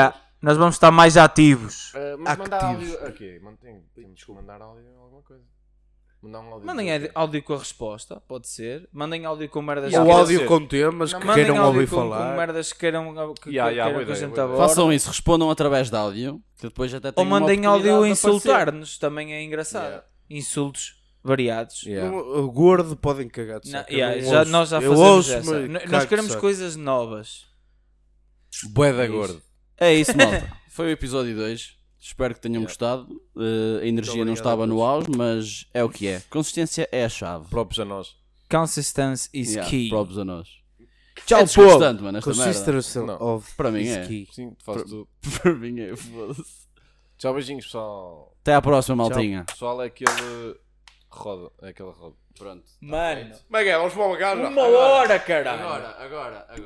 Speaker 3: Nós vamos estar mais ativos.
Speaker 1: mas mandar
Speaker 2: Activos.
Speaker 1: áudio. Ok, mantém. Temos que mandar áudio em alguma coisa. Mandar um áudio.
Speaker 3: Mandem áudio- áudio com a resposta, pode ser. Mandem áudio com merdas
Speaker 2: Ou
Speaker 3: que
Speaker 2: áudio
Speaker 1: ser.
Speaker 2: com temas
Speaker 3: Não,
Speaker 2: que
Speaker 3: mandem
Speaker 2: queiram
Speaker 3: áudio
Speaker 2: ouvir
Speaker 3: com, com
Speaker 2: falar.
Speaker 3: merdas que queiram que,
Speaker 1: Ya, ya,
Speaker 3: queiram
Speaker 1: boa
Speaker 3: que a
Speaker 1: ideia,
Speaker 3: gente
Speaker 1: boa ideia.
Speaker 3: aborde.
Speaker 4: Façam isso, respondam através de áudio, que depois até tem
Speaker 3: Ou mandem áudio a insultar-nos, também é engraçado.
Speaker 1: Yeah.
Speaker 3: Insultos variados.
Speaker 1: Yeah.
Speaker 2: Não, Gordo podem cagar de
Speaker 3: Na-
Speaker 2: saco.
Speaker 3: yeah,
Speaker 2: Eu não
Speaker 3: já,
Speaker 2: ouço.
Speaker 3: nós já
Speaker 2: Eu
Speaker 3: fazemos
Speaker 2: ouço-me,
Speaker 3: essa. N-
Speaker 2: cago
Speaker 3: Nós
Speaker 2: de
Speaker 3: queremos
Speaker 2: saco.
Speaker 3: coisas novas.
Speaker 1: Bué da
Speaker 3: Isso.
Speaker 1: gordo.
Speaker 4: É isso, malta. Foi o episódio 2. Espero que tenham gostado. Uh, a energia não
Speaker 2: obrigado
Speaker 4: estava
Speaker 2: a
Speaker 4: no auge, mas é o que é. Consistência é a chave.
Speaker 1: Próprios a nós.
Speaker 3: Consistency is
Speaker 4: Yeah,
Speaker 3: key.
Speaker 4: Próprios a nós.
Speaker 2: Tchau,
Speaker 4: é
Speaker 2: povo.
Speaker 4: desgastante, mano, esta merda.
Speaker 2: Consistency
Speaker 1: Não.
Speaker 2: of
Speaker 4: Para mim
Speaker 2: is
Speaker 4: é.
Speaker 2: key.
Speaker 1: Sim, faço tudo.
Speaker 4: Para mim é, foda-se.
Speaker 1: Tchau, beijinhos, pessoal.
Speaker 4: Até à próxima, maltinha.
Speaker 1: Pessoal, é aquele. Roda. É aquela roda.
Speaker 4: Pronto.
Speaker 3: Mano,
Speaker 1: Como é que é? Vamos para uma casa.
Speaker 3: uma hora, caralho.
Speaker 4: agora, agora.